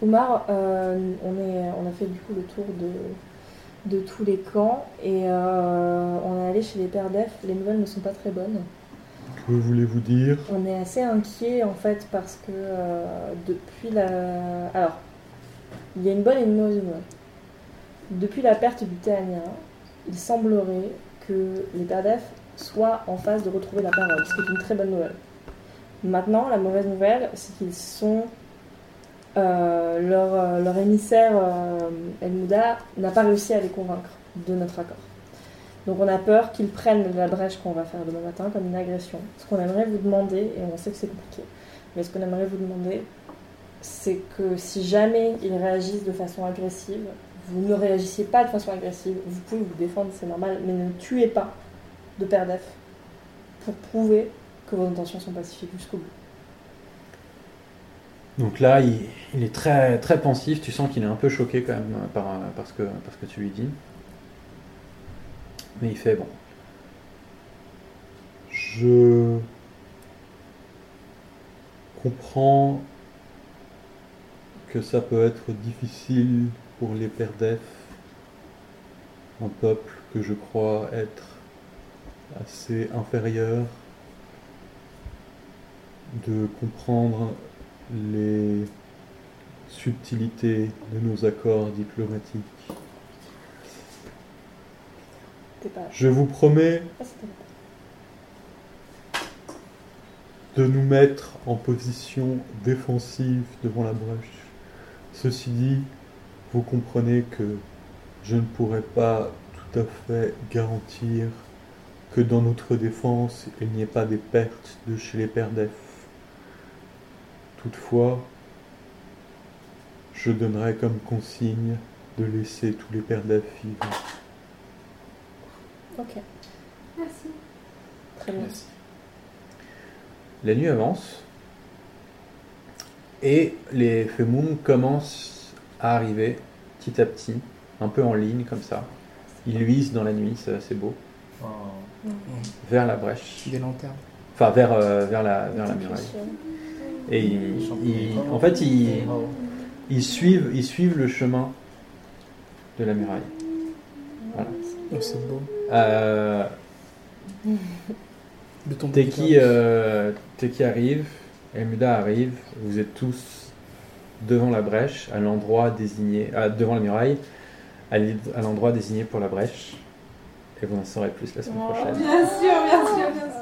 [SPEAKER 2] Roumar, euh, on, est, on a fait du coup le tour de, de tous les camps et euh, on est allé chez les pères d'EF. Les nouvelles ne sont pas très bonnes.
[SPEAKER 4] Que voulez-vous dire
[SPEAKER 2] On est assez inquiet en fait parce que euh, depuis la. Alors, il y a une bonne et une mauvaise nouvelle. Depuis la perte du Théania, il semblerait que les Perdef soient en phase de retrouver la parole, ce qui est une très bonne nouvelle. Maintenant, la mauvaise nouvelle, c'est qu'ils sont. euh, leur, euh, leur émissaire euh, El Mouda n'a pas réussi à les convaincre de notre accord. Donc on a peur qu'ils prennent la brèche qu'on va faire demain matin comme une agression. Ce qu'on aimerait vous demander, et on sait que c'est compliqué, mais ce qu'on aimerait vous demander, c'est que si jamais ils réagissent de façon agressive, vous ne réagissiez pas de façon agressive. Vous pouvez vous défendre, c'est normal, mais ne tuez pas de père d'EF pour prouver que vos intentions sont pacifiques jusqu'au bout.
[SPEAKER 1] donc là, il, il est très, très pensif, tu sens qu'il est un peu choqué quand même euh, par, euh, par, ce que, par ce que tu lui dis. Mais il fait, bon,
[SPEAKER 4] Je comprends que ça peut être difficile pour les pères d'EF, un peuple que je crois être assez inférieur, de comprendre les subtilités de nos accords diplomatiques.
[SPEAKER 2] T'es pas...
[SPEAKER 4] Je vous promets
[SPEAKER 2] Ah, c'était là.
[SPEAKER 4] de nous mettre en position défensive devant la brèche. Ceci dit, vous comprenez que je ne pourrais pas tout à fait garantir que dans notre défense, il n'y ait pas des pertes de chez les pères d'EF. Toutefois, je donnerai comme consigne de laisser tous les pères d'EF vivre.
[SPEAKER 2] Ok,
[SPEAKER 3] Merci.
[SPEAKER 2] très bien.
[SPEAKER 1] La nuit avance et les Femoum commencent à arriver petit à petit, un peu en ligne comme ça. Ils luisent dans la nuit, c'est assez beau,
[SPEAKER 7] Oh.
[SPEAKER 1] vers la brèche,
[SPEAKER 8] Des lanternes.
[SPEAKER 1] enfin vers, euh, vers, la, vers la muraille. Et ils- ils- en fait, ils,
[SPEAKER 7] Oh.
[SPEAKER 1] ils suivent, ils suivent le chemin de la muraille.
[SPEAKER 8] Oh, c'est beau.
[SPEAKER 1] Euh,
[SPEAKER 8] Le tombeau
[SPEAKER 1] T'es
[SPEAKER 8] des
[SPEAKER 1] qui,
[SPEAKER 8] pères.
[SPEAKER 1] euh, t'es qui arrive, Elmuda arrive, vous êtes tous devant la brèche, à l'endroit désigné, ah, devant la muraille, à l'id- à l'endroit désigné pour la brèche, et vous en saurez plus la semaine prochaine.
[SPEAKER 3] Bien sûr, bien sûr, bien sûr.